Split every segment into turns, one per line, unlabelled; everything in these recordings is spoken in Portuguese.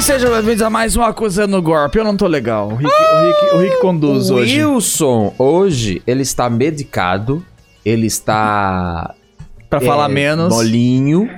sejam bem-vindos a mais um Acusando o Gorp. Eu não tô legal. O Rick, o Rick- o Rick conduz
o
hoje.
Wilson, hoje, ele está medicado, ele está...
Pra falar
é,
menos.
Molinho,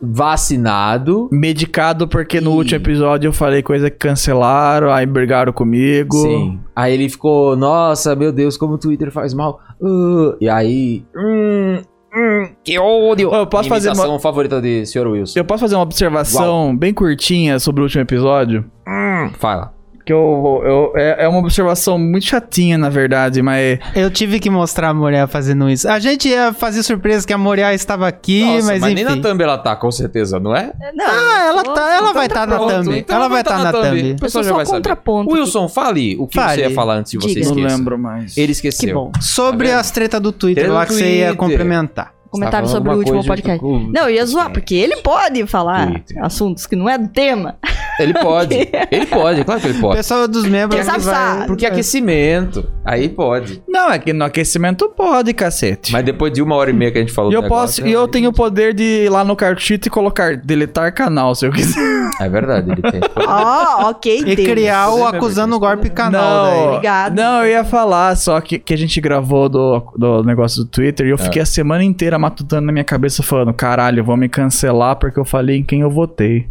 vacinado.
Medicado porque no
Ih.
último episódio eu falei coisa que cancelaram, aí brigaram comigo.
Sim. Aí ele ficou, nossa, meu Deus, como o Twitter faz mal. Uh, e aí... Hum, hum, que ódio.
Ô, eu posso
Minha
fazer uma-
imitação favorita de Sr. Wilson.
Eu posso fazer uma observação bem curtinha sobre o último episódio?
Hum, fala.
Que eu, eu- é, é uma observação muito chatinha, na verdade, mas.
Eu tive que mostrar a Moriá fazendo isso. A gente ia fazer surpresa que a Moriá estava aqui,
Nossa,
mas, enfim.
nem na thumb ela tá, com certeza, não é?
Não,
Ah, ela, tá, ela vai estar na
Pronto,
thumb.
então
ela vai estar na thumb.
O
Eu sou
pessoal já
é só
vai
o
saber.
contraponto.
Wilson, fale o que
Fale.
você ia falar antes de você
Diga.
esquecer.
Não lembro mais.
Ele esqueceu.
Que bom.
Sobre
Tá vendo?
as tretas do Twitter,
Treta do
lá que você ia
Twitter.
complementar.
Comentário
Você tá
sobre o
falando
último
alguma coisa
podcast.
do cu-
Não, eu ia zoar, porque ele pode falar
Twitter.
assuntos que não é do tema.
Ele pode. ele pode, é claro que ele
O
pode.
pessoal dos membros
Quem
que
sabe
vai...
sabe.
é.
Porque aquecimento, aí pode.
Não, é que no aquecimento pode, cacete.
Mas depois de uma hora e meia que a gente falou
E eu
do
posso,
negócio, é
e eu tenho o poder de ir lá no cartito e colocar deletar canal, se eu quiser.
É verdade, ele tem.
Ó, ok,
E
Deus.
criar o
Deus.
acusando o golpe canal
Não,
daí.
Obrigado.
não, eu ia falar só que, que a gente gravou do, do negócio do Twitter e
É.
eu fiquei a semana inteira matutando na minha cabeça falando, caralho, vão me cancelar porque eu falei em quem eu votei.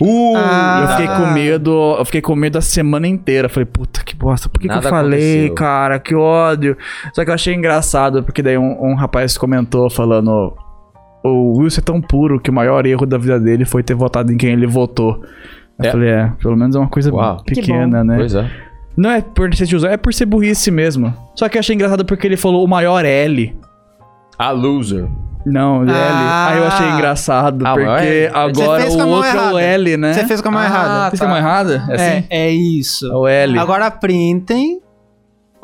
Uh,
Ah.
eu fiquei com medo, eu fiquei com medo a semana inteira. Falei, puta que bosta, por que, que eu
Nada
falei,
aconteceu.
cara? Que ódio. Só que eu achei engraçado, porque daí um, um rapaz comentou falando. O Wilson é tão puro que o maior erro da vida dele foi ter votado em quem ele votou. Eu
É.
falei, é, pelo menos é uma coisa
Uau.
pequena, né?
Pois é.
Não é por ser tiozão, é por ser burrice mesmo. Só que eu achei engraçado porque ele falou o maior L.
A loser.
Não, L.
Ah.
Aí eu achei engraçado,
Ah, o maior
porque
L.
agora
Você fez
o
com a mão
outro é o
errada.
L, né?
Você fez com a mão
Ah,
errada.
Fiz com a mão errada? É assim?
É, é isso.
É o L.
Agora printem.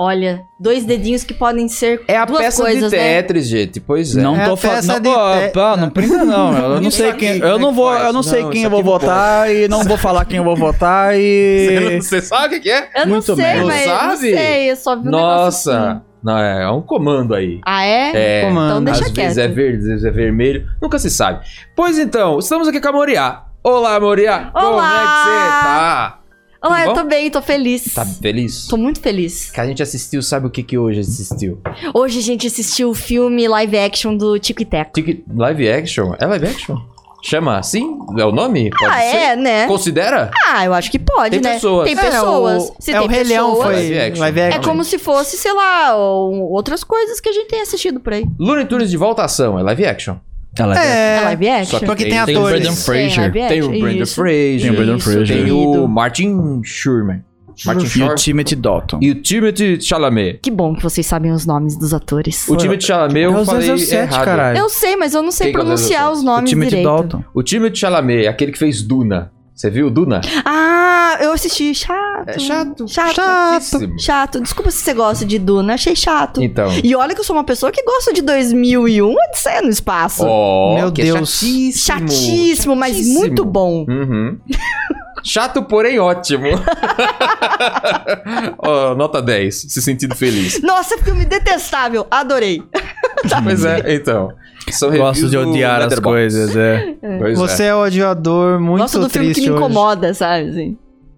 Olha, dois dedinhos que podem ser
É a
duas
peça
coisas,
de
né?
Tetris, gente. Pois é.
Não
É
tô
a
falando.
peça
Não,
de É.
pô,
te-
pô, não printa não. Eu não
Isso
sei
aqui,
quem.
como é
Eu não
que
vou.
faz?
Eu não sei
Não,
quem
isso
eu vou
aqui não
votar e não vou falar quem eu vou votar e.
Você sabe o que é?
Eu não
Muito
sei,
menos.
mas
Sabe?
não sei, eu só vi um negócio assim.
Nossa. Não, é, é um comando aí.
Ah, é?
É.
Então
Comando.
deixa
às
quieto.
vezes é verde, às vezes é vermelho. Nunca se sabe. Pois então, estamos aqui com a Moriá. Olá, Moriá. Como é que você tá?
Olá. Olá, eu
bom?
tô bem, tô feliz.
Tá feliz?
Tô muito feliz.
Que a gente assistiu, sabe o que que hoje assistiu?
Hoje a gente assistiu o filme live action do Tico e Teco.
Tic- Live action? É live action? Chama assim? É o nome? Pode
Ah,
ser?
é, né?
Considera?
Ah, eu acho que pode,
Tem
né?
pessoas.
Tem
É,
pessoas.
o-
Se
É,
tem
o Rei Leão
pessoas,
foi
Live action.
live
É
action.
como se fosse, sei lá, ou- outras coisas que a gente tem assistido por aí.
Looney Tunes de volta à ação, é live action.
É,
É,
live action?
Só que
porque
tem-
tem,
tem
atores.
o
Brendan Fra- Fraser.
live
Tem o
action,
Brandon
isso.
Fraser.
Tem o Brendan
Isso,
Fraser.
Tem
querido.
o Martin Schurman. Martin
E o
Short.
Timothy Dalton.
E o Timothy Chalamet.
Que bom que vocês sabem os nomes dos atores.
O Timothy Chalamet
É
eu
o
falei
007,
errado.
caralho.
Eu sei, mas eu não sei
Quem que é o
pronunciar
Leandro
os
O
nomes
Timothy
direito.
Dalton.
O Timothy Chalamet, é aquele que fez Duna. Você viu Duna?
Ah, eu assisti. Chato.
É chato.
Chato.
Chatíssimo.
Chato. Desculpa se você gosta de Duna, achei chato.
Então.
E olha que eu sou uma pessoa que gosta de 2001 Odisseia no Espaço.
Ó,
Meu
que é
Deus.
Chatíssimo.
Chatíssimo, mas
Chatíssimo.
muito bom.
Uhum. Chato, porém ótimo. Ó, nota 10. Se sentindo feliz.
Nossa, filme detestável. Adorei.
pois é, então. São
Tá. Gosto
reviews
de
do
odiar as
Letterboxd.
coisas, é.
Pois
Você é odiador, muito
Gosto do filme
triste
que me
hoje.
incomoda, sabe? assim?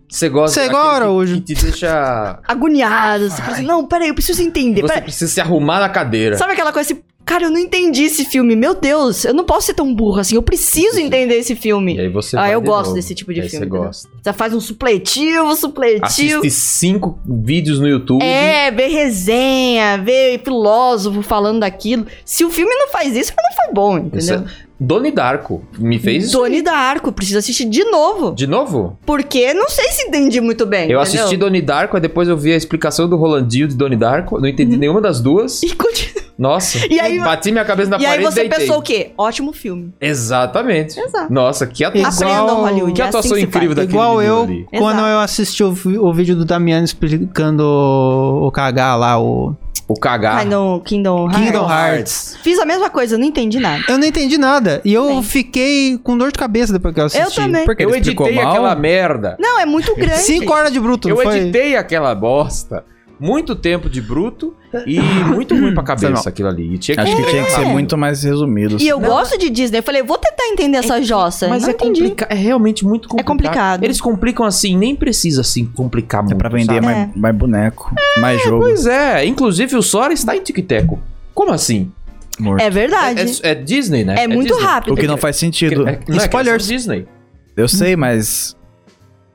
Você gosta
Você é igual
daquele que-
Araújo.
Que te deixa.
Agoniado. Você fala assim, não, peraí, eu preciso entender.
Você
peraí.
precisa se arrumar na cadeira.
Sabe aquela coisa assim, cara, eu não entendi esse filme. Meu Deus, eu não posso ser tão burro assim. Eu preciso entender esse
E
filme.
aí você
Ah,
vai
eu
de
gosto
novo.
desse tipo de
Aí
filme,
Você
entendeu?
gosta.
Você faz um supletivo, supletivo.
Assiste cinco vídeos no YouTube.
É, ver resenha, ver filósofo falando daquilo. Se o filme não faz isso, não foi bom,
Isso
entendeu?
é- Doni Darko me fez.
Doni da Arco, preciso assistir de novo.
De novo?
Porque não sei se entendi muito bem.
Eu
entendeu?
assisti Doni Darko, aí depois eu vi a explicação do Rolandinho de Doni Darko. Não entendi
Uhum.
nenhuma das duas.
E, continua-
Nossa.
E aí-
bati minha cabeça na
e aí
parede
você
deitei.
pensou o quê? Ótimo filme.
Exatamente.
Exato.
Nossa, que atuação.
Igual-
Aprendam, Hollywood.
Que
é assim
atuação
se
incrível
faz.
daquele
Igual
menino
eu,
ali.
quando
Exato.
eu assisti o, vi- o vídeo do Damiano explicando o, o cagar lá, o
O cagar.
Kingdom, Kingdom Hearts.
Kingdom Hearts.
Fiz a mesma coisa, não entendi nada.
Eu não entendi nada. E eu
Bem.
fiquei com dor de cabeça depois que eu assisti.
Eu também.
Porque
Eu
ele explicou
editei
mal.
aquela merda.
Não, é muito grande.
Cinco horas de bruto,
Eu
não foi?
editei aquela bosta. muito tempo de bruto e muito ruim pra cabeça aquilo ali. E tinha que
Acho que tinha que ser
É.
muito mais resumido.
E eu
Não,
gosto de Disney. Eu falei, vou tentar entender essa jossa.
Mas
Não
é,
entendi.
complica... é realmente muito complicado.
complicado.
Eles complicam assim, nem precisa assim complicar muito.
É pra vender
sabe?
mas-
mais, mais boneco, mais jogo.
Pois é, inclusive o Sora está em Tic-Teco. Como assim?
morto.
É verdade.
É, é Disney, né?
É muito
Disney.
rápido.
O que não faz sentido.
É, não, é
Spoilers.
criação Disney.
Eu sei, mas.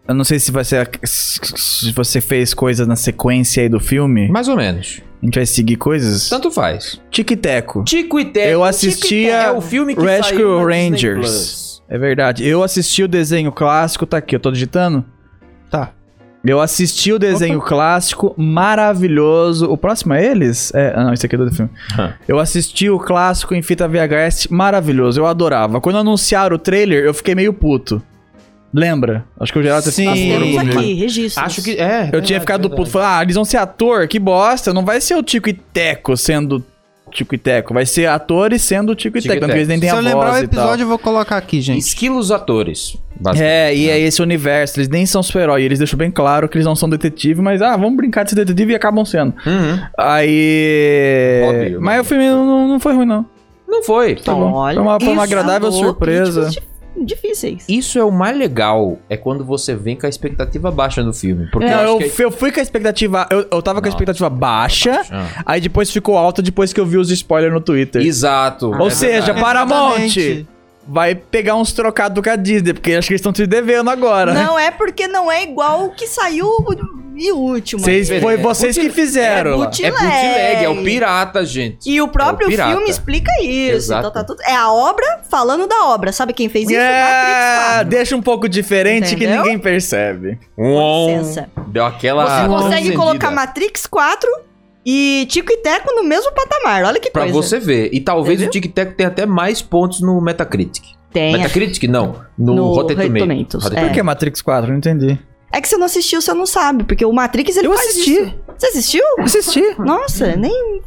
Eu não sei se você, se você fez coisas na sequência aí do filme.
Mais ou menos.
A gente vai seguir coisas.
Tanto faz.
Tic-teco.
Tico
Eu
e Teco. Tico e Teco
assistia.
é o filme que
Rescue
saiu na Disney
Rangers.
Plus.
É verdade. Eu assisti o desenho clássico, tá aqui, eu tô digitando?
Tá.
Eu assisti o desenho clássico, maravilhoso. O próximo é eles? É, ah, não, esse aqui é do filme.
Hã.
Eu assisti o clássico em fita VHS, maravilhoso, eu adorava. Quando anunciaram o trailer, eu fiquei meio puto. Lembra? Acho que o Geraldo
Sim.
até
Nós
ficou
temos
puto comigo.
aqui, registro.
Acho que é.
Eu tinha ficado puto, falei, ah, eles vão ser ator, que bosta, não vai ser o Tico e Teco sendo Tico e Teco, vai ser atores sendo o Tico e
Tico e
Teco, tanto que eles nem
Teco.
têm
Se
a
eu lembrar o
voz e tal.
episódio, eu vou colocar aqui, gente.
Esquilos atores.
É, e
né?
é esse universo, eles nem são super-herói, eles deixam bem claro que eles não são detetive, mas ah, vamos brincar de ser detetive e acabam sendo.
Uhum.
Aí.
Óbvio,
mas
né?
o filme não, não foi ruim, não.
Não foi.
Tá bom.
Olha,
foi uma, foi uma
isso é
agradável
alô,
surpresa.
críticos dif- Difíceis.
Isso é o mais legal. É quando você vem com a expectativa baixa no filme.
É.
Porque
Não,
eu
É, eu,
acho que... é
fui- eu fui com a expectativa. Eu, eu tava com a
Não.
expectativa baixa,
Ah.
aí depois ficou alta depois que eu vi os spoilers no Twitter.
Exato.
Ou seja,
É verdade.
Paramount
Exatamente.
vai pegar uns trocados com a Disney, porque acho que eles estão te devendo agora.
Não é porque não é igual o que saiu e o último.
Vocês, foi
É,
vocês que
bootleg.
fizeram. lá.
é bootleg, é o pirata, gente.
E o próprio
É o pirata.
filme explica isso.
Exato.
Então tá tudo- É a obra falando da obra. Sabe quem fez isso?
Yeah,
Matrix 4.
É, deixa um pouco diferente que
Entendeu?
ninguém percebe.
Com
licença.
Um, Deu aquela.
Você consegue
acendida.
colocar Matrix 4 e Tico e Teco no mesmo patamar. Olha que
Pra
coisa.
você ver. E talvez o Tic Tac tenha até mais pontos no Metacritic.
Tem.
Metacritic? Não. No,
No
Rotten
Rotten
Tomatoes.
Tomatoes,
Rotten
é.
Por que Matrix 4? Não entendi.
É que você não assistiu, você não sabe. Porque o Matrix, ele
Eu
faz
assisti. Ah, hum,
isso. Você assistiu?
Assisti.
Nossa, nem...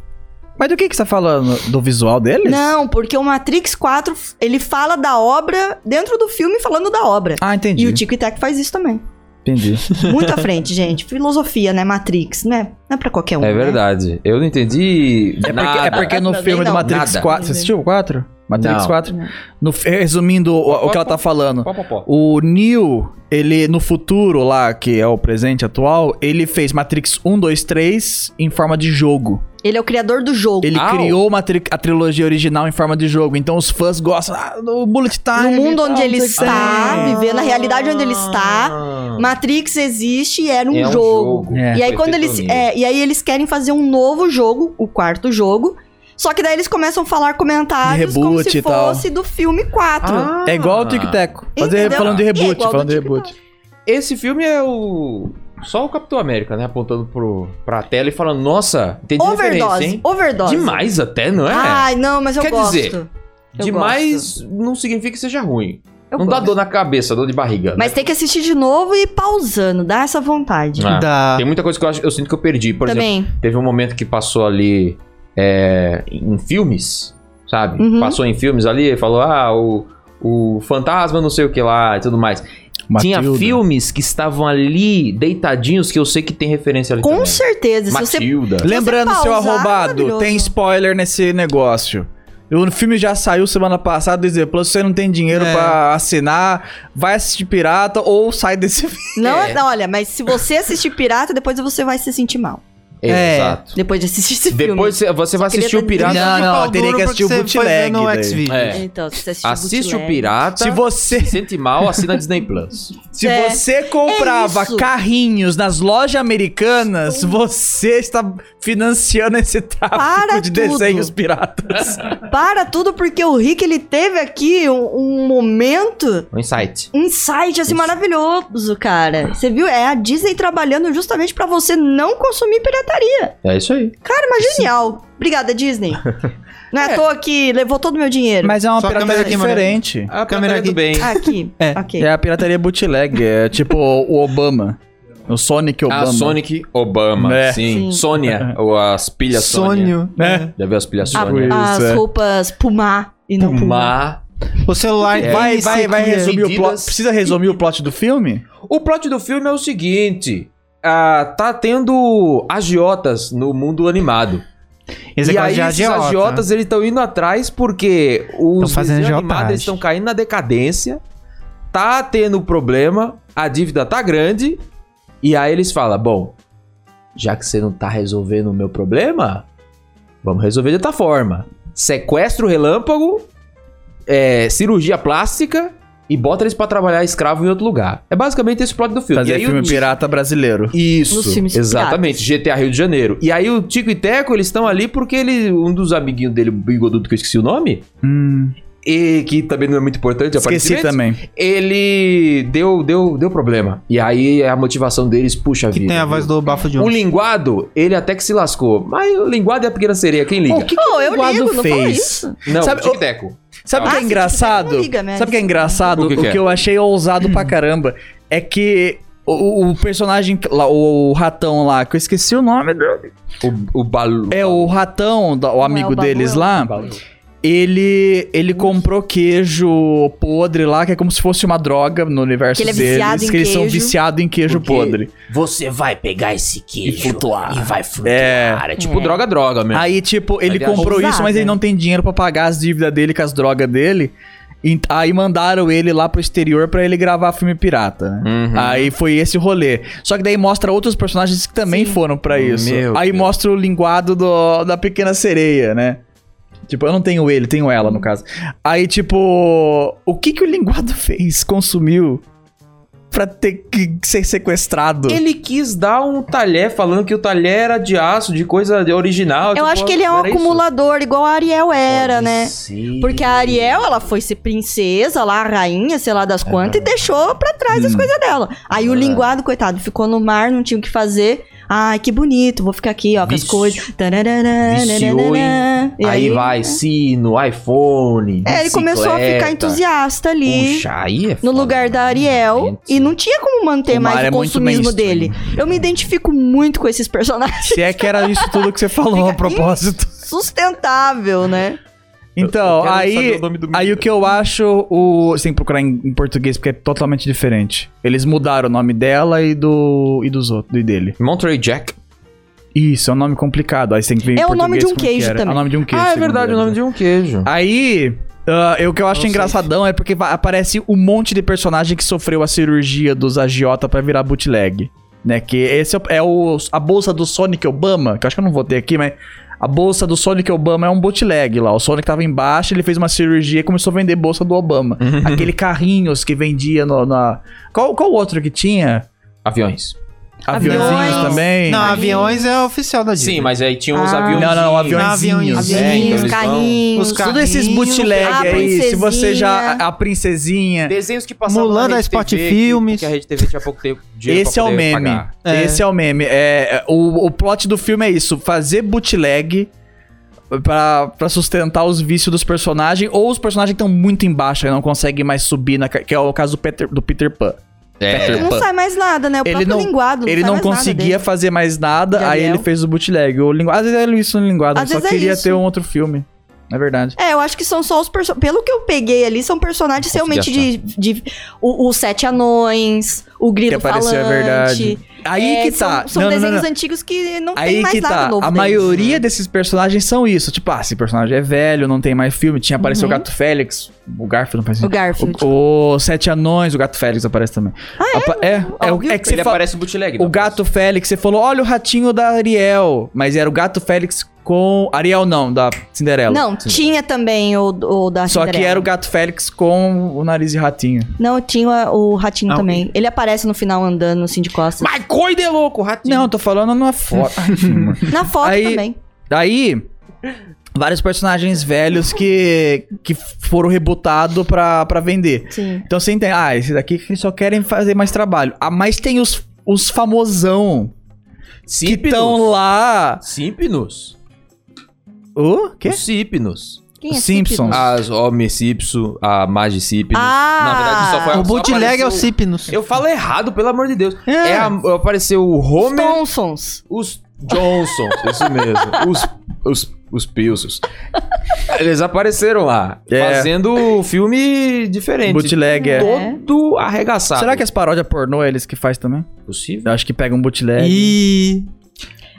Mas do que, que você tá falando? Do visual deles?
Não, porque o Matrix 4, ele fala da obra dentro do filme falando da obra.
Ah, entendi.
E o Tico e Teco faz isso também.
Entendi.
Muito à frente, gente. Filosofia, né? Matrix, né? Não é pra qualquer um.
É
né?
verdade. Eu não entendi.
É porque,
nada.
é porque no
Também
filme do
não.
Matrix
Nada.
4. Você assistiu o 4? Matrix
Não.
4?
Não.
No, resumindo o, o que ela tá falando.
Pó, pó, pó.
O Neo, ele no futuro lá, que é o presente atual, ele fez Matrix 1, 2, 3 em forma de jogo.
Ele é o criador do jogo.
Ele
Au.
criou uma tri- a trilogia original em forma de jogo. Então os fãs gostam ah, do Bullet Time.
No mundo
e tal,
onde ele
não sei o que.
está,
É.
vivendo a realidade onde ele está.
Ah.
Matrix existe e era um
É
jogo.
É.
E aí quando eles,
Perfeito
é, e aí eles querem fazer um novo jogo, o quarto jogo. Só que daí eles começam a falar comentários
De
como
reboot
se
e tal.
fosse do filme 4.
Ah.
É igual o Tic Teco.
Entendeu?
Falando de
E é
reboot,
igual
falando
do
de
Tic Tac.
reboot.
Esse filme é o. Só o Capitão América, né? Apontando pro, pra tela e falando, nossa, entendi a referência,
Overdose,
hein?
overdose.
Demais até, não é?
Ai, não, mas eu
Quer
gosto.
dizer,
eu
Demais não significa que seja ruim.
Eu
não dá
gosto.
dor na cabeça, dor de barriga. né?
Mas tem que assistir de novo e ir pausando, dá essa vontade.
Ah,
Da...
Tem muita coisa que eu, acho- eu sinto que eu perdi. Por exemplo,
Também.
teve um momento que passou ali é, em filmes, sabe?
Uhum.
Passou em filmes ali e falou, ah, o, o fantasma não sei o que lá e tudo mais. Tinha
Matilda.
filmes que estavam ali deitadinhos que eu sei que tem referência ali
Com
também.
certeza, se você
Matilda.
Lembrando,
pausar,
seu
é
arrombado,
maravilhoso.
tem spoiler nesse negócio. O filme já saiu semana passada, Disney Plus, você não tem dinheiro
É.
pra assinar, vai assistir pirata ou sai desse filme.
Não,
É.
não, olha, mas se você assistir pirata, depois você vai se sentir mal.
É.
Exato.
Depois de assistir esse
Depois
filme.
você- você vai
queria
assistir o
ter-
Pirata.
Não,
Pirata de
não,
pau
teria
duro
que assistir o
porque você foi
bootleg
ver No
daí.
Xvideos.
É.
Então, se você assistir
Assiste o
bootleg-
Pirata.
Se você,
se sente mal, assina Disney Plus.
se
É.
você comprava
É isso.
carrinhos nas lojas americanas, você está financiando esse tráfico
Para
de
tudo.
desenhos piratas.
Para tudo, porque o Rick, ele teve aqui um, um momento,
Um insight.
um site assim
Isso.
maravilhoso, cara. Você viu? É a Disney trabalhando justamente pra você não consumir pirataria.
É isso aí.
Cara, mas genial. Obrigada, Disney. Não é, à toa que levou todo o meu dinheiro.
Mas é uma
Só a
pirataria
câmera aqui, mano.
diferente.
Câmera
A
Tá
câmera do
aqui.
bem.
Aqui,
É.
ok.
É a pirataria bootleg, é tipo o Obama. O Sonic Obama.
Ah, Sonic Obama.
É.
Sim.
Sim.
Sônia. Ou as pilhas Sônia.
Sonho.
É.
Deve ver as pilhas
A-
Sônia.
as
Isso, é.
roupas Pumar e não Pumar.
Mas
O celular
É.
Vai,
tem
vai,
isso
vai
aqui, é.
resumir o plot.
Medidas-
Precisa resumir o plot do filme?
o plot do filme é o seguinte: ah, tá tendo agiotas no mundo animado.
Esse é
e
negócio
aí
de
esses
agiota.
agiotas eles estão indo atrás porque os
fazendo
desenhos
agiotagem.
animados estão caindo na decadência, tá tendo problema, a dívida tá grande e aí eles falam, bom, já que você não tá resolvendo o meu problema, vamos resolver de outra forma. Sequestra o relâmpago, é, cirurgia plástica e bota eles pra trabalhar escravo em outro lugar. É basicamente esse o plot do filme. E
Fazer
aí o
filme
Ti-
pirata brasileiro.
Nos
isso,
filmes
exatamente, GTA Rio de Janeiro. E aí o Tico e Teco, eles estão ali porque ele, um dos amiguinhos dele, o bigodudo que eu esqueci o nome,
Hum,
e que também não é muito importante,
esqueci
aparentemente,
também.
ele deu, deu, deu problema. E aí é a motivação deles, puxa
Que
vida.
tem a voz do Bafo de
O
Onça.
linguado, ele até que se lascou. Mas o linguado é a pequena sereia, quem liga?
que,
Ô, Oh, eu ligo, não fala isso.
Não,
Oh, Sabe,
o Tico e Teco.
Sabe o
Ah,
que é
se
engraçado?
tiver, não liga, né?
Sabe o que é engraçado?
O
O
que
que,
que é? Hum.
eu achei ousado pra caramba é que o, o personagem, lá, o, ratão lá, que eu esqueci o nome dele.
O, o Balu.
É o ratão, da- o amigo
o Balu,
deles
é o-
lá. Ele, ele comprou queijo podre lá, que é como se fosse uma droga no universo
Que ele é
deles.
viciado em
que eles são
queijo.
viciados em queijo
Porque-
podre.
Você vai pegar esse queijo e, vai flutuar. É, tipo
É.
droga-droga mesmo.
Aí, tipo, ele
Aliás,
comprou isso,
ousada.
mas ele não tem dinheiro pra pagar as dívidas dele com as drogas dele. E- Aí mandaram ele lá pro exterior pra ele gravar filme pirata, né?
Uhum.
Aí foi esse o rolê. Só que daí mostra outros personagens que também foram pra isso.
Meu
Aí
Deus.
mostra o linguado do- da pequena sereia, né? Tipo, eu não tenho ele, tenho ela, no caso. Aí, tipo, o que que o linguado fez, consumiu, pra ter que ser sequestrado?
Ele quis dar um talher falando que o talher era de aço, de coisa de original. tipo,
Eu acho que ele é um acumulador, igual a Ariel era, né? Porque a Ariel, ela foi ser princesa lá, rainha, sei lá das quantas, e deixou pra trás as coisas dela. Aí o linguado, coitado, ficou no mar, não tinha o que fazer. Ai, que bonito, vou ficar aqui, ó, com as
Vício.
coisas. Tararará,
Viciou,
nananana. E
Aí né? vai, sino, iPhone.
É, ele começou a ficar
bicicleta.
entusiasta ali.
Puxa, aí é
No lugar da Ariel.
Gente.
E não tinha como manter
O mar
mais
é
o
muito
consumismo
mainstream.
dele. Eu me identifico muito com esses personagens.
Se é que era isso tudo que você falou a propósito.
Sustentável, né?
Então, aí. Aí o que eu acho, o. Você tem que procurar em, em português, porque é totalmente diferente. Eles mudaram o nome dela e do. e dos outros, e dele.
Monterey Jack.
Isso, é um nome complicado. Aí você tem que ver em
É o nome
português
de um
como que
queijo
era.
também.
É o nome de um queijo.
ah, é
segundo
verdade, o
eles,
nome
né?
de um queijo.
Aí, ah, eu- o que eu acho
Não sei.
engraçadão é porque va- aparece um monte de personagem que sofreu a cirurgia dos agiota pra virar bootleg. Né? Que esse é o- é o, a bolsa do Sonic Obama, que eu acho que eu não vou ter aqui, mas. A bolsa do Sonic Obama é um bootleg lá. O Sonic tava embaixo, ele fez uma cirurgia e começou a vender bolsa do Obama. Aquele carrinhos que vendia no, na. Qual, qual outro que tinha?
Aviões.
Aviões,
Aviões.
também?
Não, aviões é oficial da Disney.
Sim, mas aí tinha uns
Ah.
aviões.
não, não, aviões.
aviões.
É, então
Aviões,
eles vão-
carrinhos.
Os carrinhos.
Todos esses bootleg
a
aí, se você já.
princesinha.
A, a princesinha.
Desenhos que passavam
Mulan da
Rede
Spot
TV, que-
Filmes.
Que a Rede TV tinha pouco tempo dinheiro
Esse é
pra
o
poder
meme.
pagar.
É.
Esse é o meme. É, é, o, o plot do filme é isso: fazer bootleg pra, pra sustentar os vícios dos personagens, ou os personagens que estão muito embaixo e não conseguem mais subir, na ca- que é o caso do Peter, do Peter Pan.
É.
Peter
Não sai mais nada, né? O
Ele
próprio
não-
linguado.
ele
sai
não
mais nada
conseguia
dele.
fazer mais nada,
De
aí
Ariel.
ele fez o bootleg. O lingu... Às vezes é isso no linguado,
Às
só
vezes é
queria
isso.
ter um outro filme. É verdade.
É, eu acho que são só os personagens. Pelo que eu peguei ali, são personagens
Não consegui
realmente de. de o, os Sete Anões, o Grilo
Que apareceu, é
Falante.
verdade. Aí
É,
que tá.
São, são
Não, não, não,
desenhos
não.
antigos que não tem
Aí
mais
que
nada
tá,
novo.
a
deles.
maioria desses personagens são isso. Tipo, ah, esse personagem é velho, não tem mais filme. Tinha aparecido
Uhum.
o Gato Félix, o Garfield não apareceu.
O Garfield. Ah,
O, o Sete Anões, o Gato Félix aparece também. Apa- é? é, o- é que você
ele
fala-
aparece Ah, o bootleg.
O
não
Gato Félix, você falou, olha o ratinho da Ariel. Mas era o Gato Félix com... Ariel não, da Cinderela.
Não, tinha também o, o da
Só que
Cinderela.
era o Gato Félix com o nariz de ratinho.
Não, tinha o ratinho
Ah,
também. Ele aparece no final andando assim de costas.
Mas coide louco, ratinho.
Não, é eu tô falando numa foto. Ai, enfim, mano.
Na foto
Aí-
também.
Daí, vários personagens velhos que, que foram rebutados pra, pra vender.
Sim.
Então você entende, ah, esses daqui que só querem fazer mais trabalho. Ah, mas tem os, os famosão que
Cípinos.
estão lá.
Cípinos.
O quê?
Os Cípinos.
Quem é
Simpsons. Ah,
Cípidos?
As Homicipso, a Magi Cípinos.
Ah!
Na verdade, só foi só
O bootleg é o
apareceu-
Cipnos.
Eu falo errado, pelo amor de Deus.
É.
É, a- apareceu o
Os
Homer,
Thompsons.
os Johnson, isso mesmo. Os, os os Pilsos. Eles apareceram lá,
É.
fazendo filme diferente.
Bootleg, é.
Todo arregaçado.
Será que é as paródias pornô eles que faz também?
possível?
Eu acho que pega um bootleg.
E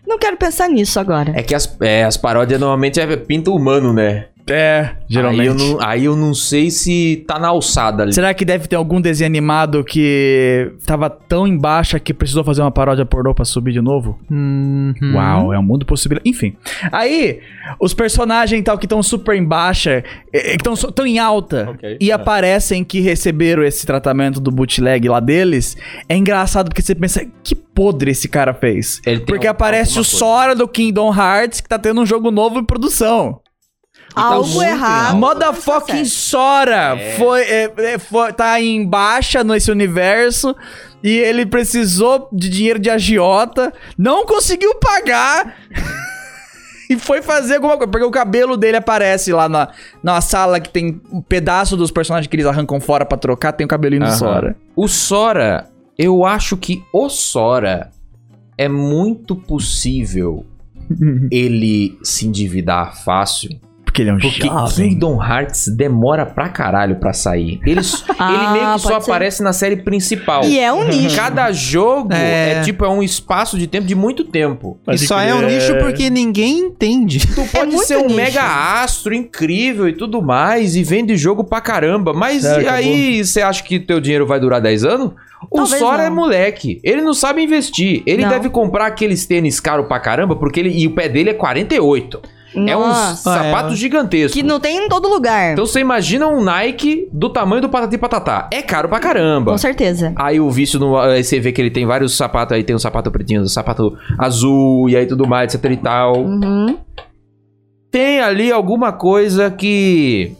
Não quero pensar nisso agora.
É que as, é, as paródias normalmente é pinta humano, né?
É, geralmente.
Aí eu, não, aí eu não sei se tá na alçada ali.
Será que deve ter algum desenho animado que tava tão em baixa que precisou fazer uma paródia pornô pra subir de novo?
Uhum.
Uau, é um mundo possibilidade. Enfim. Aí, os personagens e tal que estão super em baixa, eh, eh, que estão tão em alta
Ok.
e
É.
aparecem que receberam esse tratamento do bootleg lá deles, é engraçado porque você pensa, que podre esse cara fez.
Ele tem
Porque
al-
aparece o
alguma coisa.
Sora do Kingdom Hearts que tá tendo um jogo novo em produção.
Algo
tá
muito
errado.
errado.
um Motherfucking Sora
É.
foi, é, é, foi- tá em baixa nesse universo e ele precisou de dinheiro de agiota, não conseguiu pagar e foi fazer alguma coisa, porque o cabelo dele aparece lá na, na sala que tem um pedaço dos personagens que eles arrancam fora pra trocar, tem o cabelinho do
Aham.
Sora.
O Sora, eu acho que o Sora é muito possível ele se endividar fácil.
Porque ele é um
Porque
jovem.
Kingdom Hearts demora pra caralho pra sair. Ele, s- ele meio
Ah,
que só
pode ser.
aparece na série principal.
E
Uhum.
é um nicho.
Cada jogo é.
É.
tipo, é um espaço de tempo de muito tempo.
E só é um nicho porque ninguém entende.
Tu pode
É muito
ser um
nicho.
mega astro incrível e tudo mais, e vende jogo pra caramba, mas
Sério,
e
acabou.
aí você acha que teu dinheiro vai durar 10 anos? O
Talvez
Sora
não.
é moleque, ele não sabe investir, ele
Não.
deve comprar aqueles tênis caro pra caramba, porque ele, e o pé dele é 48. É um
Nossa,
sapato
é.
gigantesco.
Que não tem em todo lugar.
Então você imagina um Nike do tamanho do Patati Patatá. É caro pra caramba.
Com certeza.
Aí o vício, no, aí você vê que ele tem vários sapatos, aí tem um sapato pretinho, um sapato azul, e aí tudo mais, etc e tal
Uhum.
tem ali alguma coisa que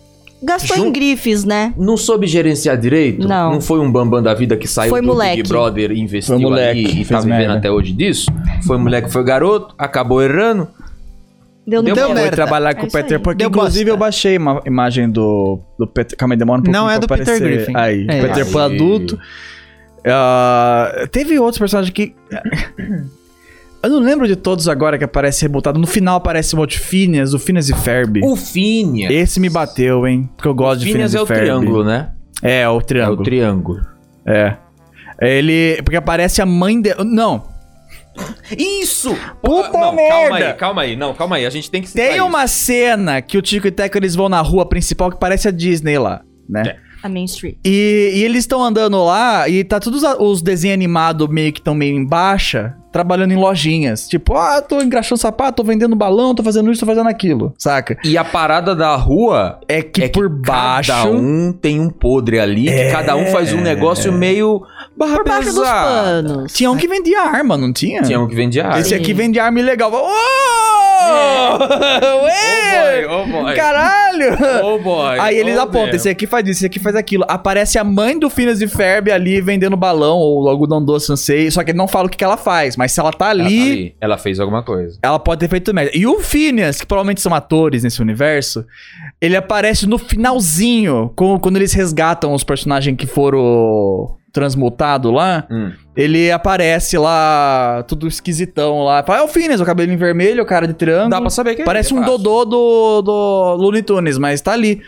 Gastou
Jun-
em grifes, né?
não soube gerenciar direito?
Não.
foi um bambam da vida que saiu
Foi
do
moleque.
Big Brother e investiu
Foi moleque,
ali e
fez
tá vivendo
merda.
até hoje disso? Foi moleque, foi garoto, acabou errando.
Deu no
Deu
pé.
Foi
merda.
trabalhar
É
com o
isso aí.
Peter Pan, que
Deu
inclusive
bosta.
eu baixei uma imagem do, do Peter... Calma aí, demora um pouquinho
Não é
pra
do Peter
aparecer.
Griffin.
Aí,
É
Peter
isso.
Pan adulto. Ah, teve outros personagens que... eu não lembro de todos agora que aparece rebotado. No final aparece um monte de Phineas, o Phineas e Ferb.
O Phineas.
Esse me bateu, hein? Porque eu gosto
O
de Phineas,
Phineas é
e
o
Ferb.
triângulo, né?
É, o
É o
triângulo.
triângulo.
É. Ele... Porque aparece a mãe dele... Não,
Isso!
Puta
não,
merda!
Calma aí, calma aí. Não, calma aí. A gente tem que citar
Tem
isso.
uma cena que o Tico e Teco eles vão na rua principal que parece a Disney lá, né?
A Main Street.
E, e eles estão andando lá e tá todos a- os desenhos animados meio que estão meio em baixa, trabalhando em lojinhas. Tipo, ah, tô engraxando sapato, tô vendendo balão, tô fazendo isso, tô fazendo aquilo, saca?
E a parada da rua
É que
É que
por baixo.
Cada um tem um podre ali,
É.
que cada um faz um negócio meio. Barra
Por baixo dos
pesada.
panos.
Tinha um que vendia arma, não tinha?
Tinha um que vendia arma.
Esse
Sim.
aqui vende arma ilegal. Ô! Ué!
Oh É. boy, oh boy.
Caralho!
Oh boy.
Aí eles
oh
apontam,
damn.
esse aqui faz isso, esse aqui faz aquilo. Aparece a mãe do Phineas e Ferb ali vendendo balão ou algodão doce, não sei. Só que ele não fala o que, que ela faz, mas se ela tá
Ela tá
ali, ela,
ali. Ela fez alguma coisa.
pode ter feito merda. E o Phineas, que provavelmente são atores nesse universo, ele aparece no finalzinho, com- quando eles resgatam os personagens que foram transmutados lá.
Hum.
Ele aparece lá, tudo esquisitão lá. Fala, é o Phineas, o cabelo em vermelho, o cara de triângulo.
Dá pra saber que é
Parece
ele,
um
fácil.
Dodô do, do Looney Tunes, mas tá ali.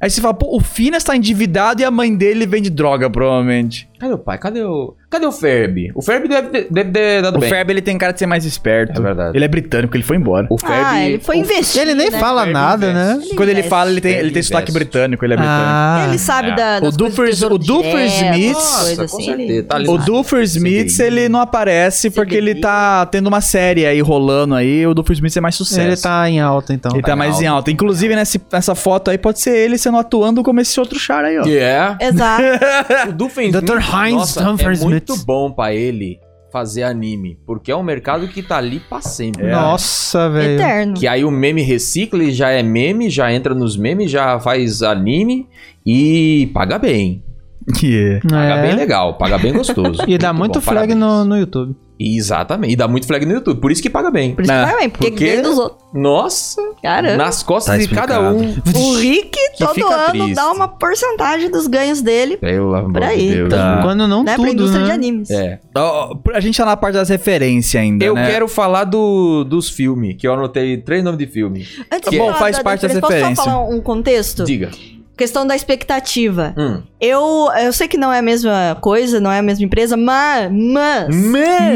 Aí você fala, pô, o Finas tá endividado e a mãe dele vende droga, provavelmente.
Cadê o pai? Cadê o. Cadê o Ferb? O Ferb deve, ter- deve ter dado
o
bem.
Ferb, ele tem cara de ser mais esperto.
É verdade.
Ele é britânico, ele foi embora.
O Ferb.
Ah, ele foi investir.
Ele nem
né?
fala
Ele
nada,
investe.
né?
Quando ele fala, ele tem,
Ele
ele tem sotaque
investe.
britânico, ele é britânico.
Ah,
Ele sabe
É.
da, das coisas
O Duffer-
do Tesouro
o Duffer
Direto,
Smith-
essas coisas
Nossa, com
assim,
certeza.
ele-
Tá ali
O Duffer Smith,
CDI.
ele não aparece porque ele tá tendo uma série aí rolando aí. O Duffer Smith é mais sucesso.
ele tá em alta, então.
Ele tá
tá em
mais em
alta.
alta. Inclusive, nessa, nessa foto aí, pode ser ele sendo atuando como esse outro char aí, ó.
Yeah.
Exato.
é O Duffer Smith,
Dr. Heinz
nossa,
Duffer
é
Smith.
muito bom pra ele fazer anime, porque é um mercado que tá ali pra sempre.
É.
Nossa, velho.
Eterno.
Que aí o meme recicla e já é meme, já entra nos memes, já faz anime e paga bem.
Yeah.
Paga
É.
bem legal, paga bem gostoso.
E dá muito
bom,
flag
parabéns.
no, no YouTube.
Exatamente. E dá muito flag no YouTube. Por isso que paga bem. Né?
Por isso que
Ah,
vai bem, porque,
porque-
ganha dos outros.
Nossa!
Caramba.
Nas costas
Tá
de cada um.
O Rick todo
fica
ano
triste.
dá uma porcentagem dos ganhos dele
Pelo amor
Pra
de
aí,
Deus.
então. Ah.
Quando não
né, pra
tudo,
indústria de
né?
animes.
É.
Ó, ó, a gente tá na parte das referências ainda,
Eu
né?
quero falar do, dos filmes, que eu anotei três nomes de filme.
Antes de
Bom,
falar
faz
da
parte das
diferença,
referências.
Posso só falar um contexto?
Diga.
Questão da expectativa.
Hum.
Eu, eu sei que não é a mesma coisa, não é a mesma empresa, mas... mas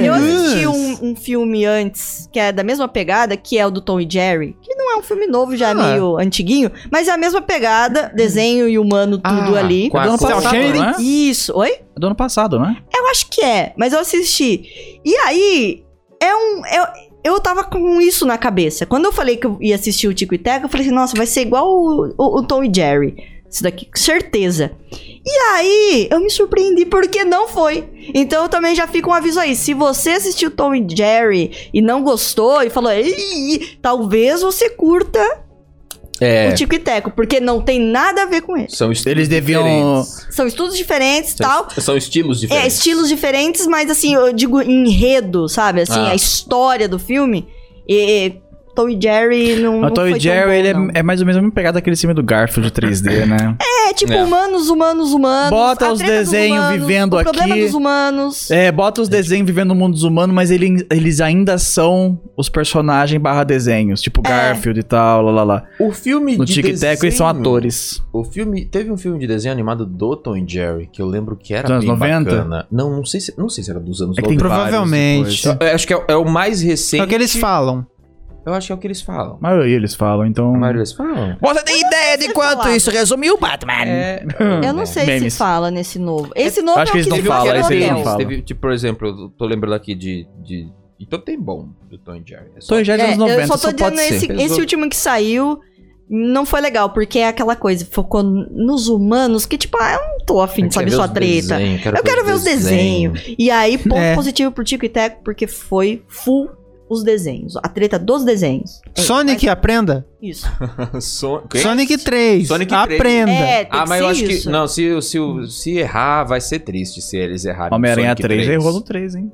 Eu assisti um, um filme antes, que é da mesma pegada, que é o do Tom e Jerry. Que não é um filme novo, já é
Ah.
meio antiguinho, mas é a mesma pegada, desenho e humano, tudo
Ah,
ali.
É
com
do ano
Cell
passado,
Shading.
né?
Isso, oi?
É do ano passado, né?
Eu acho que é, mas eu assisti. E aí, é um. é- eu tava com isso na cabeça. Quando eu falei que eu ia assistir o Tico e Teca, eu falei assim, nossa, vai ser igual o, o- o Tom e Jerry. Isso daqui, com certeza. E aí, eu me surpreendi porque não foi. Então eu também já fico um aviso aí. Se você assistiu Tom e Jerry e não gostou e falou, "Ih", talvez você curta
É.
o Tico e Teco, porque não tem nada a ver com ele.
São estilos
Eles deviam-
diferentes.
São estudos diferentes e tal.
São, são estilos diferentes.
É, estilos diferentes, mas assim, eu digo enredo, sabe? Assim,
Ah.
a história do filme. E, e Tom e Jerry não.
o
não
Tom
foi
e
tão
Jerry,
bom,
ele
não.
é, é mais ou menos a mesma pegada daquele filme do Garfield 3D, né?
é. tipo
É.
humanos, humanos, humanos.
Bota
a
os
treta dos
desenhos vivendo
o problema
aqui.
dos humanos.
É, bota os desenhos vivendo no mundo dos humanos, mas ele- eles ainda são os personagens barra desenhos, tipo
É.
Garfield e tal, lá, lá, lá.
O filme
No
de
Tic Tac eles são
desenho-
atores.
O filme, teve um filme de desenho animado do Tom e Jerry, que eu lembro que era
Dos anos
bem
90?
bacana. Não, não sei se, não sei se era dos anos
É que tem
90.
Provavelmente.
vários
Eu acho que é, é o mais recente.
É o que eles falam.
Eu acho que é o que eles falam.
A maioria eles falam, então.
A maioria eles falam.
Você tem ideia de
quanto isso
resumiu o Batman?
É,
Eu não sei
Memes.
se fala nesse novo. Esse novo é
acho que
o
eles
que
não
se
um
falam,
fala
que
no
esse eles
hotel.
não falam.
Teve, tipo, por exemplo, eu tô lembrando aqui de. de... Então tem bom do Tom e Jerry. É só-
Tô já
É,
é, anos 90,
eu só tô dizendo esse,
ser.
esse último que saiu. Não foi legal, porque é aquela coisa, focou nos humanos, que tipo, ah, eu não tô afim
Eu
de saber
quero ver
sua
os
treta.
desenho,
Eu quero ver os desenhos. E aí, ponto
É.
positivo pro Tico e Teco, porque foi full os desenhos. A treta dos desenhos. É,
Sonic, aprenda.
mas- é Isso.
Son- Quê?
Sonic 3.
Sonic 3.
aprenda.
É, tem
Ah,
que
mas
ser
eu acho
isso.
que. Não, se, o- se, o- se errar, vai ser triste se eles errarem. no
Homem-Aranha
Sonic Hum.
3 errou no 3, hein?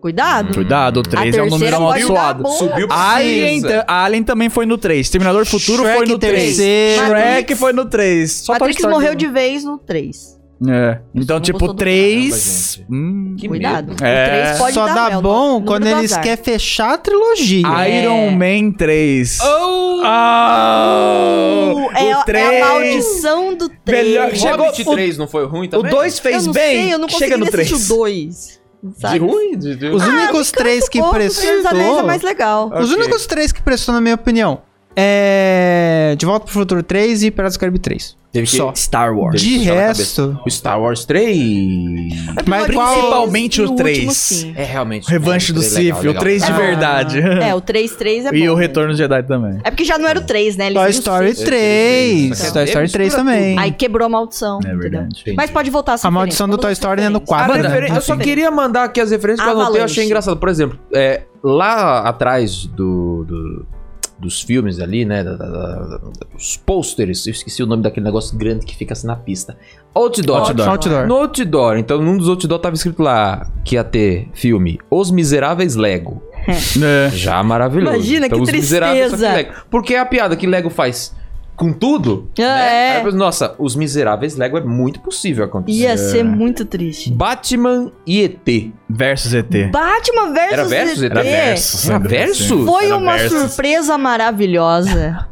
Cuidado.
Cuidado, o 3 é um número
terceira pode dar
amaldiçoado.
bom.
Subiu pra
Alien,
cima.
ta- Alien também foi no 3. Terminador Futuro
Shrek
foi no 3.
terceiro.
Shrek
Matrix.
foi no 3. Só Toy
Matrix
Story
morreu
não.
de vez no 3.
É. Então,
não
tipo,
gostou do
3.
caramba, gente.
Hum.
Que
Cuidado.
medo.
É.
O 3 pode
Só
dar
dá
mel,
bom
número
quando
do
eles
azar.
querem fechar a trilogia.
Iron Man 3.
É. Oh!
Ah!
Uh, é,
o 3.
é a maldição do 3.
Melhor-
Eu
Chegou
Chegou
o-
o 3 não foi ruim
o
também?
2 fez
não
bem.
sei, eu não
chega
consegui
no 3.
assistir o 2.
de
Sabe?
ruim? De, de...
Ah,
Os únicos três que
um Pouco, Senhor dos Anéis
prestou.
é mais legal.
Os
Ok.
únicos três que prestou, na minha opinião, é. De Volta pro Futuro 3 e Piratas do Caribe 3.
Teve que-
Só.
Star Wars.
De
que deixar na
resto.
O Star Wars 3.
Mas
Episódio
qual-
seis
principalmente
e
o três.
último, sim.
É realmente.
Revanche
é,
do
legal,
Sif, o
legal.
3 de
Ah.
verdade.
É, o 3-3 é bom.
e o
né?
Retorno de Jedi também.
É porque já não era o 3, né? Eles
Toy
viram o
Story
seis.
3.
Então.
Toy Story 3 também.
Aí quebrou a maldição.
É
entendeu?
verdade.
Mas pode voltar
A maldição do Toy Story é no
Ah,
4.
mano,
né?
eu só
Enfim.
queria mandar aqui as referências que eu anotei, eu achei
Avalanche.
engraçado. Por exemplo, é, lá atrás do, do- dos filmes ali, né? da- da- da- da- dos pôsteres, eu esqueci o nome daquele negócio grande que fica assim na pista. Outdoor.
Outdoor.
Outdoor.
No outdoor, então num dos outdoor tava escrito lá que ia ter filme Os Miseráveis Lego.
É.
Já maravilhoso.
Imagina,
então,
que
Os Miseráveis, só que
tristeza.
Lego. Porque é a piada que Lego faz com tudo.
É,
né?
é.
Aí eu penso, Nossa, Os Miseráveis Lego é muito possível acontecer.
Ia ser muito triste.
Batman e ET.
Versus ET.
Batman versus,
Era versus?
ET.
Era
É. versus,
Era
né?
versus?
Foi
Era
uma
versus.
surpresa maravilhosa.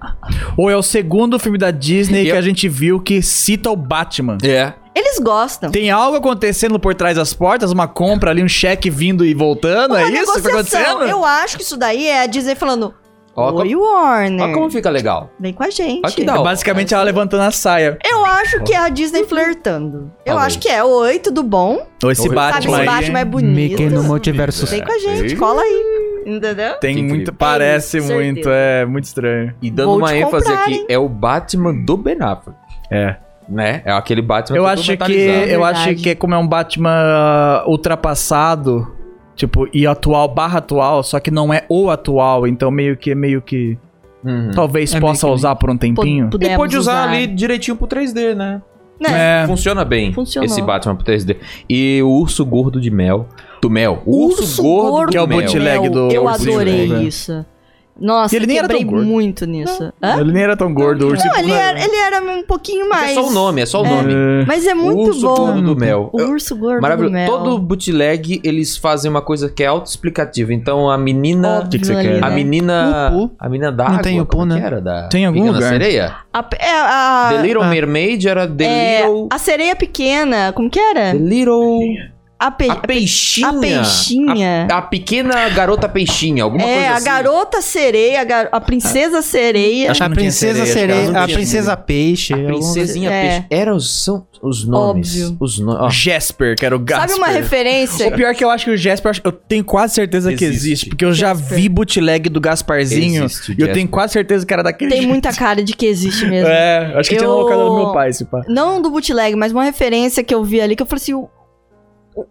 Ou é o segundo filme da Disney que
Eu-
a gente viu que cita o Batman.
É.
Eles gostam.
Tem algo acontecendo por trás das portas, uma compra ali, um cheque vindo e voltando, é isso que tá acontecendo?
Eu acho que isso daí é a Disney falando:
Ó,
Oi,
Olha
Warner.
como fica legal.
Vem com a gente.
Ó que da
É
hora.
basicamente ela levantando a saia.
Eu acho que é a Disney flertando. Eu
Talvez.
acho que é. Oi, tudo bom?
Ou esse
Sabe,
Batman,
Sabe, esse
aí,
Batman é
hein?
bonito.
multiverso.
Vem com a gente,
Ei.
cola aí. Entendeu?
Tem
Que
muito,
incrível.
parece
Tem, certeza.
muito, é muito estranho.
E dando
Vou
uma
te
ênfase
comprar,
aqui,
hein?
é o Batman do Ben Affleck,
É.
né? É aquele Batman
Eu
todo
acho que
metalizado.
eu
Verdade.
acho que como é um Batman uh, ultrapassado, tipo, e atual barra atual, só que não é o atual, então meio que meio que
Uhum.
talvez
É meio
possa
que-
usar por um
Pod-
tempinho.
E
pudemos
pode usar ali direitinho pro 3D, né?
Né?
É.
Funciona bem
Funcionou.
esse Batman pro 3D. E o urso gordo de mel. Do mel. O urso, gordo,
que é o
do mel.
bootleg.
Mel,
do
Eu
Ursinho
adorei
Velho.
isso. Nossa,
E ele nem era
quebrei
tão gordo.
muito nisso. Hã?
Ele nem era tão gordo, é. o urso.
Não, ele era, ele era um pouquinho
Mas
mais.
É só o nome, é só o nome.
É.
Mas é muito
urso
bom.
gordo do mel.
O urso gordo do
Maravilhoso.
mel.
Todo bootleg eles fazem uma coisa que é autoexplicativa. Então a menina.
Óbvio
que que você
ali,
quer?
né?
A menina.
Upu.
A menina da
Não
água,
tem Upu,
como é
né?
que era? Da
Tem em algum
Pequena
lugar.
Sereia?
A, é, a,
The Little
ah.
Mermaid era The
é,
Little.
a sereia pequena, como que era?
The Little.
A, pe...
A peixinha.
a peixinha.
A, a pequena garota peixinha, alguma
é,
coisa
a
assim.
garota sereia, a, gar- a princesa sereia.
Acho que
A
não tinha
princesa
sereia, acho que
sereia.
não
A
tinha
princesa peixe.
A
alguma-
princesinha
É.
peixe. Eram os, são os nomes.
Óbvio.
Os nomes.
Jasper, que era o Gasper.
Sabe uma referência?
O pior é que eu acho que o Jasper, eu tenho quase certeza que
Existe.
existe, porque eu já
Jasper.
vi bootleg do Gasparzinho
Existe o
e eu tenho
Jasper.
quase certeza que era daquele
Tem
jeito.
muita cara de que existe mesmo.
É, acho que tinha
Eu-
na locadora do meu pai esse pá.
Não do bootleg, mas uma referência que eu vi ali que eu falei assim. u-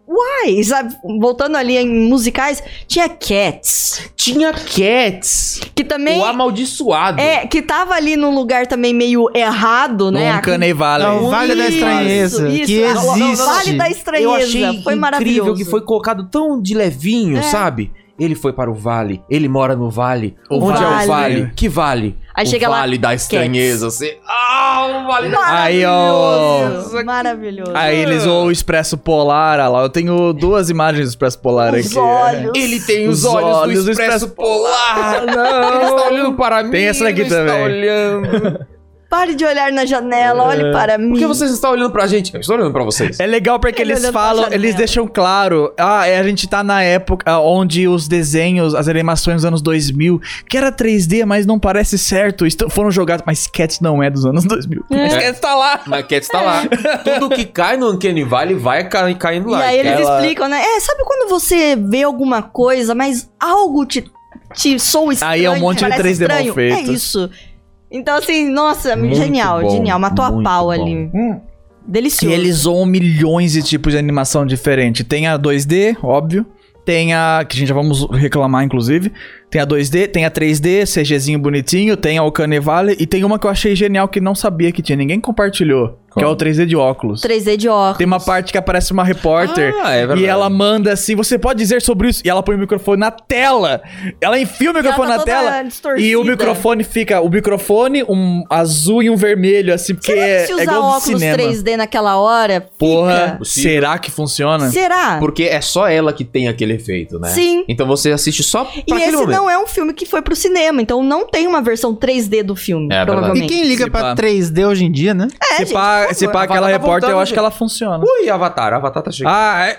Uai, sabe? Voltando ali em musicais, tinha Cats.
Tinha Cats.
Que também.
O amaldiçoado.
É, que tava ali num lugar também meio errado, né?
Não,
A-
Uncanny Valley.
Não,
Não,
Vale da
Isso,
Estranheza,
isso.
que
Ah, não, não, não,
existe.
Vale da
Eu
estranheza.
achei
foi
incrível
maravilhoso.
que foi colocado tão de levinho,
É.
sabe? Ele foi para o vale, ele mora no vale.
O
Onde é o
vale.
vale? Que vale?
Aí
o
chega lá,
vale da estranheza. Você... Ah, o vale da
Aí,
Maravilhoso. Maravilhoso.
Aí eles ou o Expresso Polar, ah lá, eu tenho duas imagens do Expresso Polar
Os
aqui.
olhos.
é. Ele tem os,
Os
olhos,
olhos
do
do
expresso
Expresso Ah,
polar. Ele está olhando para mim.
essa daqui
ele não Está
também.
olhando.
Pare de olhar na janela,
É.
olhe para mim.
Por que vocês estão olhando pra gente? Eu estou olhando pra vocês.
É legal porque
Ele
eles
olhando pra
falam,
janela.
eles deixam claro, ah, é, a gente tá na época onde os desenhos, as animações dos anos 2000, que era 3D, mas não parece certo, estão- foram jogados, mas Cats não é dos anos 2000. Mas Cats tá lá.
Mas Cats tá lá. Tudo que cai no Uncanny Valley vai ca- caindo
E
lá.
aí eles
Ela-
explicam, né? É, sabe quando você vê alguma coisa, mas algo te, te soa estranho?
Aí é um
te
monte de
parece
3D mal
estranho?
feito.
É isso. Então, assim, nossa,
Muito
genial,
bom,
genial. Matou a
muito
pau
bom. Hum.
ali.
E
Delicioso.
eles zoam milhões de tipos de animação diferente. Tem a 2D, óbvio. Tem a. Que a gente já vamos reclamar, inclusive. Tem a 2D, tem a 3D, CGzinho bonitinho, tem a Okane Valley. E tem uma que eu achei genial que não sabia que tinha. Ninguém compartilhou. Que é
Qual?
o 3D de óculos.
3D de óculos.
Tem uma parte que aparece uma repórter.
Ah, é verdade.
e ela manda assim, você pode dizer sobre isso? E ela põe o microfone na tela. Ela enfia o
E ela
um microfone
tá
na
toda
tela. E
distorcida.
o microfone fica, o microfone, um azul e um vermelho, assim, porque
Será que
é,
se
é
usar
igual do
óculos
cinema.
3D naquela hora, fica?
Porra,
Fica.
será que funciona?
Será?
Porque é só ela que tem aquele efeito, né?
Sim.
Então você assiste só pra
E
aquele
esse
momento.
não é um filme que foi pro cinema, então não tem uma versão 3D do filme,
É, verdade.
provavelmente. É,
E quem liga
Se
pra
pá.
3D hoje em dia, né?
se
gente,
pá,
por
se
favor.
pá
A
aquela
Vata tá
repórter, eu
voltando,
acho que ela funciona.
Ui, Avatar. Avatar tá chegando.
Ah, é...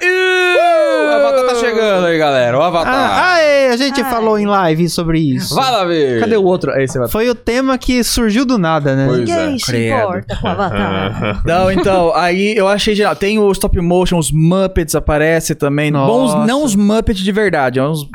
O Avatar tá chegando aí, galera. O Avatar.
Ah, aê, a gente
Ai.
falou em live sobre isso.
Vai lá ver.
Cadê o outro? É esse, Vata.
Foi o tema que surgiu do nada, né?
Pois
Ninguém
é,
se
credo.
importa com o Avatar.
Não, então, aí eu achei geral. Tem o stop motion, os Muppets aparecem também.
Nossa.
Bons, não os Muppets de verdade, é uns...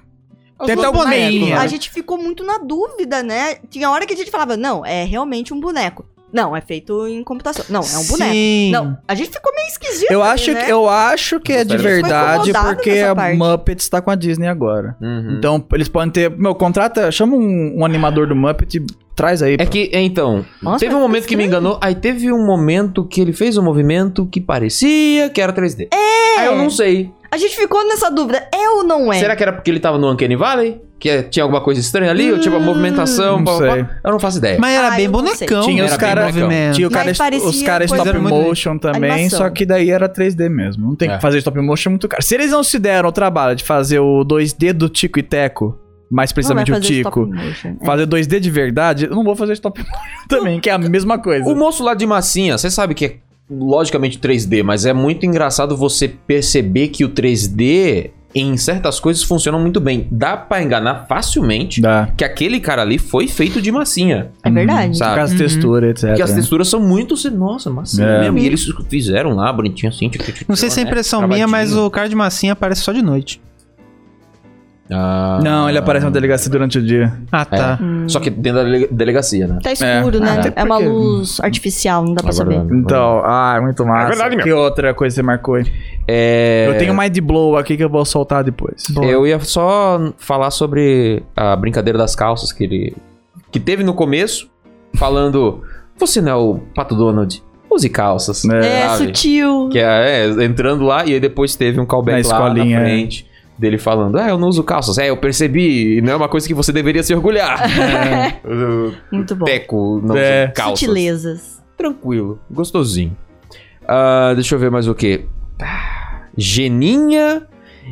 Tem até o
bonecos,
Meinha.
A gente ficou muito na dúvida, né? Tinha hora que a gente falava, não, é realmente um boneco. Não, é feito em computação. Não, é um boneco.
Sim.
Não, a gente ficou meio esquisito.
Eu
ali,
acho,
né?
que, eu acho que é de
Gostaria de-
verdade,
Ficou incomodado
porque
nessa
a
parte.
Muppets tá com a Disney agora.
Uhum.
Então, eles podem ter... Meu, contrata... Chama um, um animador do Muppet e traz aí.
É que, então,
Nossa,
teve um
mas
momento que me
estranho.
enganou, aí teve um momento que ele fez um movimento que parecia que era 3D. É! Aí eu não sei.
A gente ficou nessa dúvida, é ou não é?
Será que era porque ele tava no Uncanny Valley? Que é- tinha alguma coisa estranha ali? ou tipo, a
Hum,
movimentação?
não
blá, blá,
sei.
blá? Eu não faço ideia.
Mas era
Ah,
bem
eu não sei.
bonecão.
Tinha
Era
os
bem
caras.
bonecão.
Tinha o cara
É. Mas parecia
os caras
coisa
stop
de muito-
motion também,
animação.
só que daí era 3D mesmo. Não tem
É.
que fazer stop motion é muito caro. Se eles não se deram o trabalho de fazer o 2D do Tico e Teco, mais
Não vai
precisamente é o
fazer stop
Tico,
motion. É.
fazer 2D de verdade, eu não vou fazer stop motion também, que é a mesma coisa.
O moço lá de massinha, você sabe que é logicamente 3D, mas é muito engraçado você perceber que o 3D em certas coisas funciona muito bem. Dá pra enganar facilmente
Dá.
que aquele cara ali foi feito de massinha.
É verdade.
Por
Sabe?
causa da
Uhum.
textura, etc.
Porque as texturas são muito. assim, Nossa, massinha
Né? É.
mesmo. E eles fizeram lá, bonitinho assim. Tipo, tipo,
Não sei se é
né?
impressão minha, mas
Travadinho.
o cara de massinha aparece só de noite.
Ah.
Não, ele aparece na delegacia durante o dia.
É.
Ah, tá.
Hum.
Só que dentro da dele- delegacia, né?
Tá escuro,
É.
né?
Até
É uma
porque-
luz artificial, não dá pra
Agora né?
saber.
dá.
Então, ah, é muito massa.
Uhum. verdade mesmo.
que outra coisa você marcou aí?
É.
Eu tenho Mind Blow aqui que eu vou soltar depois.
Eu ia só falar sobre a brincadeira das calças que ele. que teve no começo, falando. Você não é o Pato Donald. Use calças.
É.
É,
sabe?
sutil.
Que é, é, entrando lá, e aí depois teve um callback
Na
lá na
escolinha, é.
frente dele falando: É, eu não uso calças. É, eu percebi, e não é uma coisa que você deveria se orgulhar. Eu
Muito bom.
Peco,
É.
não uso É. calças.
Sutilezas.
Tranquilo, gostosinho. Ah, deixa eu ver mais o que. Geninha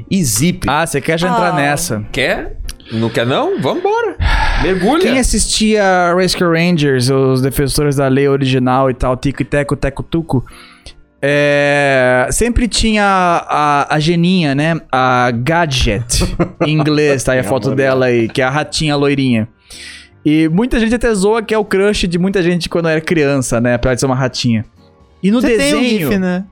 e Zip.
Ah, você quer já entrar
Ah.
nessa.
Quer? Não quer não? Vambora. Mergulha.
Quem assistia Rescue Rangers, os defensores da lei original e tal, Tico e Teco, Teco Tuco, é, sempre tinha a, a- a geninha, né? A Gadget, em inglês, tá aí a foto dela aí, que é a ratinha loirinha. E muita gente até zoa que é o crush de muita gente quando era criança, né? Pra ser uma ratinha. E no
Você tem
desenho...
um GIF, né?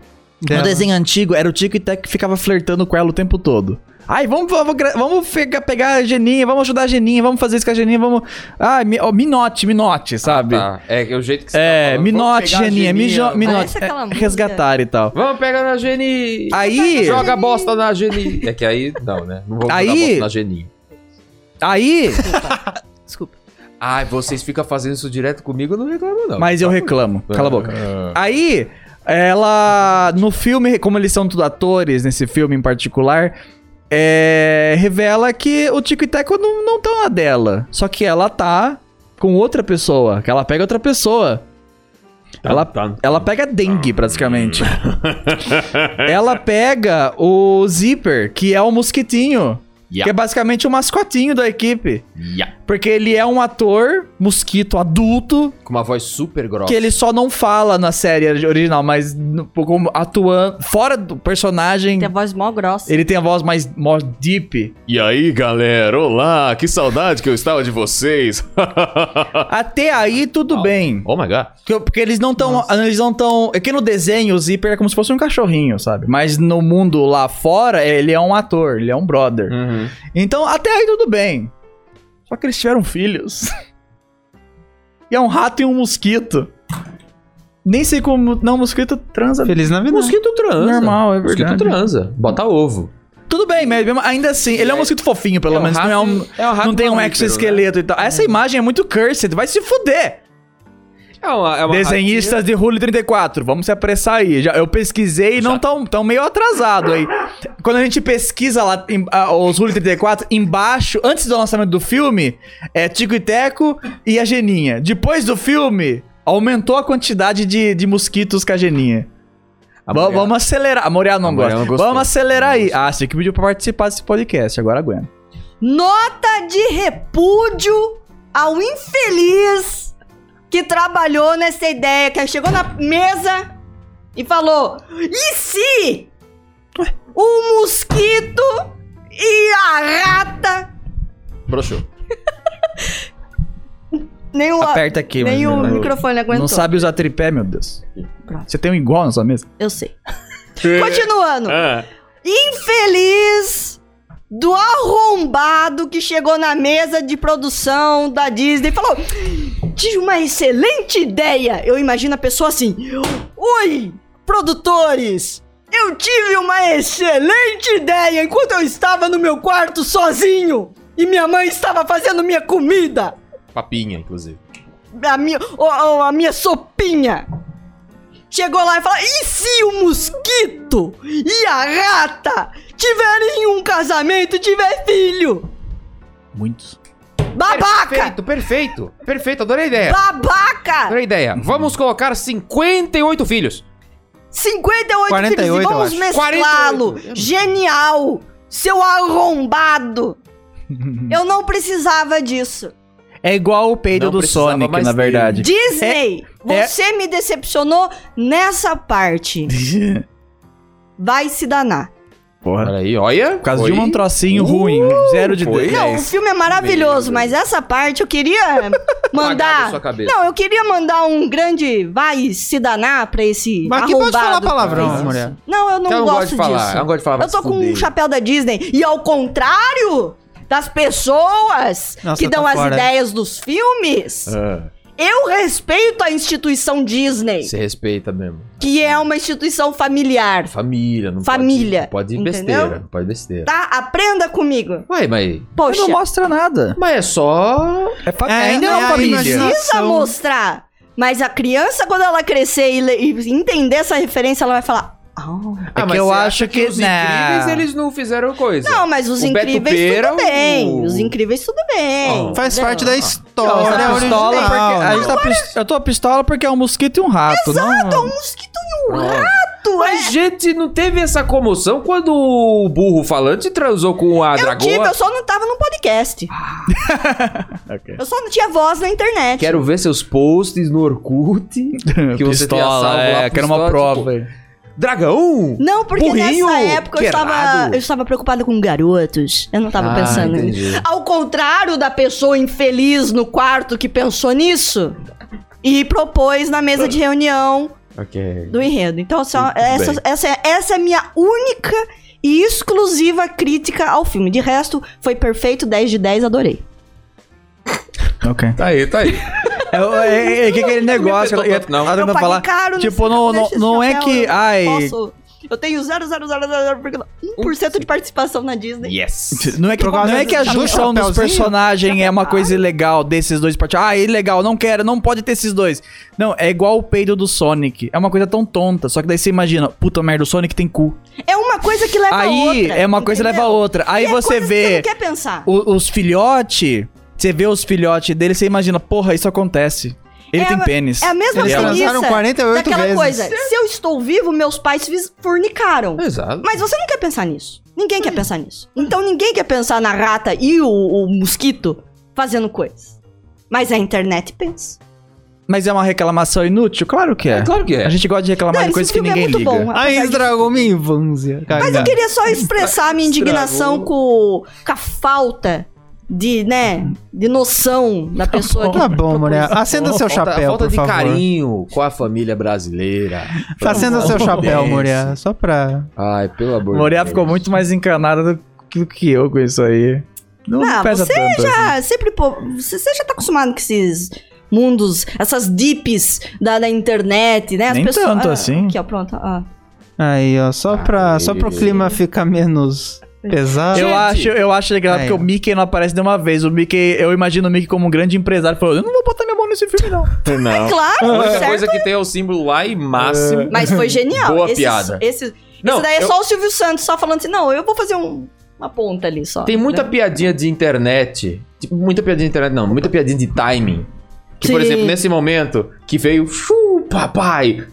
No
Dela.
desenho antigo, era o Tico e Teco que ficava flertando com ela o tempo todo. Ai, vamos, vamos, gra- vamos pegar, pegar a Geninha, vamos ajudar a Geninha, vamos fazer isso com a Geninha, vamos. Ai, mi, oh, minote, minote, sabe?
Tá, é, é o jeito que você
É,
tá falando.
minote,
Vamos pegar a
Geninha, mijo- minote.
Parece aquela
é,
música.
resgatar e tal.
Vamos pegar na Geni.
Aí-
Joga a bosta na Geni. É que aí, não, né? Não vamos jogar
Aí-
a bosta na Geni.
Aí,
Desculpa.
Ai, vocês ficam fazendo isso direto comigo, eu não reclamo não.
mas eu reclamo, cala a boca.
Ah.
Aí, ela. No filme, como eles são tudo atores, nesse filme em particular, é, revela que o Tico e Teco não não estão na dela. Só que ela tá com outra pessoa. Que ela pega outra pessoa.
Tá,
Ela, ela pega
Ah.
dengue, praticamente. ela pega o Zipper, que é o mosquitinho.
Yeah.
Que é basicamente o mascotinho da equipe.
Ya.
Porque ele é um ator, mosquito adulto,
Com uma voz super grossa.
que ele só não fala na série original, mas no- como atuando fora do personagem,
Tem a voz mó grossa.
ele tem a voz mais, mais deep.
E aí, galera? Olá, que saudade que eu estava de vocês.
Até aí tudo
Ah.
bem,
oh my god.
porque, porque eles não estão, eles não estão. Aqui no desenho o Zipper é como se fosse um cachorrinho, sabe? Mas no mundo lá fora ele é um ator, ele é um brother.
Uhum.
Então até aí tudo bem. Só que eles tiveram filhos. e é um rato e um mosquito. Nem sei como. Não, mosquito transa.
Feliz Navidad.
Mosquito transa.
Normal, é
Mosquito
verdade.
transa. Bota ovo.
Tudo bem, mas mesmo- ainda assim, ele é um mosquito fofinho, pelo
É um
menos. não é
rato-
um,
é um rato
não tem um
mamífero,
exoesqueleto e tal. Essa imagem é muito cursed, vai se fuder.
É uma, é uma
Desenhistas de Hulu 34, vamos se apressar aí. Já, eu pesquisei e não tão, tão meio atrasado aí. Quando a gente pesquisa lá em- ah, os Hulu 34, embaixo, antes do lançamento do filme, é Tico e Teco e a Geninha. Depois do filme, aumentou a quantidade de, de mosquitos com a Geninha.
A
Va-
mulher-
Vamos acelerar. A Moriá não
A Moriá
gosta.
não gostou.
Vamos acelerar aí. Ah, você que pediu pra participar desse podcast, agora aguenta.
Nota de repúdio ao infeliz que trabalhou nessa ideia, que chegou na mesa e falou: e se o mosquito e a rata.
Broxou.
Nem o,
Aperta aqui,
nem
mas
o
não-
microfone aguentou.
Não sabe usar tripé, meu Deus.
Pronto.
Você tem um igual na sua mesa?
Eu sei. Continuando.
Ah.
infeliz do arrombado que chegou na mesa de produção da Disney e falou: Tive uma excelente ideia. Eu imagino a pessoa assim: Oi, produtores! Eu tive uma excelente ideia enquanto eu estava no meu quarto sozinho e minha mãe estava fazendo minha comida,
Papinha, inclusive.
a minha, o- o- a minha sopinha. Chegou lá e falou: e se o mosquito e a rata tiverem um casamento e tiver filho?
Muitos.
Babaca!
Perfeito, É. perfeito. Perfeito, adorei a ideia.
Babaca!
Adorei a ideia. Vamos colocar 58 filhos.
58 filhos e
48, eu
vamos
acho.
mesclá-lo!
48.
Genial! Seu arrombado! Eu não precisava disso.
É igual o peido
Não
do
precisava
Sonic,
mais
na
dele.
verdade.
Disney,
é-
você me decepcionou nessa parte. Vai se danar.
Porra.
Olha aí, olha.
Por causa de um trocinho ruim. Zero de
foi.
dez.
Não, o filme é maravilhoso,
Meu
mas essa parte eu queria
Mandar.
mandar.
Sua cabeça.
Não, eu queria mandar um grande vai se danar pra esse
Mas aqui
arrombado.
pode falar palavrão,
Isso.
mulher.
Não, eu não,
Ela não gosta
gosto
de falar.
disso.
ela não gosta de falar. vai
eu tô
se
com um
fuder.
chapéu da Disney. E ao contrário das pessoas
Nossa,
que
eu
dão
tô
as
fora.
ideias dos filmes,
Ah,
eu respeito a instituição Disney,
Você respeita mesmo.
que é uma instituição familiar,
Família, não
Família,
pode. Não pode ir
entendeu?
besteira. Não pode ir besteira.
tá? Aprenda comigo.
Ué, mas.
Mas
Poxa,
não mostra nada.
Mas é só.
É, fa-
É,
ainda é
é
uma
a
família.
imaginação.
precisa mostrar. Mas a criança, quando ela crescer e, le- e entender essa referência, ela vai falar. "Ah,
É que
mas
eu
você
acho
acha
que
os
não.
incríveis eles não fizeram coisa.
Não, mas os
O Beto é um
incríveis
Pera,
tudo bem.
o-
Os incríveis tudo bem.
Faz
Não.
parte da
Não,
história
tá
original.
pistola porque- a gente tá pis- Eu tô pistola porque é um mosquito e um rato, não?
Um mosquito e um
Pronto.
rato, é.
Mas, gente, não teve essa comoção quando o burro falante transou com a
Eu tive,
dragoa?
eu só não tava no podcast.
Ah.
Ok.
Eu só não tinha voz na internet.
Quero ver seus posts no Orkut. que você tenha salvo
pistola,
lá,
é,
pistola,
quero uma
tipo,
prova. aí.
Dragão!
Não, porque
Burrinho,
nessa época eu estava,
queirado.
eu estava preocupada com garotos. Eu não tava
Ah,
pensando nisso.
entendi.
Ao contrário da pessoa infeliz no quarto que pensou nisso e propôs na
Ah.
mesa de reunião
Ok.
do enredo. Então, só,
Muito
essa,
bem.
essa, é- essa é a minha única e exclusiva crítica ao filme. De resto, foi perfeito, 10 de 10, adorei.
Ok.
Tá aí, tá aí.
É, o- é, é, que aquele negócio
inventou
que ela-
tanto, não.
ela
eu
tentando
paguei
falar.
caro nesse-
tipo, não, não,
nesse
não é
chapéu,
que.
eu não
Ai.
posso- eu tenho 0,000,1% de participação na Disney.
Yes!
Não é que,
Por
não
causa
é que a
tá
dos
junção dos
chapéuzinhos?
personagens é uma coisa ilegal desses dois partidos. Ah, ilegal, não quero, não pode ter esses dois. Não, é igual o peido do Sonic. É uma coisa tão tonta. Só que daí você imagina, puta merda, o Sonic tem cu.
É uma coisa que leva a
Aí
outra.
é uma coisa leva a
entendeu?
outra. Aí
E é
você
coisa que
vê
não quer pensar.
o- os filhotes, você vê os filhotes dele, você imagina, porra, isso acontece. Ele
É
tem
a-
pênis.
É a mesma
Ele é um-
preguiça
Transaram 48
daquela
vezes.
coisa. Se eu estou vivo, meus pais fiz- fornicaram.
Exato.
Mas você não quer pensar nisso. Ninguém quer pensar nisso. Então ninguém quer pensar na rata e o, o mosquito fazendo coisas. Mas a internet pensa.
Mas é uma reclamação inútil? Claro que é.
Claro que é.
A gente gosta de reclamar
Não,
de
esse
coisas que
filme é
ninguém
muito
liga. Ah,
bom.
Aí estragou minha infância.
Mas eu queria só expressar a minha indignação com, com a falta de, né, de noção da pessoa que
Tá bom, Maria.
propôs.
Acenda seu
Falta-
chapéu,
falta
por
de
favor.
carinho com a família brasileira.
Acenda seu chapéu, Moria. Só pra.
Ai, pelo amor
Moriá
de Deus.
ficou muito mais encanada do que- do que eu com isso aí. Não,
Ah,
pesa
você
tanto. assim.
Ah, sempre, pô, você você já tá acostumado com esses mundos, essas deeps da, da internet, né? As
Nem tanto assim.
Aqui, ó, pronto. ó.
Aí, ó. Só
Ah,
pra. Só pro clima ficar menos pesado.
Eu acho, eu acho legal
Aí,
porque
ó.
o Mickey não aparece de uma vez. O Mickey, eu imagino o Mickey como um grande empresário. Falou, eu não vou botar minha mão nesse filme, não.
Não.
É Claro,
A única
certo.
Ah. coisa que tem é o símbolo lá e máximo.
Mas foi genial.
Boa
Esse-
piada.
Esse,
Não,
esse daí é
eu-
só o Silvio Santos só falando assim, não, eu vou fazer um- uma ponta ali só.
Tem muita
né?
piadinha de internet. Tipo, muita piadinha de internet, não. Muita piadinha de timing. Que, por
Sim.
exemplo, nesse momento, que veio... Chu, papai!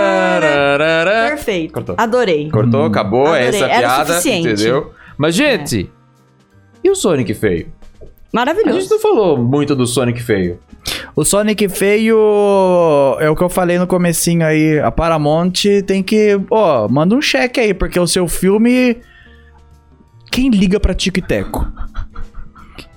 Tarararararara.
Perfeito.
Cortou.
Adorei.
Cortou, acabou
Adorei,
é essa
era
piada,
suficiente.
entendeu? Mas, gente... E o Sonic feio? A gente
Maravilhoso.
não falou muito do Sonic feio.
O Sonic feio é o que eu falei no comecinho aí. A Paramount tem que. Ó, manda um cheque aí, porque o seu filme. Quem liga pra Tico e Teco?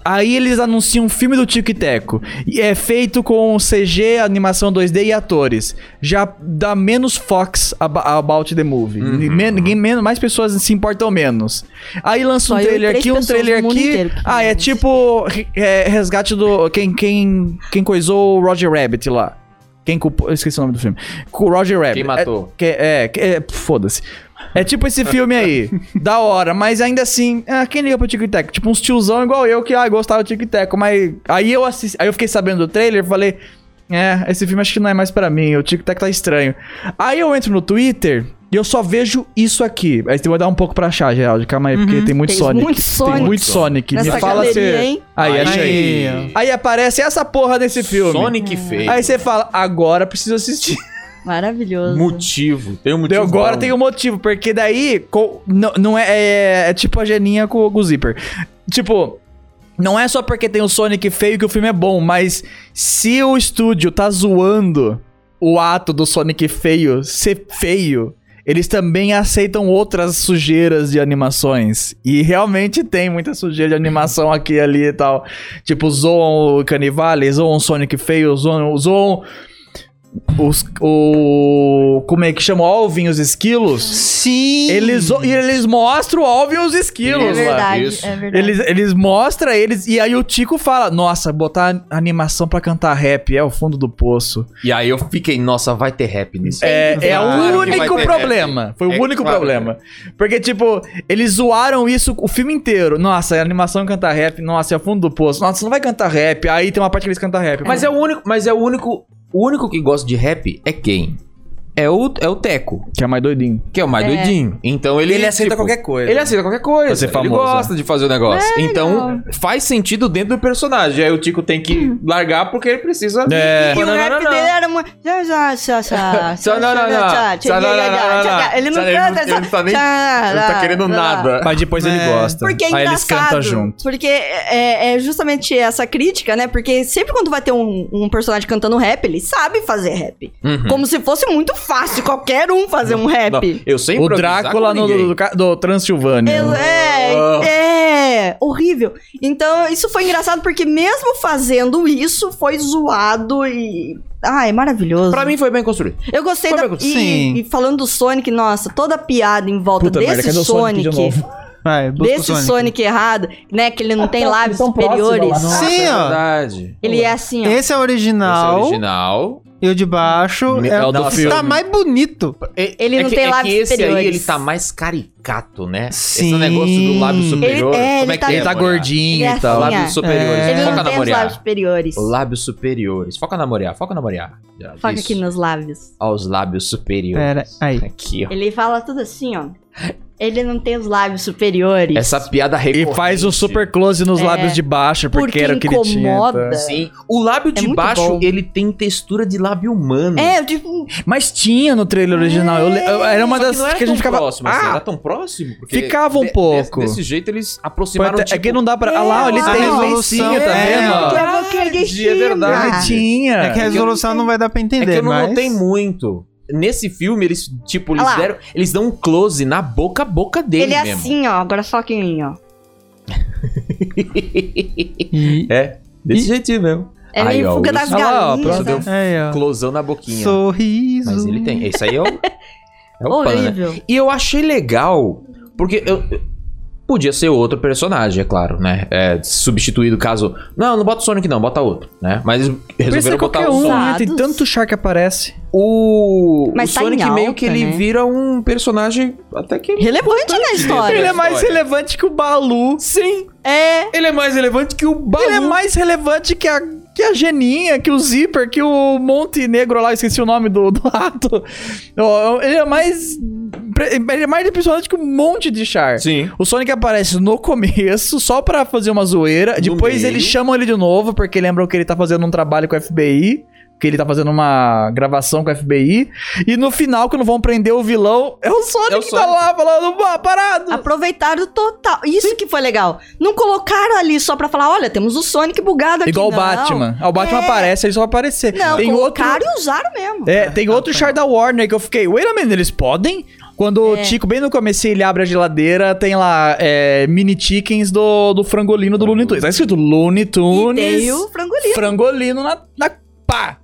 Aí eles anunciam um filme do Tico e Teco. E é feito com CG, animação 2D e atores. Já dá menos Fox ab- about the movie.
Uhum.
Men- ninguém menos, mais pessoas se importam menos. Aí lança
Só
um
eu e
trailer
três
aqui, um
pessoas
trailer
no mundo
aqui.
inteiro que
Ah, é
fazem
tipo re- é, resgate do. Quem, quem, quem coisou o Roger Rabbit lá? Quem culpou. Eu esqueci o nome do filme. Com o Roger Rabbit.
Quem matou?
É, que- é, que- é, foda-se. É tipo esse filme aí. da hora, mas ainda assim. ah, quem liga pro Tico e Teco? Tipo uns tiozão igual eu que ah, gostava do Tico e Teco. Mas aí eu assisti. Aí eu fiquei sabendo do trailer e falei. É, esse filme acho que não é mais pra mim. O Tico e Teco tá estranho. Aí eu entro no Twitter. E eu só vejo isso aqui. Aí você vai dar um pouco pra achar, Geraldo. Calma aí, porque tem muito
Uhum. Tem
Sonic.
muito Sonic.
Tem muito Sonic.
Nessa
Me fala
galeria,
se.
hein?
Aí,
Aí,
achei.
ó.
Aí aparece essa porra desse filme.
Sonic feio.
Aí você fala, agora preciso assistir.
Maravilhoso.
Motivo. Tem um motivo.
Deu agora
bom.
tem um motivo, porque daí co- não, não é, é- é tipo a geninha com, com o zíper. Tipo, não é só porque tem o Sonic feio que o filme é bom, mas se o estúdio tá zoando o ato do Sonic feio ser feio, eles também aceitam outras sujeiras de animações. E realmente tem muita sujeira de animação aqui e ali e tal. Tipo, zoam o Canivale, zoam o Sonic feio, zoam, zoam os, o. Como é que chama? O Alvin e os esquilos.
Sim!
Eles, e eles mostram o Alvin e os esquilos
É
lá.
verdade,
isso.
é verdade.
Eles, eles mostram eles, e aí o Tico fala: Nossa, botar animação pra cantar rap é o fundo do poço.
E aí eu fiquei, nossa, vai ter rap nisso.
É, é
Claro que
o
vai
único
ter
problema. Foi o
É
único
claro.
problema. Porque, tipo, eles zoaram isso o filme inteiro. Nossa, a animação cantar rap, nossa, é o fundo do poço. Nossa, você não vai cantar rap. Aí tem uma parte que eles cantam rap.
Mas é o único, mas é o único, o único que gosta de rap é quem? É o, é o Teco,
Que é mais doidinho.
que é o mais
É.
doidinho. Então ele,
Ele, aceita
tipo,
qualquer coisa.
Ele aceita qualquer coisa.
Pra ser famoso,
ele gosta de fazer o negócio.
É,
então,
legal.
faz sentido dentro do personagem. Aí o Tico tem que largar porque ele precisa.
É.
Hum. E o rap
Bananana.
dele era muito. Já, já, já, já.
Só não, não, não. Só não, não, não, não, não.
Ele não
Só ele
canta,
não- ele não tá nem-
Tchá,
Ele não tá
lá,
querendo
lá.
nada.
Mas depois ele
É.
gosta.
Porque é engraçado.
aí eles cantam junto.
Porque é, é justamente essa crítica, né? Porque sempre quando vai ter um, um personagem cantando rap, ele sabe fazer rap.
Uhum.
Como se fosse muito fácil qualquer um fazer um rap.
Não, eu sei
O
improvisar
Drácula
com
no,
ninguém.
do, do Transilvânia. tá
Eu- é, é, horrível. Então, isso foi engraçado porque mesmo fazendo isso, foi zoado e... Ah, é maravilhoso.
Pra mim foi bem construído.
Eu gostei
Foi
da...
bem-
Sim.
E, e falando do Sonic, nossa, toda a piada em volta
Puta merda,
desse
cadê o Sonic
Sonic...
de novo?
Vai, busca o
desse Sonic. errado, né? Que ele não tem lábios
tão próximo
superiores.
lá, não.
Sim, ó.
é Verdade.
Ele é assim, ó.
Esse é o
Esse
original.
é original.
E o de baixo
Me-
é,
é o do
Nossa,
filme.
tá mais bonito.
Ele não
que- é
tem
que
lábios
esse aí,
superiores.
ele tá mais caricato, né? Esse
Sim.
negócio do lábio superior.
Ele- é,
Como é
ele
que
tá-
é,
Ele tá
Moriá?
gordinho
Ele é
e tal.
assim,
Lábios superiores.
Ele
É. Foca
não
na
tem os lábios
Moriá.
superiores.
Lábios superiores. Foca na Moriá. Foca na Moriá. Já,
Foca
isso.
aqui nos lábios.
Aos lábios superiores.
Pera, aí.
Aqui, ó.
Ele fala tudo assim, ó. Ele não tem os lábios superiores.
Essa piada
E
recorrente.
faz um super close nos
É.
lábios de baixo, porque,
Porque
era o que ele tinha.
incomoda.
tá?
Sim. O lábio de
muito
baixo,
bom.
ele tem textura de lábio humano.
É, eu tipo,
Mas tinha no trailer original. eu le- eu- era uma
Só
das
que, não
que,
era
a gente
tão
ficava.
próximo, assim,
Ah!
era tão próximo. Porque
Ficava um
de-
pouco.
Desse, desse jeito eles
Foi
aproximaram tipo,
até, É que não dá pra. Ah lá,
É,
ele
lá,
tem
ó.
lencinho, tá
É,
vendo? ó?
eu vou querer
Verdade, é verdade.
Ele tinha.
É que a
eu
resolução não, vai dar pra
É
entender,
que eu não
mas...
notei muito. Nesse filme, eles, tipo, eles
Ah lá.
deram. Eles dão um close na boca a boca dele.
ele é
mesmo.
assim, ó. Agora só que, ó.
E-
Desse jeitinho mesmo.
É
Aí,
meio
ó,
fuga
o
das
Wilson- Ah lá, ó,
galinhas.
pronto, deu
né?
Aí, ó.
Closão na boquinha.
Sorriso.
Mas ele tem. Isso aí é o. É o pan, né?
Horrível.
E eu achei legal, porque eu. Podia ser outro personagem, é claro, né? É, substituído caso. Não, não bota o Sonic, não, bota outro, né? Mas
é
resolveram
Pensa
botar
qualquer
o
um,
Sonic.
né? Tem
Usados.
tanto char que aparece.
O,
Mas
o
tá em
Sonic meio que
alta,
ele
né?
vira um personagem até que.
Relevante na história.
Ele é mais
História.
relevante que o Balu. Sim.
É.
Ele é mais relevante que o Balu.
Ele é mais relevante que a, que a Geninha, que o Zipper, que o Montenegro lá, esqueci o nome do, do rato. Ó, Ele é mais. Ele é mais impressionante que um monte de char.
Sim.
O Sonic aparece no começo, só pra fazer uma zoeira. Depois
meio.
eles chamam ele de novo, porque lembram que ele tá fazendo um trabalho com o FBI. Que ele tá fazendo uma gravação com o FBI. E no final, quando vão prender o vilão, é o Sonic
É o
que tá
Sonic.
lá falando, "Pá, parado.
Aproveitaram total. Isso que foi legal. Não colocaram ali só pra falar, olha, temos o Sonic bugado aqui.
Igual o
não.
Batman. Ah, O Batman
É.
aparece, ele só vai aparecer.
Não,
tem outro.
colocaram e usaram mesmo.
É,
Ah,
tem outro
tá.
char da Warner que eu fiquei, wait a minute, eles podem?
É.
Quando o Tico, bem no começo, ele abre a geladeira, tem lá é, mini chickens do, do frangolino do Looney Tunes. Tá escrito Looney
E
Tunes.
tem o frangolino.
frangolino na, na pá.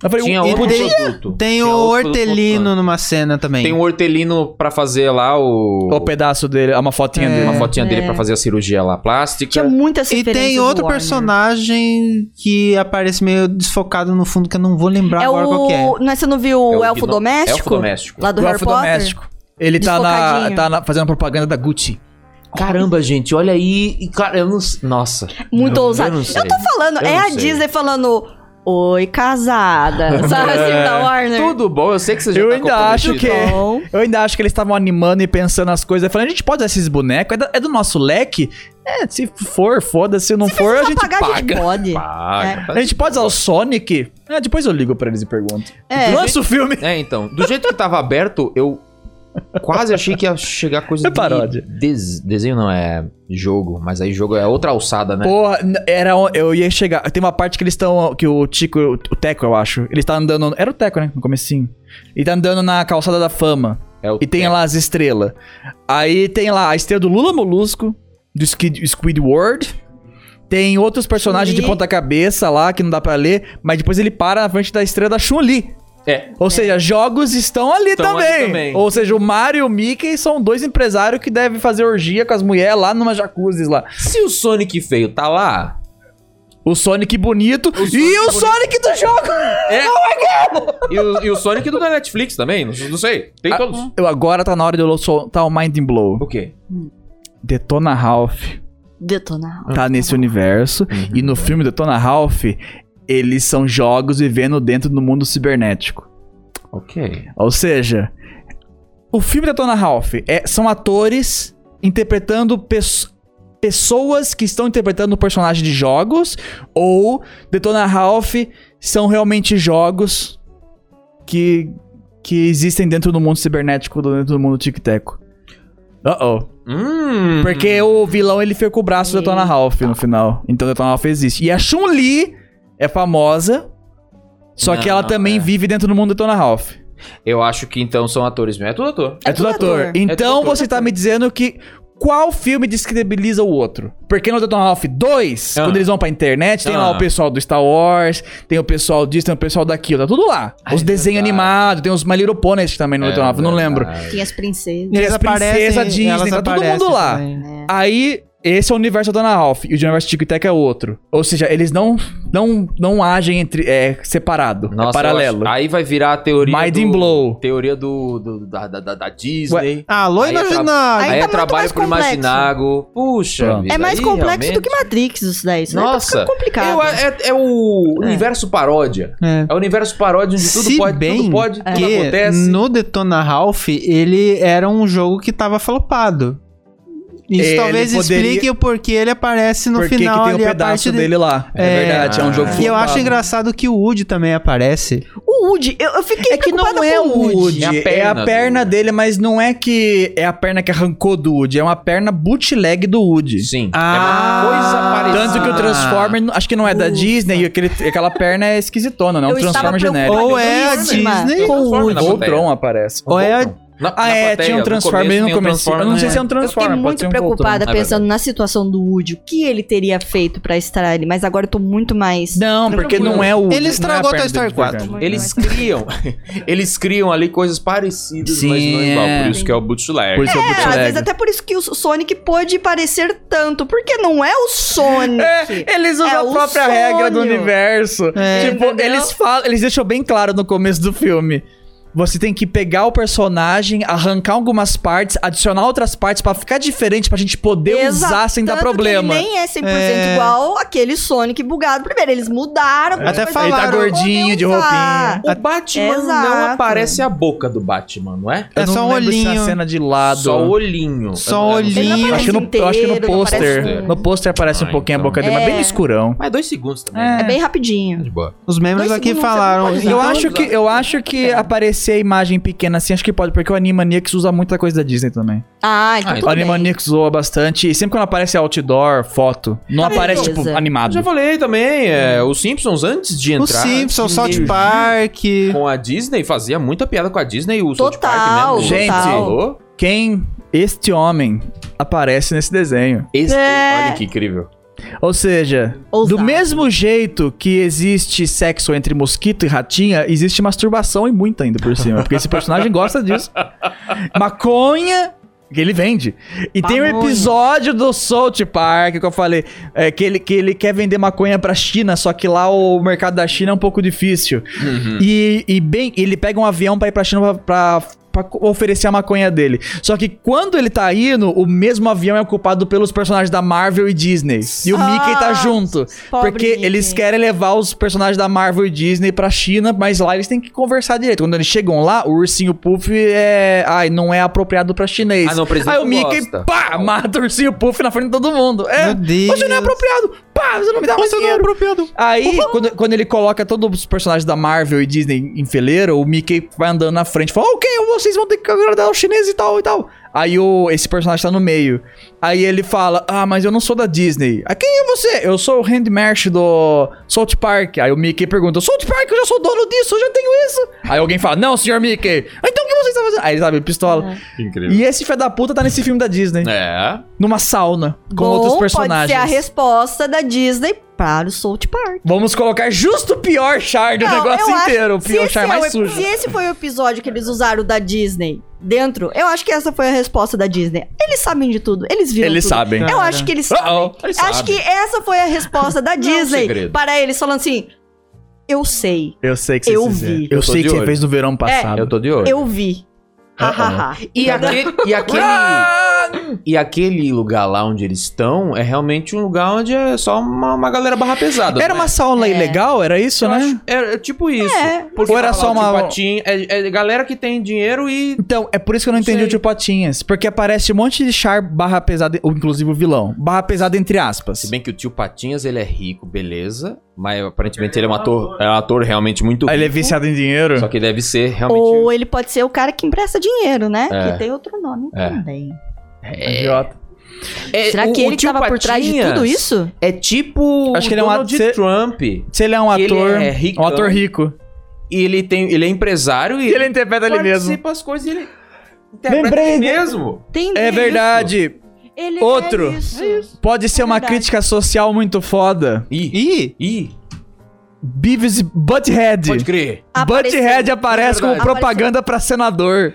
Eu falei,
Tinha
"Ué,
outro
podia-
produto.
Tem
Tinha
o
outro produto
hortelino
antes.
numa cena também.
Tem um o hortelino pra fazer lá o.
o pedaço dele, uma fotinha
É.
dele.
Uma fotinha dele
É.
pra fazer a cirurgia lá plástica.
Tinha muitas
E
referências
tem
do
outro
Warner.
personagem que aparece meio desfocado no fundo, que eu não vou lembrar
É
agora qual que é.
o. Não, você não viu o,
É o
um elfo,
Gno-
doméstico?
Elfo doméstico.
Lá do
O
Harry
elfo
Potter?
doméstico. Ele tá, na,
Desfocadinho.
tá na- fazendo propaganda da Gucci.
Caramba, gente, olha aí. E, cara, eu não. Nossa.
Muito
Eu-
ousado.
eu não
Eu,
sei.
tô falando,
Eu
é
não
a
sei.
Disney falando. Oi, casada. Sabe assim,
É.
da Warner?
Tudo bom, eu sei que você já
Eu
tá
ainda acho
comprometido.
que- é.
Bom.
Eu ainda acho que eles estavam animando e pensando as coisas. Falando, a gente pode dar esses bonecos? É da- É do, nosso leque? É, se for, foda-se. Se não for, a gente
Pagar a gente
paga.
pode.
Paga.
A gente pode usar o Sonic? É, depois eu ligo pra eles e pergunto.
É.
Lança o filme.
É, então. Do jeito que tava aberto, eu quase achei que ia chegar coisa
É paródia.
de... des- Desenho não, é jogo. Mas aí jogo é outra alçada, né?
Porra, n- era, o- eu ia chegar. Tem uma parte que eles estão. Que o Tico, o Teco, eu acho. Ele tá andando. Era o Teco, né? No comecinho. Ele tá andando na calçada da fama.
É o
E tem
é,
lá as estrelas. Aí tem lá a estrela do Lula Molusco, do Skid- Squidward. Tem outros personagens de
Chun-Li.
ponta cabeça lá que não dá pra ler, mas depois ele para na frente da estrela da Chun-Li.
É.
Ou seja, jogos estão ali
Estão ali
também.
também.
Ou seja, o Mario e o Mickey são dois empresários que devem fazer orgia com as mulheres lá numa jacuzzi lá.
Se o Sonic feio tá lá.
O Sonic bonito e o Sonic do jogo!
É. e, o, e o Sonic do da Netflix também? Não, não sei.
Ah,
Tem todos.
Eu agora tá na hora de eu soltar o Mind Blow.
O quê?
Detona Ralph
Detonar.
tá nesse universo. E no filme Detona Ralph, eles são jogos vivendo dentro do mundo cibernético.
Ok.
Ou seja, o filme Detona Ralph é, são atores interpretando pesso- pessoas que estão interpretando personagens de jogos ou Detona Ralph são realmente jogos que, que existem dentro do mundo cibernético, dentro do mundo tic-teco.
Uhum.
Uh-oh.
Hum.
Porque o vilão ele fica com o braço do Detona Ralph no final. Então Detona Ralph existe. E a Chun-Li é famosa, só que
Não,
ela também
é.
vive dentro do mundo do Detona Ralph.
Eu acho que então são atores mesmo. É tudo ator.
É tudo ator.
ator.
Então
É tudo ator.
você tá me dizendo que qual filme descredibiliza o outro? Porque no Detona Ralph 2,
Ah.
quando eles vão pra internet, tem lá
Ah.
o pessoal do Star Wars, tem o pessoal disso, tem o pessoal daquilo, tá tudo lá.
Ah,
os
é
desenhos
verdade.
animados, tem os My Little Ponies também no
É
Detona Ralph, não lembro.
verdade.
Tinha as princesas.
E as princesa Disney,
elas
tá todo
aparecem
mundo lá.
também.
Aí, esse é o universo da Dona Ralph e o universo Tic Tac é outro. Ou seja, eles não não, não agem entre é, separado,
Nossa,
é paralelo.
eu acho- Aí vai virar a teoria.
Mind
do-
Blow.
Teoria do, do- da, da, da- da Disney.
Ah, loira
Aí é tra-
na...
Aí,
Aí
é
tá muito
trabalho
mais
pro
complexo.
Imaginago. Puxa.
Pronto.
vida,
É mais
aí
complexo do
realmente-
que Matrix isso daí. Isso daí tá
Nossa.
ficando complicado.
Eu- é, é o universo paródia.
É.
É o universo paródia onde tudo
Se
pode,
bem
tudo pode,
É.
tudo
que
acontece.
no Detona Ralph, ele era um jogo que tava flopado. Isso
É, Ele
talvez
poderia-
explique o porquê ele aparece no
Por que que
final
tem um
ali a parte
pedaço
dele.
dele lá. É,
É.
verdade, é um
Ah.
jogo
E eu acho
flopado.
engraçado que o Woody também aparece.
O Woody, eu, eu fiquei
É que não
preocupada
é
com
o Woody, é a perna,
do-
dele, mas não é que é a perna que arrancou do Woody, é uma perna bootleg do Woody.
Sim.
Ah,
é uma coisa parecida.
Tanto que o Transformer, acho que não é da
Ufa.
Disney, e aquele, aquela perna é esquisitona, não é um
Eu estava
Transformer genérico.
preocupada.
Ou é a
Belíssima.
Disney
Tem
ou o
Transformer
Woody.
na
Ou o
plateia.
Tron aparece.
Ou é a
Na-
Ah,
na
é,
plateia,
tinha um
no
Transformer
começo
no
tem um
começo. Eu não sei
né?
se é um
Eu fiquei
Transformer, pode
muito
ser um
preocupada
Voltron. É
pensando
verdade.
na situação do Woody, o que ele teria feito pra extrair ele, mas agora eu tô muito mais.
Não, porque não é o.
Ele
não é
estragou
a perna
Toy Story
dele, de verdade.
4.
Eles criam, eles criam ali coisas parecidas, mas não
Sim,
igual.
é.
Por isso que é o bootleg.
Por isso eu vou
É,
te
às vezes
levar.
até por isso que o Sonic pôde parecer tanto, porque não é o Sonic.
É, eles usam
É
a
o
própria
sonho.
regra do universo.
É.
tipo,
Entendeu?
eles falam, eles deixam bem claro no começo do filme. Você tem que pegar o personagem, arrancar algumas partes, adicionar outras partes pra ficar diferente pra gente poder
Exato,
usar sem dar
tanto que
um problema.
ele nem é 100%
É.
igual aquele Sonic bugado. Primeiro, eles mudaram.
Até
mas
falaram-
eles não
Ele tá gordinho,
podem
de
usar.
roupinha.
O Batman não
Exato.
aparece a boca do Batman, não é?
Eu
É
não
só um
lembro se é a
olhinho.
cena de lado.
Só o olhinho.
Só
Eu não
o
lembro.
Ele não
olhinho.
Eu
aparece
acho, que no, eu acho que
inteiro,
no
não aparece
pôster.
um-
No pôster aparece
Ah,
um pouquinho
então.
a boca dele, mas
É.
bem no escurão.
Mas dois segundos também.
É.
É
né?
bem rapidinho.
De boa.
Os membros
Dois
aqui
segundos, você
falaram.
não pode
Eu
Então,
acho que eu acho que
é.
aparecer a imagem pequena assim, acho que pode, porque o Animaniacs usa muita coisa da Disney também.
Ah, então tudo
É
Ah,
O
então
bem.
Animaniacs zoa bastante, e sempre quando aparece outdoor, foto, não
Tá
aparece
beleza.
tipo
Eu já
animado.
falei também,
Hum.
é, os Simpsons antes de
O
entrar.
Simpsons, South
surgiu
Park.
Com a Disney, fazia muita piada com a Disney e o South
Total,
Park mesmo.
Gente,
total.
Alô?
Quem este homem aparece nesse desenho?
Esse-
É.
Olha que incrível.
Ou seja,
Ousado.
do mesmo jeito que existe sexo entre mosquito e ratinha, existe masturbação e muita ainda por cima, porque esse personagem gosta disso. Maconha que ele vende. E tem um
Pamonha.
episódio do South Park que eu falei é, que, ele, que ele quer vender maconha pra China, só que lá o mercado da China é um pouco difícil. E, e bem, ele pega um avião pra ir pra China pra, pra- pra co- oferecer a maconha dele. Só que quando ele tá indo, o mesmo avião é ocupado pelos personagens da Marvel e Disney. E o
Ah,
Mickey tá junto.
pobre
porque
Mickey.
eles querem levar os personagens da Marvel e Disney pra China, mas lá eles têm que conversar direito. Quando eles chegam lá, o ursinho Puff é. Ai, não é apropriado pra chinês.
Ah, não, o presidente
Aí o
não
Mickey,
gosta.
pá, mata o ursinho Puff na frente de todo mundo. É.
Meu Deus.
Você não é apropriado! Pá, você não me dá mais
Você não é
dinheiro.
apropriado.
Aí, quando, quando ele coloca todos os personagens da Marvel e Disney em feleira, o Mickey vai andando na frente, fala, ok, vocês vão ter que agradar os chineses e tal e tal. Aí o, esse personagem tá no meio. Aí ele fala, ah, mas eu não sou da Disney. Ah, quem é você? Eu sou o Randy Marsh do South Park. Aí o Mickey pergunta, South Park, eu já sou dono disso, eu já tenho isso. Aí alguém fala, não, senhor Mickey. "Ah, Então o que vocês tá fazendo? Aí, sabe, pistola.
Incrível.
E esse filho da puta tá nesse filme da Disney.
É.
Numa sauna, com
Bom,
outros personagens.
Pode ser a resposta da Disney para o South Park.
Vamos colocar justo o pior char do
Não,
negócio
eu acho-
inteiro. O pior
esse
char
é
mais
o ep-
sujo.
se esse foi o episódio que eles usaram da Disney dentro, eu acho que essa foi a resposta da Disney. Eles sabem de tudo, eles viram
Eles
tudo.
sabem.
Eu acho que eles sabem.
Uh-oh,
eles
acho
sabem.
que essa foi a resposta da Disney
segredo.
para eles, falando assim: eu sei,
Eu sei que
Eu
fizeram.
vi.
Eu,
Eu tô
sei
de
que você
olho.
fez no verão passado.
Eu tô de olho.
eu vi. Hahaha.
E aquele, e, aquele, e aquele lugar lá onde eles estão é realmente um lugar onde é só uma, uma galera barra pesada.
Era
né?
uma sauna
É.
ilegal? Era isso,
Eu
né?
acho- é, é tipo isso.
É.
Porque
Ou era
tá lá
só
o
uma-
Tio Patinho, é, é galera que tem dinheiro e.
Então, é por isso que eu não entendi
Sei.
o Tio Patinhas. Porque aparece um monte de char barra pesada, ou inclusive o vilão. Barra pesada entre aspas.
Se bem que o tio Patinhas, ele é rico, beleza. Mas aparentemente ele é um ator, é um ator realmente muito rico.
Aí ele é viciado em dinheiro.
Só que deve ser realmente.
Ou ele pode ser o cara que empresta dinheiro, né?
É.
Que tem outro nome
É.
também.
Idiota.
É,
Será
o-
que
o
ele que
tio
tava por trás de
Patinhas
tudo isso?
É tipo
Acho
o
que ele é um
Donald
ator-
Trump.
Se ele é um
Ele
ator.
é ricão.
um ator rico.
E ele tem. Ele é empresário e,
E ele interpreta ele mesmo.
participa as coisas e ele. interpreta
Lembrei
ele
de-
mesmo.
Tem
É verdade.
Ele
Outro.
É isso.
Pode ser uma
verdade.
crítica social muito foda.
Ih,
Ih,
ih,
Beavis e
pode
Butthead.
crer.
Apareceu.
Butthead aparece como
É Verdade.
propaganda pra senador.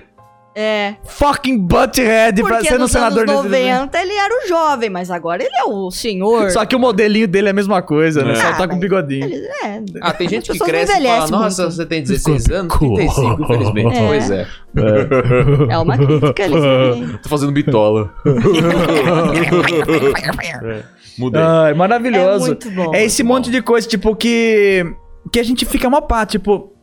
É.
Fucking Butthead pra
Porque
ser um
nos
senador
anos
nesse-
90 ele era o jovem, mas agora ele é o senhor.
Só que o modelinho dele é a mesma coisa, né?
É.
Só tá
Ah,
com
mas-
bigodinho.
Ele- é.
Ah, tem gente
As
que
pessoas
cresce e fala,
envelhecem
nossa,
muito.
você tem 16 anos,
Ficou
35, infelizmente.
É.
Pois é.
É uma crítica eles É também.
Tô fazendo bitola.
Mudei.
Ai,
É
maravilhoso.
muito bom.
É esse monte de coisa, tipo, que. Que a gente fica mó pá, tipo.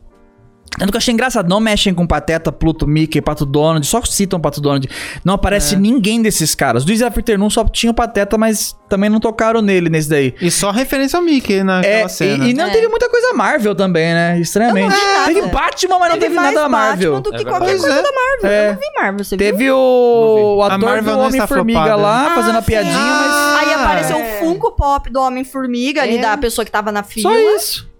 Tanto que eu achei engraçado, não mexem com Pateta, Pluto, Mickey, Pato Donald, só citam Pato Donald. Não
É.
aparece ninguém desses caras. Do Easy Afternoon só tinha o Pateta, mas também não tocaram nele nesse daí.
e só referência ao Mickey naquela
É,
cena.
e, e não
É.
teve muita coisa Marvel também, né? Estranhamente.
Eu não vi
Teve
nada.
Batman, mas não teve, nada da Marvel.
Batman tá do que
É verdade.
qualquer
Pois
coisa
é.
da Marvel.
É.
Eu não vi Marvel, você viu?
Teve o, o
A
ator
Marvel
do
não está
Homem-Formiga
flopada.
lá, fazendo a
Ah, sim.
piadinha, mas.
Ah,
Aí apareceu
é.
o Funko Pop do Homem-Formiga, ali
É.
da pessoa que tava na fila.
Só isso.
Ah,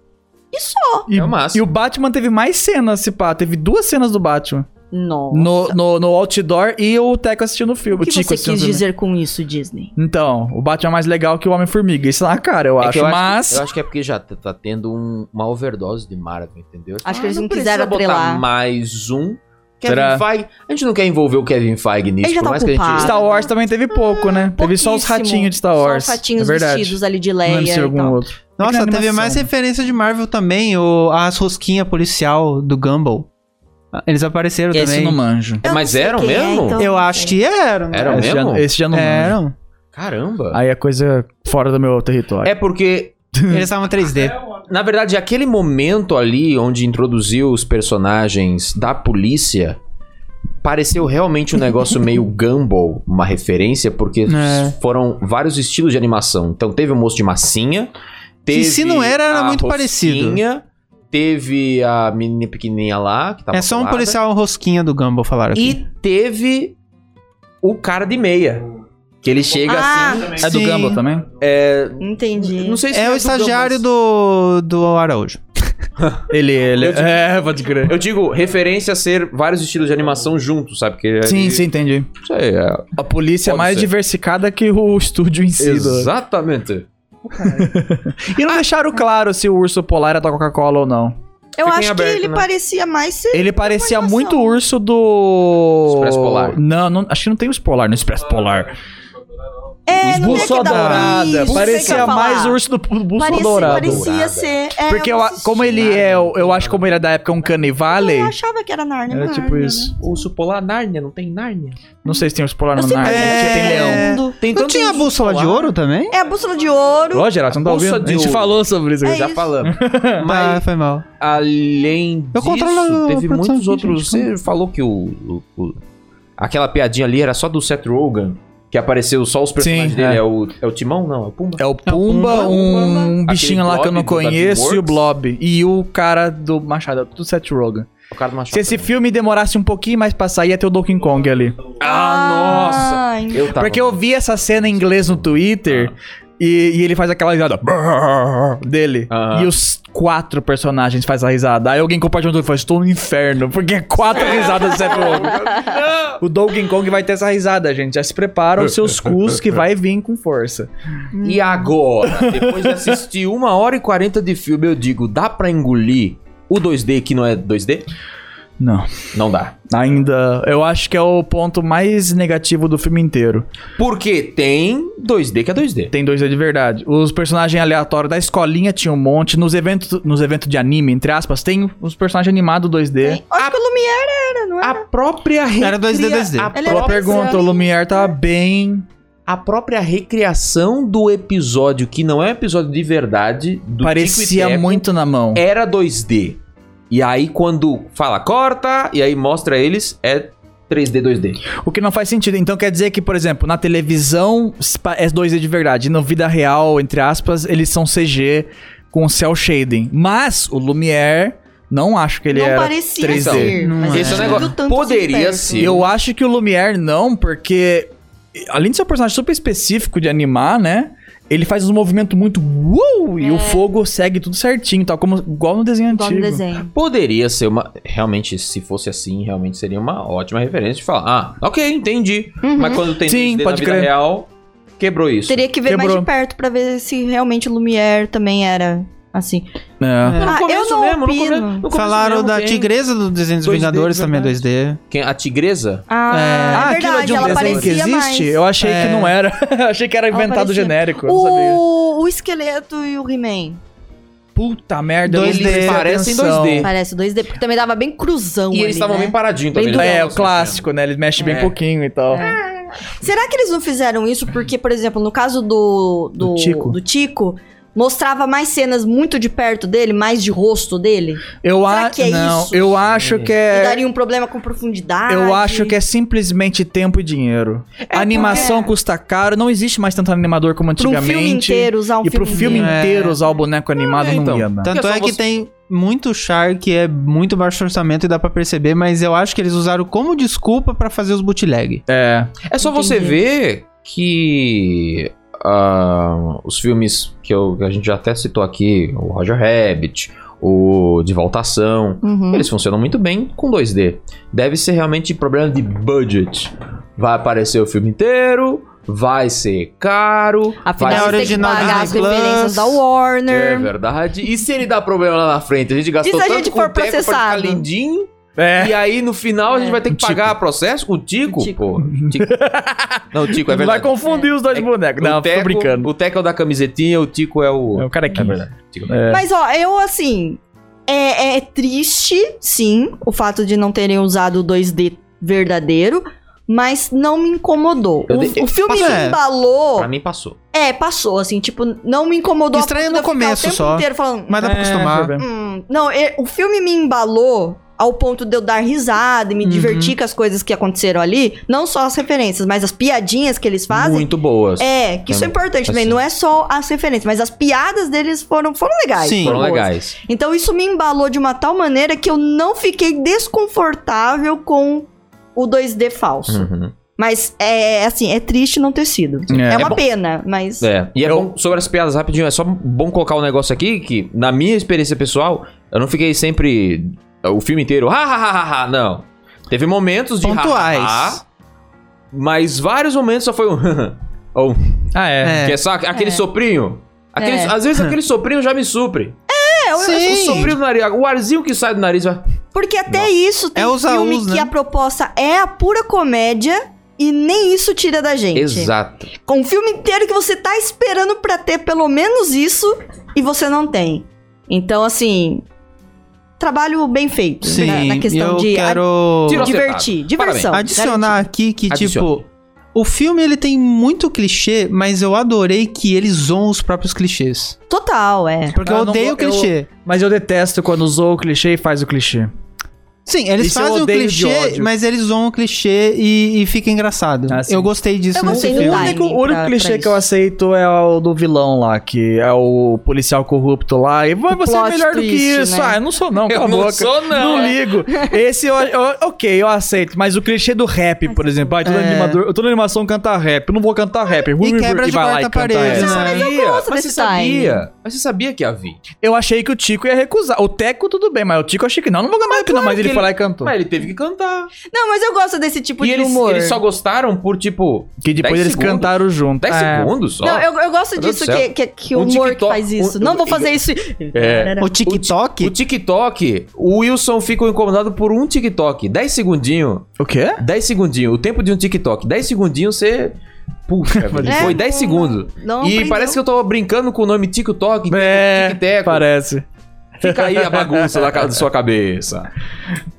E só.
E,
É o máximo.
e o Batman teve mais cenas, se pá. Teve duas cenas do Batman.
Nossa.
No, no, no outdoor e o Teco assistindo o filme.
o que
Tico
você
assistindo
quis
o filme.
dizer com isso, Disney?
Então, o Batman é mais legal que o Homem-Formiga. Isso na cara, eu
É
acho.
que eu
mas.
Acho que, eu acho que é porque já t- tá tendo um- uma overdose de Marvel, entendeu?
Acho que eles não
Ah, precisa
quiseram
botar
atrelar.
mais um. Kevin
Será?
Feige. A gente não quer envolver o Kevin Feige nisso,
Ele já
por
tá
mais que a
ocupado.
gente.
Star Wars também teve pouco, né? Teve só os
Pouquíssimo.
ratinhos de Star Wars.
Só os ratinhos
é verdade.
vestidos ali de
Não lembro se
Leia
teve
e
algum
tal.
outro.
Nossa,
na
teve
é animação.
mais referência de Marvel também, o, as rosquinhas policial do Gumball. Ah, Eles apareceram
Esse eu
também.
não manjo.
Eu
Mas
não sei
eram
quem é,
mesmo?
então
Eu
não
acho
sei.
que eram. né?
Era
esse,
mesmo?
já, esse já É, não
É.
manjo.
Eram.
Caramba.
Aí é coisa fora do meu território.
É porque,
Eles estavam 3D.
na verdade, aquele momento ali onde introduziu os personagens da polícia pareceu realmente um negócio meio Gumball, uma referência, porque
É.
foram vários estilos de animação. Então teve o moço de massinha, teve
se não era, era
a
muito parecido.
rosquinha, Teve a menina pequenininha lá, que tava
É só um
colada.
policial rosquinha do Gumball, falaram aqui.
E teve o cara de meia. Que ele chega
Ah,
assim.
É do
Sim.
Gumball também?
Entendi.
Não sei se
É o
do
estagiário do,
Gumball,
do Araújo.
Ele, ele. É, pode crer.
mas- Eu digo, referência a ser vários estilos de animação juntos, sabe? Porque
Sim, sim, entendi.
Isso aí, é.
A polícia é
Pode
mais
ser.
diversificada que o estúdio em si. do-
Exatamente.
E
Ah.
não deixaram claro se o urso polar era da Coca-Cola ou não.
Eu
Fica em
acho
aberto,
que ele
né?
parecia mais ser.
Ele parecia
informação.
muito o urso do.
Expresso Polar.
Não, não- acho que não tem urso polar no Expresso Polar.
É, não tem que
Bussa
dar
dourada.
isso,
parecia
não tem que
mais
falar.
o urso do Busso
Parecia,
dourado.
parecia ser. É,
Porque eu a-
assisti.
como ele é, eu, eu acho como ele é da época um canivale.
Eu achava que era Narnia.
Era
Narnia,
tipo isso.
né?
Urso polar Nárnia, não tem Nárnia?
Não sei se tem urso polar
Eu
no
sempre
Narnia.
É.
acho que Ah, Tem leão.
Tem
Não tinha a
urso
bússola de
polar.
ouro também?
É a bússola de ouro.
Ó, Geraldo, você não tá
A bolsa
ouvindo?
de
A gente
ouro.
falou sobre isso.
É
já.
Já
isso.
falamos.
Ah,
É.
Mas,
foi mal.
além
Eu
disso,
controlo a
teve
produção
muitos
aqui,
outros.
gente,
Você falou que o, o- o- Aquela piadinha ali era só do Seth Rogen, que apareceu só os personagens
Sim,
dele.
é.
É. o, é o Timão? Não, é o Pumba.
É o Pumba, um
Aquele
bichinho lá que eu não
blob do da
conheço, e o
DreamWorks.
Blob. E o cara do Machado, do Seth Rogen.
O cara do Machado.
Se esse filme demorasse um pouquinho mais pra sair, ia ter o Donkey Kong ali.
Ah, nossa!
Ai,
Eu tava- Ah.
Porque eu vi essa cena em inglês no Twitter. E, e ele faz aquela risada brrr, dele.
Aham.
E os quatro personagens fazem a risada. Aí alguém compartilha tudo e fala: Estou no inferno, porque é quatro risadas do Seth Rogen. O Donkey Kong vai ter essa risada, gente. Já se preparam seus cus que vai vir com força. Hum.
E agora, depois de assistir uma hora e 40 de filme, eu digo, dá pra engolir o 2D que não é 2D?
Não.
Não dá.
Ainda. Eu acho que é o ponto mais negativo do filme inteiro.
Porque tem 2D que é 2D.
Tem dois é de verdade. Os personagens aleatórios da escolinha tinha um monte. Nos eventos, nos eventos de anime, entre aspas, tem os personagens animados 2D.
Acho que o Lumière era, não
A
era?
própria
Era 2D,
recria-
2D.
A,
Ele
Eu
era
própria-
pergunto, o Lumière tá bem.
a própria recriação do episódio, que não é um episódio de verdade, do Tico e
Parecia
Teco, É.
muito na mão.
Era 2D. E aí, quando fala corta, e aí mostra eles, é 3D, 2D.
O que não faz sentido. Então quer dizer que, por exemplo, na televisão se pa- é 2D de verdade. E na vida real, entre aspas, eles são CG com cel shading. Mas o Lumière, não acho que ele
não
era
parecia
3D.
ser.
Não
mas
é.
a
Esse
gente
negócio
viu tanto
poderia
de perto.
ser.
Eu acho que o Lumière não, porque além de ser um personagem super específico de animar, né? Ele faz uns movimentos muito uou, e o fogo segue tudo certinho, tal como igual no desenho
É. Igual no
antigo.
desenho.
Poderia ser uma. Realmente, se fosse assim, realmente seria uma ótima referência de falar. Ah, ok, entendi.
Uhum.
Mas quando tem
Sim,
2D
pode
na vida
crer.
real, quebrou isso.
Teria que ver mais
Quebrou.
de perto pra ver se realmente o Lumière também era assim.
É.
No
Ah,
começo
eu não
mesmo, no
opino.
começo- no começo
Falaram
mesmo
da
tem-
tigresa do desenho dos
2D,
Vingadores também é
verdade.
2D.
Quem, a tigresa?
Ah, é,
aquilo
verdade,
de um
ela
desenho
parecia
que existe?
mais.
Eu achei que
É.
não era. Eu achei que era
Ela Uh!
inventado
parecia-
genérico. Eu não sabia.
O, o esqueleto e o He-Man.
Puta merda, eu não
2D.
prestei
Parecem
atenção.
2D.
Parece 2D, porque também dava bem cruzão.
E
ali,
eles estavam
né?
bem paradinhos também.
Bem
eles não
É,
estavam
o clássico, né? Ele mexe bem
É.
pouquinho e tal.
Será que eles não fizeram isso porque, por exemplo, no caso do do,
Do Tico?
do Tico, mostrava mais cenas muito de perto dele, mais de rosto dele?
Eu
Será
acho
que é
não,
isso?
eu acho que
E
é
daria um problema com profundidade?
Eu acho que é simplesmente tempo e dinheiro.
É
A animação custa caro, não existe mais tanto animador como
Pra um
antigamente.
filme inteiro Ah, usar um
e pro
filme,
filme
inteiro.
inteiro usar o boneco animado
É, então.
não ia, não.
Porque
Tanto
só
é que
você-
tem muito char que é muito baixo orçamento e dá pra perceber, mas eu acho que eles usaram como desculpa pra fazer os bootleg.
É.
É só você
Entendi.
ver que ah, os filmes que, eu- que a gente já até citou aqui, o Roger Rabbit, o De Voltação,
Uhum.
eles funcionam muito bem com 2D. Deve ser realmente problema de budget. Vai aparecer o filme inteiro, vai ser caro,
Afinal,
vai
É
eles têm
original
que pagar as
Disney Plus.
referências da
É
Warner.
verdade. E se ele dá problema lá na frente? A gente gastou
E se a
tanto
gente
com
for
o Teco pra ficar
processado?
lindinho,
É.
e aí no final a gente
É.
vai ter que
Tico.
pagar processo com o Tico?
O Tico.
Pô, Tico. Não, o Tico é
vai
verdade.
confundir os dois
É que
bonecos. Não,
o
tô brincando.
O Teco é o da camisetinha, o Tico é o.
É o
É
carequinho.
verdade. Tico.
É.
Mas, ó, eu assim. É, é triste, sim, o fato de não terem usado o 2D verdadeiro, mas não me incomodou. O,
Eu dei-
o filme
Passou, é.
me embalou.
Pra mim passou.
É, passou, assim, tipo, não me incomodou.
Estranho
a ponto
no
de eu ficar
começo
o tempo
só.
inteiro falando.
Mas dá pra
É,
acostumar.
foi bem.
"Hum". Não, e- o filme me embalou ao ponto de eu dar risada e me
Uhum.
divertir com as coisas que aconteceram ali. Não só as referências, mas as piadinhas que eles fazem.
Muito boas.
É, que isso é
É,
importante também.
assim.
Não é só as referências, mas as piadas deles foram, foram legais.
Sim.
Foram
boas.
legais.
Então isso me embalou de uma tal maneira que eu não fiquei desconfortável com o 2D falso.
Uhum.
Mas é assim, é triste não ter sido. É,
É.
uma
bom.
pena, mas.
É. E é
Eu-
bom, sobre as piadas rapidinho, é só bom colocar um negócio aqui que, na minha experiência pessoal, eu não fiquei sempre o filme inteiro, ha, ha, ha, ha, ha", não. Teve momentos de ha, ha,
Pontuais.
ha, mas vários momentos só foi um ou um,
Ah, é.
que é só aquele
É.
soprinho. Aquele-
É.
Às vezes aquele soprinho já me supre.
É, eu-
Sim.
O soprinho do nariz, o arzinho que sai do nariz vai...
Porque até
Nossa.
isso tem
É os
filme
Zaús,
que
né?
a proposta é a pura comédia e nem isso tira da gente.
Exato.
Com um filme inteiro que você tá esperando pra ter pelo menos isso e você não tem. Então, assim, trabalho bem feito
Sim,
na, na questão
eu
de
quero
Tira-
divertir, diversão.
adicionar aqui que,
Adiciona.
tipo, o filme ele tem muito clichê, mas eu adorei que eles zoam os próprios clichês.
Garantir. Total, é.
Porque
Ah,
eu
não
odeio
vou- eu-
clichê.
Mas eu detesto quando usou o clichê e faz o clichê.
Sim, eles
Isso eu
fazem o
odeio de
clichê,
ódio.
mas eles zoam o clichê e, e fica engraçado.
Ah, sim.
eu gostei disso
Eu
nesse
gostei do
filme.
O
timing
único, o único
pra-
clichê
pra
que eu
isso.
aceito é o do vilão lá, que é o policial corrupto lá. E "Mas você é
plot
melhor do que
twist,
isso.
né?
Ah, eu não sou não,
Eu
cala a
não
boca.
sou, não. é.
Não ligo. Esse, eu, eu- ok, eu aceito. Mas o clichê do rap, por exemplo. Ah, todo
É.
animador, toda animação canta rap. Eu não vou cantar rap. Rui,
quebra
que
de
vai lá
quarta
e canta
parede,
rap.
né?
Mas
eu gosto
mas
desse
você sabia? Mas você sabia que ia vir.
Eu achei que o Tico ia recusar. O Teco, tudo bem, mas o Tico eu achei que não, não vou cantar rap, não. Mas
que
ele
ele-
foi lá e cantou.
Mas ele teve que cantar.
Não, mas eu gosto desse tipo
E
de
eles,
humor.
eles só gostaram por, tipo,
Que depois
10
eles
segundos.
cantaram junto.
10
É.
segundos só.
Não, eu, eu gosto
Meu Deus
disso
do
que,
céu.
que, que o
Um
humor que
TikTok-
faz isso.
um-
não vou
eu-
fazer isso.
É.
O TikTok?
O TikTok, o Wilson ficou incomodado por um TikTok. 10 segundinho.
O quê?
10 segundinhos, o tempo de um TikTok. 10 segundinhos você. Puxa, velho,
É,
foi 10
não-
segundos.
não
e
aprendeu.
parece que eu tô brincando com o nome TikTok.
É,
Tic-teco.
parece.
Fica aí a bagunça da, ca- da sua cabeça.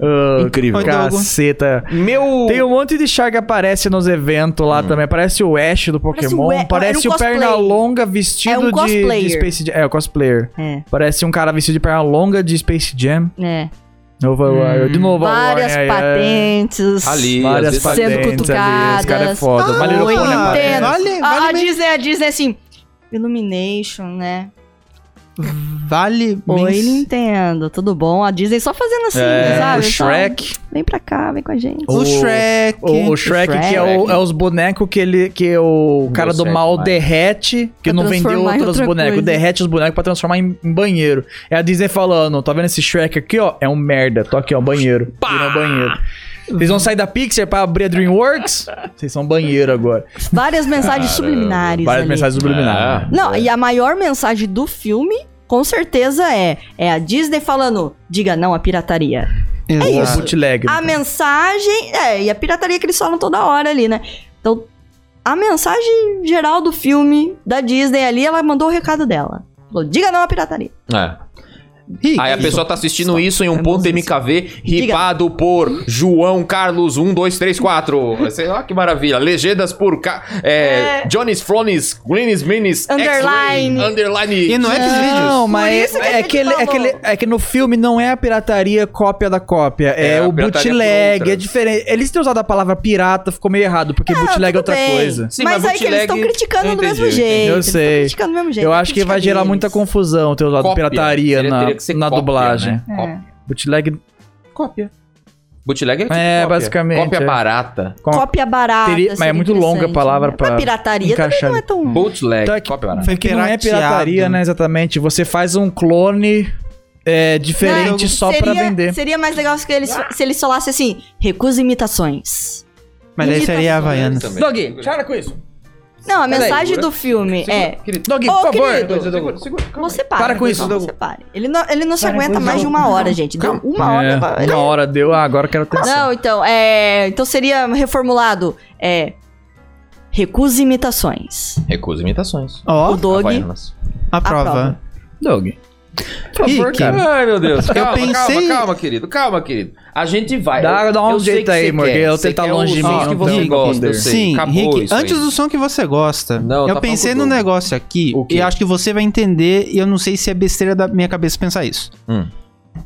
Ah,
Incrível.
Oi, Dogo.
Caceta.
Meu.
Tem um monte de char que aparece nos eventos lá também. Aparece o Ash do
Parece
Pokémon,
o Ash-
parece,
era um
o
cosplay.
Pernalonga vestido
É um
de- de,
cosplayer.
Space Jam. É, o cosplayer.
É,
Parece um cara vestido de Pernalonga de Space Jam.
é.
Novo Warrior. De novo
Várias
Warrior, é,
patentes.
é.
Tá Ali, às
Várias
vezes-
patentes.
Sendo cutucadas.
Ali. Esse cara é foda.
Ah,
Mas ele não
Oi,
põe na parede.
Nintendo.
Vale-
a,
vale
a
men-
Disney, a Disney é assim. Illumination, né?
Vale
Oi,
mens-
Nintendo, tudo bom? A Disney só fazendo assim,
É,
sabe?
o Shrek.
Só, vem pra cá, vem com a gente.
O
O-
Shrek.
O, o Shrek,
Shrek.
que é, o- é os bonecos que ele que o cara do
Shrek,
mal
vai.
derrete, que
Pra
não vendeu
transformar em
outros
outra
bonecos.
coisa.
Derrete os bonecos pra transformar em, em banheiro. É a Disney falando, tá vendo esse Shrek aqui, ó? É um merda. Tô aqui, ó, banheiro. Vira banheiro. Vocês vão sair da Pixar pra abrir a DreamWorks? Vocês são banheiro agora.
Várias mensagens subliminares.
Várias
ali.
mensagens
Ah.
subliminares.
Não,
É.
e a maior mensagem do filme, com certeza, é, é a Disney falando: diga não à pirataria.
Exato.
Ou bootleg. né?
A mensagem. É, e a pirataria que eles falam toda hora ali, né? Então, a mensagem geral do filme da Disney ali, ela mandou o recado dela. Falou, diga não à pirataria.
É.
Ih,
Aí a
que
pessoa tá assistindo isso em um
É
ponto
bonzinho.
MKV ripado por João Carlos 1234. Sei lá que maravilha. Legendas por Ca- é, Johnny's Frones, Greens Minis,
Underline.
X-Ray, Underline.
E não é que vídeos.
Não, mas
isso que
é
ele
que, ele- é,
falou.
que ele- é que no filme não é a pirataria cópia da cópia, é,
É, a
o
pirataria por
bootleg,
outras.
é diferente. Eles têm usado a palavra pirata, ficou meio errado, porque bootleg é
Ah, tudo
outra
bem.
coisa.
Sim,
mas
mas
aí que eles estão
bootleg, eu
criticando do
entendi,
mesmo
eu entendi.
jeito.
Eu
eles tão
sei.
criticando do mesmo jeito.
Eu
é
acho que
crítica
vai gerar
deles.
muita confusão ter usado
Cópia.
pirataria
Seria-
na,
teria que ser
na
cópia,
dublagem.
né? Cópia.
Bootleg
Cópia. Bootleg é tipo
É,
cópia.
basicamente,
Cópia
é.
barata.
com-
Cópia barata.
Teria- mas é
seria
muito longa a
interessante,
palavra
né?
pra
Mas pirataria
encaixar
também não é tão...
Bootleg,
Então é que-
cópia barata.
foi
que não é
pirateado.
pirataria, né? Exatamente. Você faz um clone é, diferente
Não,
só pra
seria-
vender.
Seria mais legal se eles, se eles falassem assim, recusa imitações.
Mas aí seria
tá
a Havaianas.
Também.
Dog, chora com isso.
Não, a
Peraí,
mensagem
segura.
do filme é...
Querido,
Dog,
Ô,
por favor.
querido.
segura, segura.
Você para.
Para com
Dom,
isso, Dom.
Você para. Ele não, ele não se
Para com
aguenta
isso,
mais de
Dom.
uma hora, gente. Deu uma hora.
É,
vai-
uma hora deu, ah, agora eu quero atenção.
Não, então, é... Então seria reformulado, é... Recusa imitações.
Recusa imitações.
Ó,
O Dog...
Havaianas.
a prova.
prova.
Dog.
Por favor, cara.
Ai, meu Deus. Calma, calma,
pensei-
calma, querido. Calma, querido. A gente vai.
Dá-
Eu-
dá um
eu sei
jeito
que
aí,
você
Morgan.
quer,
Eu
você
tentar
quer
longe
os
de
sons
mim,
que
não
você
tem
gosta, eu
poder.
sei.
Sim,
Acabou
Rick,
isso aí.
antes do som que você gosta,
Não,
eu
tá
pensei
falando
num
do-
negócio aqui
O quê?
e acho que você vai entender e eu não sei se é besteira da minha cabeça pensar isso.
Hum.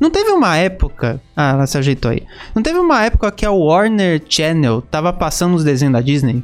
Não teve uma época... Ah, ela se ajeitou aí. Não teve uma época que a Warner Channel tava passando os desenhos da Disney?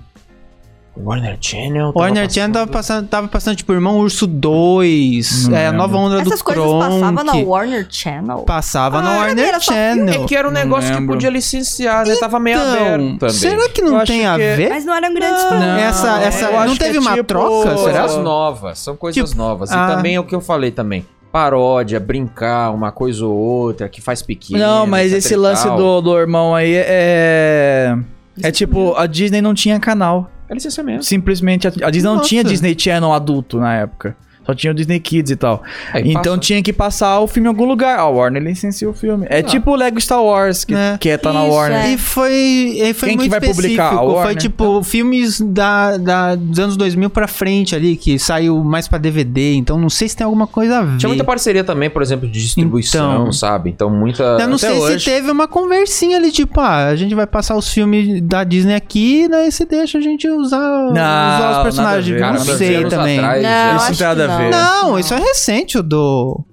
Warner Channel. tá tava
Warner Channel tava passando, tava passando, tipo, Irmão Urso 2,
Não
é, a
lembro.
Nova Onda
Essas
do
coisas
Kronk...
passavam na Warner Channel?
Passava na
Ah,
Warner
era só
Channel.
É que era um
Não
negócio que
lembro.
podia licenciar, né? Tava meio aberto
Então,
também.
será que
Eu
não
acho
tem a
é-
que-
ver?
Mas não eram grandes
É? Não,
famílias.
essa, essa,
eu
não
acho que
teve
é
uma
tipo-
troca,
São
será?
coisas novas, são coisas
Tipo,
novas.
ah.
E também é o que eu falei também. Paródia, brincar, uma coisa ou outra, que faz pequeno.
Não, mas
etc
esse
e
lance
tal.
do, do irmão aí é. É tipo, a Disney não tinha canal.
É licenciamento.
Simplesmente a, a Disney não
Nossa.
tinha Disney Channel adulto na época. Só tinha o Disney Kids e tal.
Aí
então
É, passa.
tinha que passar o filme em algum lugar. A Warner licenciou o filme. É tipo o Lego Star Wars, que,
Ah. É.
que é, tá na
Isso,
Warner.
É.
E foi, e foi
Quem que
muito
vai publicar? A
específico, Foi
Warner?
tipo filmes da, da- dos anos 2000 pra frente ali, que saiu mais pra DVD, então não sei se tem alguma coisa a ver.
tipo,
Tinha muita parceria também, por exemplo, de distribuição,
Então.
sabe? Então, muita.
Eu não
até
sei
hoje.
se teve uma conversinha ali, tipo, ah, a gente vai passar os filmes da Disney aqui, daí você deixa a gente usar, usar
nada
os
a
personagens.
ver,
não
nada a ver.
sei
Anos
também.
atrás,
Não,
Isso
acho
tem nada
que não.
a ver.
Não, isso é recente o do.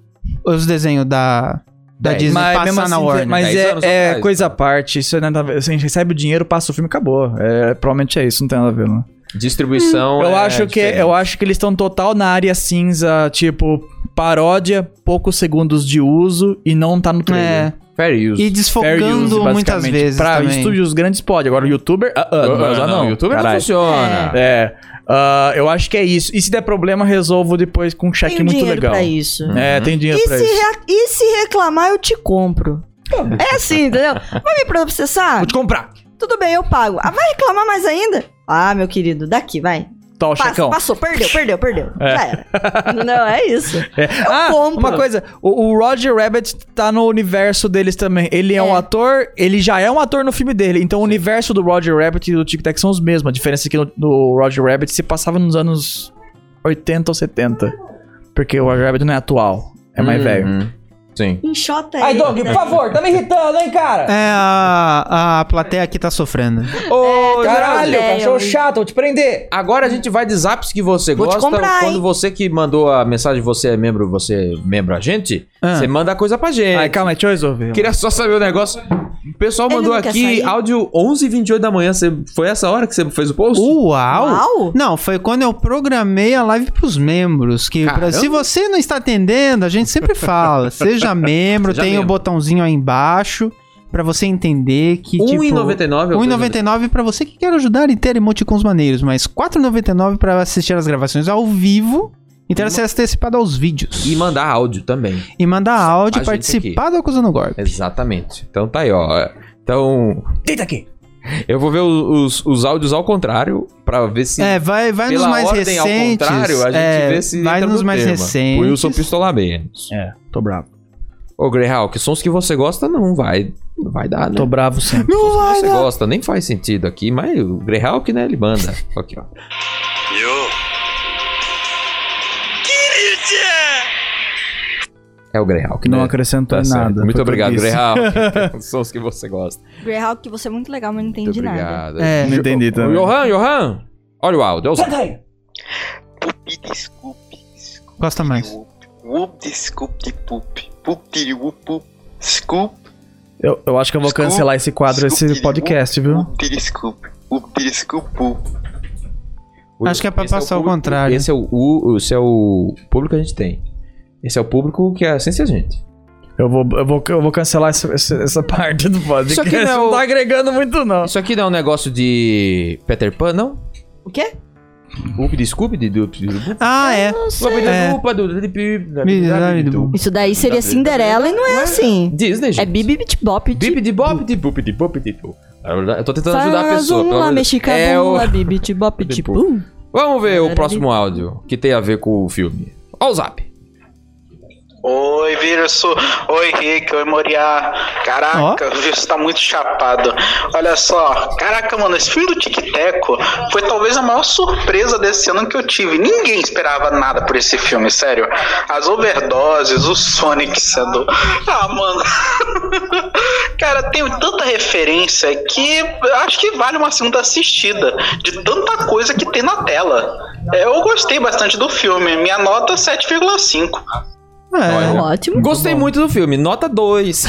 Os desenhos da. da
Dez.
Disney
Mas,
passar
mesmo assim,
na Warner.
mas
Dez
é,
anos
é
atrás,
coisa à
tá?
parte. Isso não é nada a ver. Assim, a gente recebe o dinheiro, passa o filme e acabou. É, provavelmente é isso, não tem nada a ver, né?
Distribuição.
Eu
é
acho que
diferente.
eu acho que eles estão total na área cinza, tipo paródia, poucos segundos de uso e não tá no trailer.
É,
Fair use.
e
Fair
desfocando
use,
muitas
basicamente.
vezes
Pra
também.
estúdios grandes pode. Agora o youtuber, ah, ah, não, vai usar, não.
O YouTube
Caralho.
não funciona.
É. Ah, eu acho que é isso. E se der problema, resolvo depois com um cheque
Tem
muito
é dinheiro
legal.
pra isso.
É, tem dinheiro
E
pra
se,
isso.
re- e se reclamar, eu te compro. É assim, entendeu? Vai me processar?
Vou te comprar.
Tudo bem, eu pago. Ah, vai reclamar mais ainda? Ah, meu querido, daqui, vai.
Tá, o
Passa,
checão.
Passou, perdeu, perdeu, perdeu.
É.
Já era. Não, é isso.
É. Ah,
compro.
uma coisa, o, o Roger Rabbit tá no universo deles também. Ele é, um
É.
ator, ele já é um ator no filme dele. Então o universo do Roger Rabbit e do Tic Tac são os mesmos. A diferença é que no, no Roger Rabbit se passava nos anos 80 ou 70. Porque o Roger Rabbit não é atual, é mais
Hum,
velho.
hum. Sim.
Enxota
Ai,
ele,
Dog,
né?
por favor, tá me irritando, hein, cara?
É, a, a plateia aqui tá sofrendo.
É, Ô,
caralho,
caralho,
cachorro
cachorro chato, vou te prender. Agora a gente vai de zaps que você
Vou te
gosta.
comprar,
Quando
hein?
você que mandou a mensagem, você é membro, você é membro a gente,
Ah.
você manda a coisa pra gente.
Ai, calma aí, deixa eu resolver.
Queria só saber o negócio. O pessoal
Ele
mandou
não quer
aqui
sair?
áudio 11h28 da manhã. Você, foi essa hora que você fez o post?
Uh,
Uau!
Uau!
Não, foi quando eu programei a live pros membros. Que pra-
Caramba.
se você não está atendendo, a gente sempre fala. seja membro,
Seja
tem o
membro.
botãozinho aí embaixo pra você entender que
um
tipo...
1,99 é o preço.
1,99 pra você que quer ajudar e ter emoticons maneiros, mas 4,99 pra assistir as gravações ao vivo e ter acesso antecipado aos vídeos.
E mandar áudio também.
E mandar áudio
A
e
gente
participar do Acusando Golpe.
Exatamente. Então tá aí, ó. Então,
Deita aqui.
eu vou ver o- os, os áudios ao contrário pra ver se.
É, vai, vai
pela
nos mais
ordem, ao
recentes.
contrário, a gente
é,
vê se
vai
entra
nos
no
mais
tema. O
recentes.
Wilson pistolar menos.
É, tô bravo.
Ô, Greyhawk, sons que você gosta não vai, não vai dar, né?
Tô bravo sempre.
Não
Sons que
vai
você
dar.
gosta, nem faz sentido aqui, mas o Greyhawk, né, ele manda. Aqui, ó. É o Greyhawk,
Não
né?
acrescentou
Tá
em
certo.
nada.
Muito
foi
obrigado,
preguiça.
Greyhawk. Sons que você gosta.
Greyhawk, que você é muito legal, mas não entendi
Muito
nada.
obrigado.
É.
Não entendi
Ô,
também.
Johan, Johan! Olha o áudio. olha o-
Pupi desculpe. desculpe,
Gosta mais.
wup, Wup desculpe pup. Pup de wup wup. Scoop.
Eu, eu acho que eu vou
Desculpa.
cancelar esse quadro, esse
Desculpa.
podcast, viu?
Wup de scoop. Wup de scoop pup.
Acho que é pra
Esse
passar ao
público-
contrário.
Esse é o, o, esse é o público que a gente tem. Esse é o público que é sem ser a gente.
Eu vou, eu vou, eu vou cancelar essa, essa- essa parte do podcast.
Isso aqui não é o-
tá agregando muito, não.
Isso aqui não é um negócio de Peter Pan, não?
O quê?
Whoop de Scooby de Doop de Doop.
Ah, é. É.
Isso daí seria Cinderela e não é assim.
Disney,
É
gente.
Bibi Bit Bop. tipo,
Bip de bop de boop de bop de boop. Eu tô tentando ajudar a
Faz
pessoa.
um
pelo
lá,
amor de Deus.
mexicano,
É o-
lá, Bibi Bit Bop,
Tipo.
tipo.
Vamos ver o
Era
próximo áudio que tem a ver com o filme. Olha o zap.
Oi, vírus. Oi, Rick. Oi, Moriá. Caraca, o vírus tá muito chapado. Olha só. Caraca, mano, esse filme do Tic Teco foi talvez a maior surpresa desse ano que eu tive. Ninguém esperava nada por esse filme, sério. As overdoses, o Sonic sendo. Ah, mano. Cara, tem tanta referência que acho que vale uma segunda assistida de tanta coisa que tem na tela. É, Eu gostei bastante do filme. Minha nota é 7,5.
É.
assim,
Olha.
Ótimo.
Gostei muito do filme, nota 2.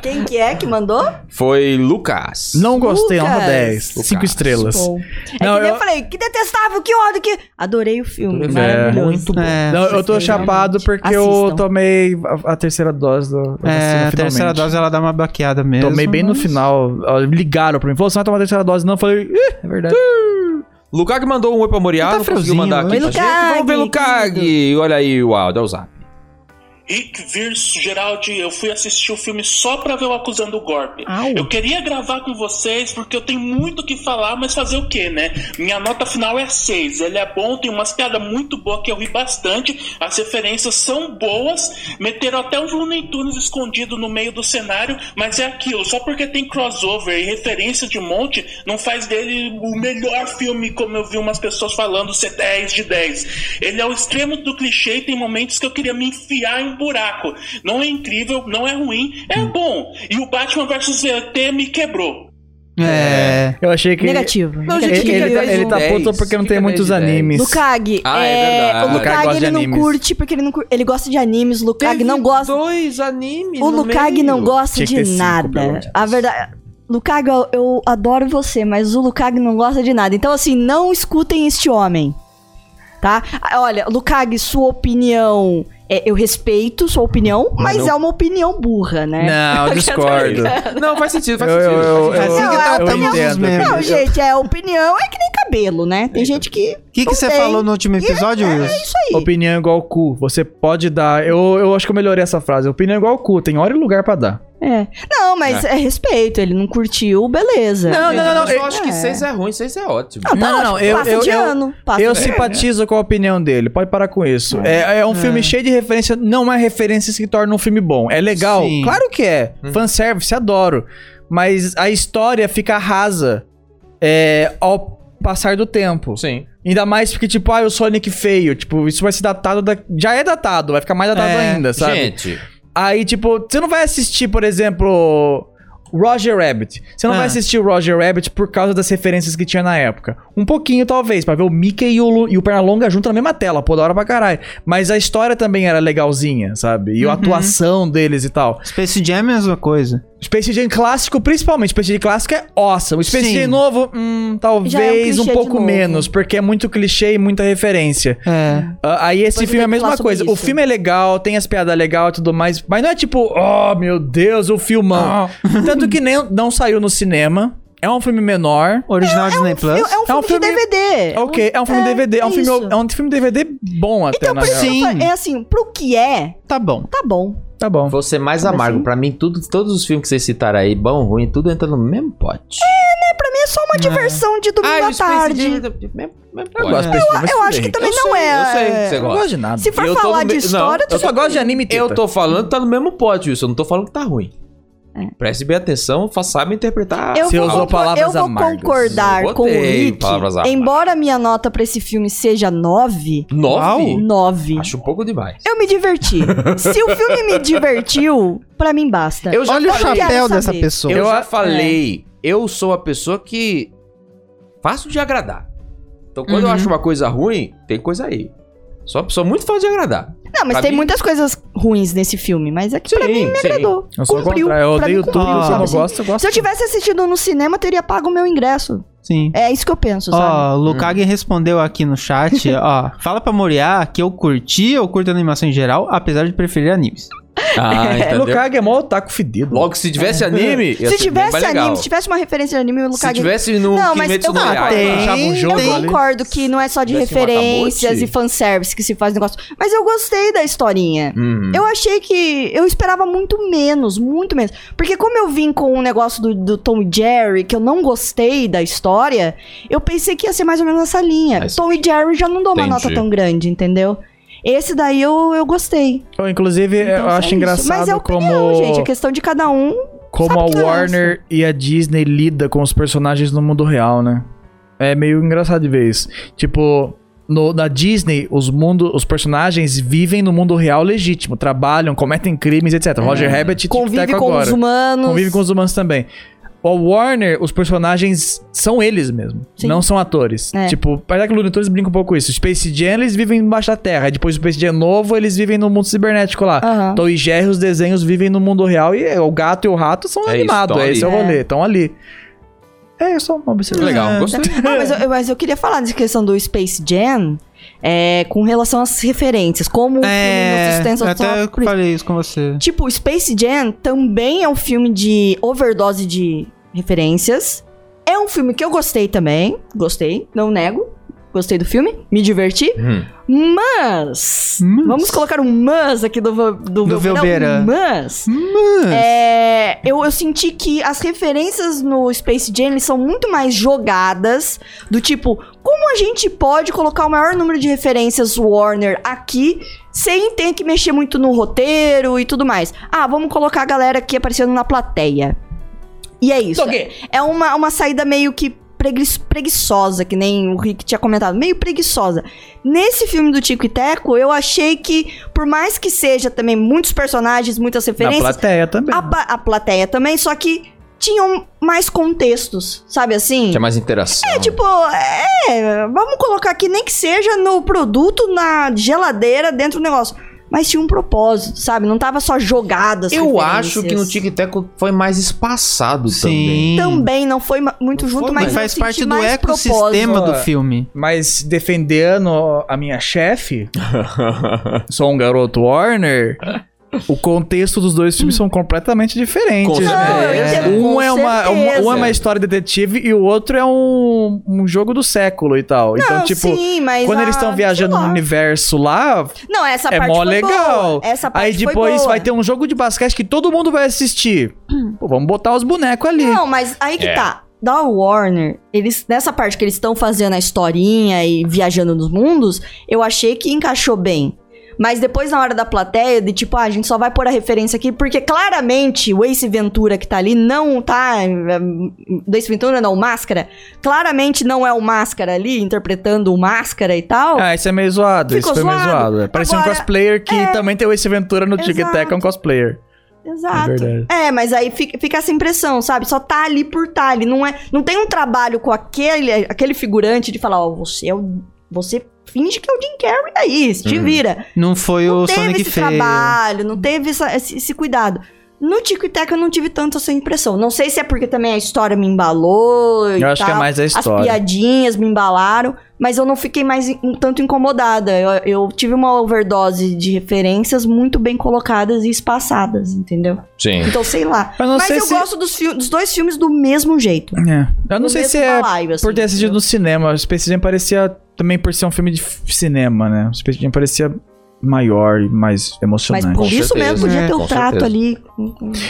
Quem que é que mandou?
Foi Lucas.
Não gostei,
Lucas.
nota 10. 5
Lucas.
estrelas.
Bom. É
Não,
que nem
eu-
eu falei, que detestável, que ódio, que... Adorei o filme,
Adorei o filme.
maravilhoso.
Muito bom.
É,
Não, eu tô
Vocês
chapado
realmente
porque eu
assistam.
tomei a, a terceira dose da da vacina,
é, a
finalmente.
terceira dose ela dá uma baqueada mesmo.
Tomei bem no
mas-
final. Ó, Ligaram pra mim. Falou, você vai tomar a terceira dose? Não, eu falei, "Ih, é verdade.
Lucag mandou um oi pra Moriá,
Tá
não conseguiu
friozinho,
mandar aqui
né?
pra
Oi,
gente.
Lucag,
Vamos ver, Lucag. Olha aí o áudio, é o zap.
Rick Virso Geraldi, eu fui assistir o filme só pra ver o Acusando o Golpe.
Au.
Eu queria gravar com vocês porque eu tenho muito o que falar, mas fazer o quê, né? Minha nota final é 6. Ele é bom, tem umas piadas muito boas que eu ri bastante, as referências são boas. Meteram até um Looney Tunes escondido no meio do cenário, mas é aquilo, só porque tem crossover e referência de um monte, não faz dele o melhor filme, como eu vi umas pessoas falando, ser 10 de 10. Ele é o extremo do clichê e tem momentos que eu queria me enfiar em um buraco. Não é incrível, não é ruim, é bom. E o Batman vs. VT me quebrou.
É.
Eu achei que.
Negativo.
Não, gente,
Ele,
o que que é
ele tá,
dez
ele
um
tá
dez?
puto porque não
O que que
tem
é
muitos
dez de dez?
animes.
Do Kag.
Ah, é verdade.
o
O
Kag
Lukag
gosta
ele
de
não
animes.
curte porque ele não cur- ele gosta de animes, Lukag
Teve
não gosta.
dois animes
O
no
Lukag
meio.
não gosta
Tinha que
de
ter cinco, pelo
nada.
menos.
A verdade. Lukag, eu, eu adoro você, mas o Lukag não gosta de nada. Então, assim, não escutem este homem. Tá? Ah, Olha, Lukag, sua opinião. é, eu respeito sua opinião,
Ah,
mas é uma opinião burra, né?
Não, eu discordo.
Não, faz sentido,
eu,
faz
eu,
sentido.
eu,
faz sentido.
Assim
eu-
que tratamos
eu
os
entendo.
membros.
Não, gente, é opinião, é que nem cabelo, né? Tem gente que.
O que que você
Não tem.
falou no último episódio, Wilson?
Opinião é igual cu. Você pode dar. Eu, eu acho que eu melhorei essa frase. Opinião é igual cu. Tem hora e lugar pra dar.
É. Não, mas é respeito, ele não curtiu, beleza.
Não, não, não, não. Eu
É.
acho que seis é ruim, seis é ótimo.
Não, tá
Não, não, não,
ótimo,
eu-
passa
eu-
de
eu-
ano. Passa
eu
É.
de ano.
simpatizo com a opinião dele. Pode parar com isso. É, é um filme cheio de referência. Não é referência que torna um filme bom. É legal?
Sim.
Claro que é.
Uhum.
Fanservice, adoro. Mas a história fica rasa é, ao passar do tempo.
Sim.
Ainda mais porque, tipo, ah, o Sonic feio. Tipo, isso vai ser datado. da- Já é datado, vai ficar mais datado
É,
ainda, sabe?
Gente,
Aí, tipo, você não vai assistir, por exemplo, Roger Rabbit. Você não
Ah.
vai assistir o Roger Rabbit por causa das referências que tinha na época. Um pouquinho, talvez, pra ver o Mickey e o, Lu- e o Pernalonga junto na mesma tela, pô, da hora pra caralho. Mas a história também era legalzinha, sabe? E
Uhum.
a atuação deles e tal.
Space Jam é a mesma coisa.
Space Jam clássico, principalmente. Space Jam clássico é awesome. O Space
Sim.
Jam novo, hum,
Já é um
talvez
clichê
um
de
pouco
novo.
menos, porque é muito clichê e muita referência.
É.
Ah, aí esse
Depois
filme é a
eu tenho que
mesma
falar
coisa.
sobre
O
isso.
filme é legal, tem as piadas legais e tudo mais, mas não é tipo, oh meu Deus, o
Oh,
filmão. Tanto que nem não saiu no cinema. É um filme menor.
Original Disney Plus.
É um filme, de DVD.
É ok, é um filme DVD, é um filme,
isso.
é um filme DVD bom até,
Então,
na
por isso
real.
que eu
Sim.
fa- é assim, pro que é,
Tá bom.
tá bom.
Tá bom.
vou ser mais
Como
amargo.
assim?
Pra mim, tudo, todos os filmes que vocês citaram aí, bom, ruim, tudo entra no mesmo pote.
Pra mim é só
Ah.
uma diversão de domingo à É, tarde.
Eu gosto
eu,
desse filme,
É.
mas
Eu
tudo
acho que
bem.
também não
sei,
é.
eu sei que você
Eu não
gosta.
gosto de nada.
Se for
Eu tô
falar
no
de
me-
história,
não, eu
tu
só
já-
gosto de anime e
Eu
teta.
tô falando que tá no mesmo pote, Wilson. Eu não tô falando que tá ruim. Preste bem atenção, fa- sabe interpretar.
É. eu
Você
vou,
usou
concor-
palavras
eu vou
amargas.
concordar
Eu
com o
botei
Rick.
palavras amargas.
Embora minha nota pra esse filme seja 9,
Nove?
9.
Acho um pouco demais.
Eu me diverti. Se o filme me divertiu, pra mim basta.
Eu já
Olha o
falei-
chapéu
Quero
dessa
saber.
pessoa.
Eu,
Eu
já
a-
falei,
é.
eu sou a pessoa que fácil de agradar. Então, quando eu
Uhum.
acho uma coisa ruim, tem coisa aí. Sou uma pessoa muito fácil de agradar.
Não, mas
pra
tem
mim-
muitas coisas ruins nesse filme, mas é que pra mim me
sim.
agradou.
Eu sou o
Cumpriu.
contrário, eu
Pra mim
odeio tudo,
cumpriu,
se eu
sabe
não
assim?
gosto, eu gosto.
Se eu tivesse assistido no cinema, teria pago o meu ingresso.
Sim.
É isso que eu penso,
Ah,
sabe?
Ó, o Lukag respondeu aqui no chat, ó. Fala pra Moriá que eu curti, eu curto animação em geral, apesar de preferir animes.
Ah,
É,
entendeu?
Lukag é mó otaku fedido.
Logo, se tivesse anime, ia
se
ser bem mais
tivesse
legal.
anime, se tivesse uma referência de anime, eu
Se
Lucas
tivesse no
Não, mas
Kimetsu
eu
no
concordo.
Yaiba,
tem, achava um jogo
Eu
ali.
concordo que não é só de
Tivesse um
referências
Matamote.
e fanservice que se faz negócio. Mas eu gostei da historinha.
Hum.
Eu achei que. Eu esperava muito menos, muito menos. Porque como eu vim com o negócio do, do Tom e Jerry, que eu não gostei da história, eu pensei que ia ser mais ou menos nessa linha.
Mas-
Tom e Jerry já não dou uma
Entendi.
nota tão grande, entendeu? Esse daí eu, eu gostei.
Eu, inclusive, eu
Então, é
acho
isso.
engraçado
Mas é opinião,
como...
gente. É questão de cada um.
Como
Sabe
a
que lança.
Warner e a Disney lida com os personagens no mundo real, né? É meio engraçado de ver isso. Tipo, no, na Disney, os, mundo, os personagens vivem no mundo real legítimo, trabalham, cometem crimes, etc. Roger Rabbit e Tic Tac
É. Convive com
agora.
os humanos.
Convive com os humanos também. A Warner, os personagens são eles mesmo,
Sim.
não são atores.
É.
Tipo, parece que o Looney Tunes brinca um pouco isso. Space Jam, eles vivem embaixo da Terra. Aí Depois do Space Jam novo, eles vivem no mundo cibernético lá.
Aham.
Tom e Jerry, os desenhos vivem no mundo real e é, o gato e o rato são
É isso,
animados.
tão
É
ali.
esse é o rolê, estão ali. É só uma observação.
Legal, gostei.
Ah, mas, eu, mas eu queria falar dessa questão do Space Jam é, com relação às referências. Como o
É,
filme não sustenta
até
só
eu
por isso.
falei isso com você.
Tipo, Space Jam também é um filme de overdose de referências. É um filme que eu gostei também. Gostei, não nego. Gostei do filme, me diverti.
Hum.
Mas.
Mas-
Vamos colocar um mas aqui do, Vel- do,
Do
Velbeira.
Velbeira.
Mas.
Mas...
É, eu, eu senti que as referências no Space Jam eles são muito mais jogadas, do tipo, como a gente pode colocar o maior número de referências Warner aqui sem ter que mexer muito no roteiro e tudo mais? Ah, vamos colocar a galera aqui aparecendo na plateia. E é isso. É uma, uma saída meio que pregui- preguiçosa, que nem o Rick tinha comentado, meio preguiçosa. Nesse filme do Tico e Teco, eu achei que, por mais que seja também muitos personagens, muitas
Na
referências,
plateia também.
a, pa- a plateia também, só que tinham mais contextos, sabe assim?
Tinha mais interação.
É, tipo, é, vamos colocar aqui, nem que seja no produto, na geladeira, dentro do negócio. Mas tinha um propósito, sabe? Não tava só jogadas.
Eu acho que no Tic Tac foi mais espaçado também.
Sim.
Também não foi ma- muito
Não
junto,
foi,
mas
mas
eu
faz
senti
parte do
mais
ecossistema
propósito.
do filme.
Mas defendendo a minha chefe, sou um garoto Warner, o contexto dos dois filmes são completamente diferentes.
Com
né?
Não, eu entendo,
Um
Ah, com
é uma, uma,
certeza.
um é uma história detetive e o outro é um, um jogo do século e tal. então,
Não,
tipo,
Ah, sim, mas
quando
a-
eles estão viajando
sei
no
lá.
universo lá,
Não, essa
é
parte
mó
foi boa.
legal.
Essa parte
aí
foi
depois
boa.
vai ter um jogo de basquete que todo mundo vai assistir. Pô, vamos botar os bonecos ali.
Não, mas aí que tá. Da Warner, eles nessa parte que eles estão fazendo a historinha e viajando nos mundos, eu achei que encaixou bem. Mas depois, na hora da plateia, de tipo, ah, a gente só vai pôr a referência aqui, porque claramente o Ace Ventura que tá ali não tá. eh, Do Ace Ventura não, o Máscara. Claramente não é o Máscara ali, interpretando o Máscara e tal.
Ah, isso é meio zoado.
Ficou
isso foi meio
zoado.
zoado. é. Parecia um
Agora,
cosplayer que
é.
também tem o Ace Ventura no Tic Tac, é um
Exato.
cosplayer. É
Exato.
verdade.
É, mas aí fica, fica essa impressão, sabe? Só tá ali por tá ali. Não, é, não tem um trabalho com aquele, aquele figurante de falar, ó, você é o. Você finge que é o Jim Carrey aí, se
Hum.
te vira.
Não foi
não
o
teve
Sonic
esse
Feio.
trabalho, não teve essa- esse, esse cuidado. No Tico e Teco eu não tive tanto essa impressão. Não sei se é porque também a história me embalou. e
Eu acho que é
tal.
mais a
As
história.
piadinhas me embalaram, mas eu não fiquei mais em- um tanto incomodada. Eu, eu tive uma overdose de referências muito bem colocadas e espaçadas, entendeu?
Sim.
Então, sei lá.
Eu não
Mas
sei
eu
se-
gosto dos, fi- dos dois filmes do mesmo jeito.
É. Eu não
Do
sei
mesmo
se é
balaio, assim,
por ter assistido
entendeu?
no cinema. Space Jam parecia também por ser um filme de f- cinema, né? Space Jam parecia maior e mais
Mas
emocionante.
por
Com
isso
certeza,
mesmo, podia
né?
ter
Com
o trato
certeza.
ali.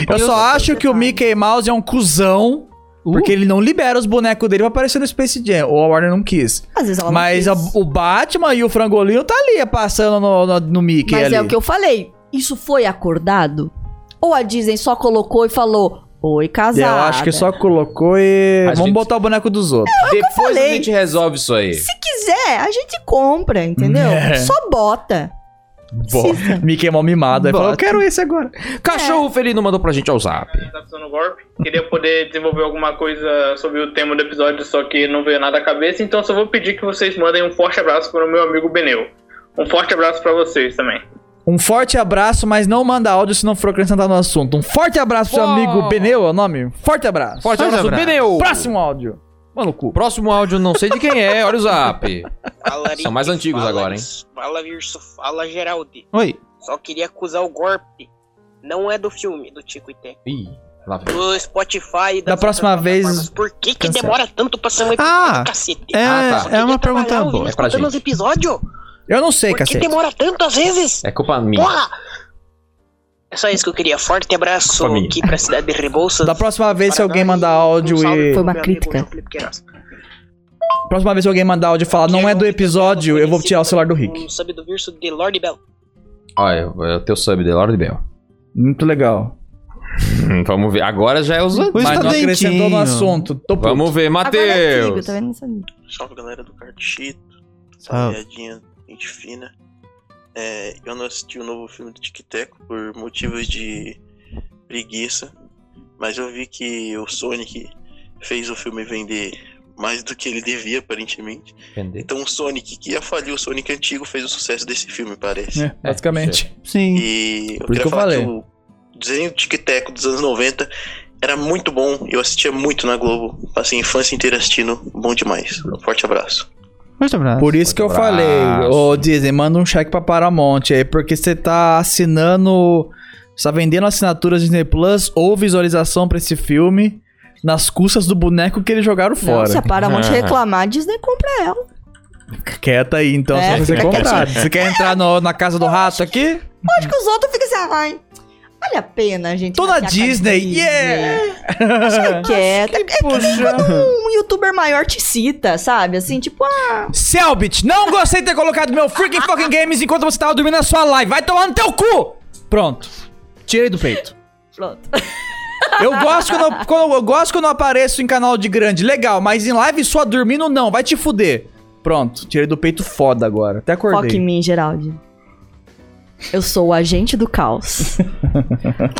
Eu só acho que o Mickey Mouse é um cuzão.
Uh.
Porque ele não libera os bonecos dele pra aparecer no Space Jam. Ou a Warner não quis.
Às vezes ela não quis.
Mas a- o Batman e o Frangolino tá ali, é, passando no, no, no Mickey
Mas
ali.
é o que eu falei. Isso foi acordado? Ou a Disney só colocou e falou: Oi,
E
casada.
eu acho que só colocou e.
A
Vamos
gente-
botar o boneco dos outros.
Depois a
falei.
gente resolve isso aí.
Se quiser, a gente compra, entendeu?
É.
Só bota.
Bom,
Precisa.
Mickey é mó mimado. Aí
Bota.
falou, eu quero esse agora.
É.
Cachorro Felino mandou pra gente ao zap.
adaptação no golpe. Queria poder desenvolver alguma coisa sobre o tema do episódio, só que não veio nada à cabeça, então só vou pedir que vocês mandem um forte abraço para o meu amigo Beneu. Um forte abraço para vocês também.
Um forte abraço, mas não manda áudio se não for acrescentado no assunto. Um forte abraço pro seu
Pô.
amigo Beneu, é o nome? Forte abraço.
Forte
Forte
abraço,
abraço.
Beneu.
Próximo áudio. Mano, cu.
Próximo áudio, não sei de quem é, olha o zap.
Fala, Rick,
São mais antigos
fala,
agora, hein?
Nis- Fala, Virso. Fala, Geraldi.
Oi.
Só queria acusar o golpe. Não é do filme, do Tico e Teco.
Ih, lá vem.
Do Spotify. e
Da
das
próxima
outras
vez,
plataformas. Por que, que
cancela.
demora tanto pra ser um
Ah,
episódio, cacete?
É,
Ah, tá.
Só
é uma
queria trabalhar
pergunta
ouvindo,
boa. É pra
escutando
gente.
os episódios.
Eu não sei,
Por que
cacete.
demora tanto às vezes?
É culpa minha.
Porra! É só isso que eu queria. Forte abraço
Família.
aqui pra cidade de Rebouças.
Da próxima vez, se
Paraná
alguém
e
mandar áudio
um salve
e.
Foi uma
pro meu amigo
crítica.
João Felipe Queiroz.
Próxima vez, se alguém mandar áudio e falar, não é do episódio, eu vou tirar o celular do Rick.
Um sub do Virso de Lorde Bell.
Olha, é o teu sub de Lorde Bell.
Muito legal.
Hum, Vamos ver. Agora já é os
Pois
antigos.
Mas
tá
não
dentinho.
acrescentou no assunto. Tô puto.
Vamos ver,
Agora é antigo,
Matheus.
tá vendo? Não sabia.
Salve galera do Cartito.
Salve.
Salve. Tá gente fina. É, eu não assisti o novo filme do Tic Tac por motivos de preguiça, mas eu vi que o Sonic fez o filme vender mais do que ele devia, aparentemente. Então o Sonic, que ia falir o Sonic antigo, fez o sucesso desse filme, parece.
É, basicamente.
Sim.
E eu
Por
queria
isso que eu
falar
falei.
que o desenho tic-tac dos anos 90 era muito bom. Eu assistia muito na Globo. Passei a infância inteira assistindo. Bom demais. Um forte abraço.
Forte abraço.
Por isso que eu
Abraço.
falei, ô Disney, manda um cheque pra Paramount aí, porque você tá assinando, você tá vendendo assinaturas Disney Plus ou visualização pra esse filme nas custas do boneco que eles jogaram
Não, se
fora.
a Paramount reclamar, a Disney compra ela.
Quieta aí, então,
É,
só pra você
fica
comprar. Você quer entrar no- na casa do rato aqui?
Acho que os outros ficam assim, ah, vai. Vale a pena, gente.
Tô na
bater a cara
Disney,
Disney.
yeah!
Sai quieta.
Puxa.
é Um youtuber maior te cita, sabe? Assim, tipo, ah,
Selbit, não gostei de ter colocado meu freaking fucking games enquanto você tava dormindo na sua live. Vai tomar no teu cu! Pronto. Tirei do peito.
pronto.
Eu gosto quando, eu- quando eu gosto quando eu apareço em canal de grande, legal, mas em live só dormindo não, vai te fuder. Pronto, tirei do peito foda agora. Até acordei.
Foca em mim, Geraldi. Eu sou o agente do caos.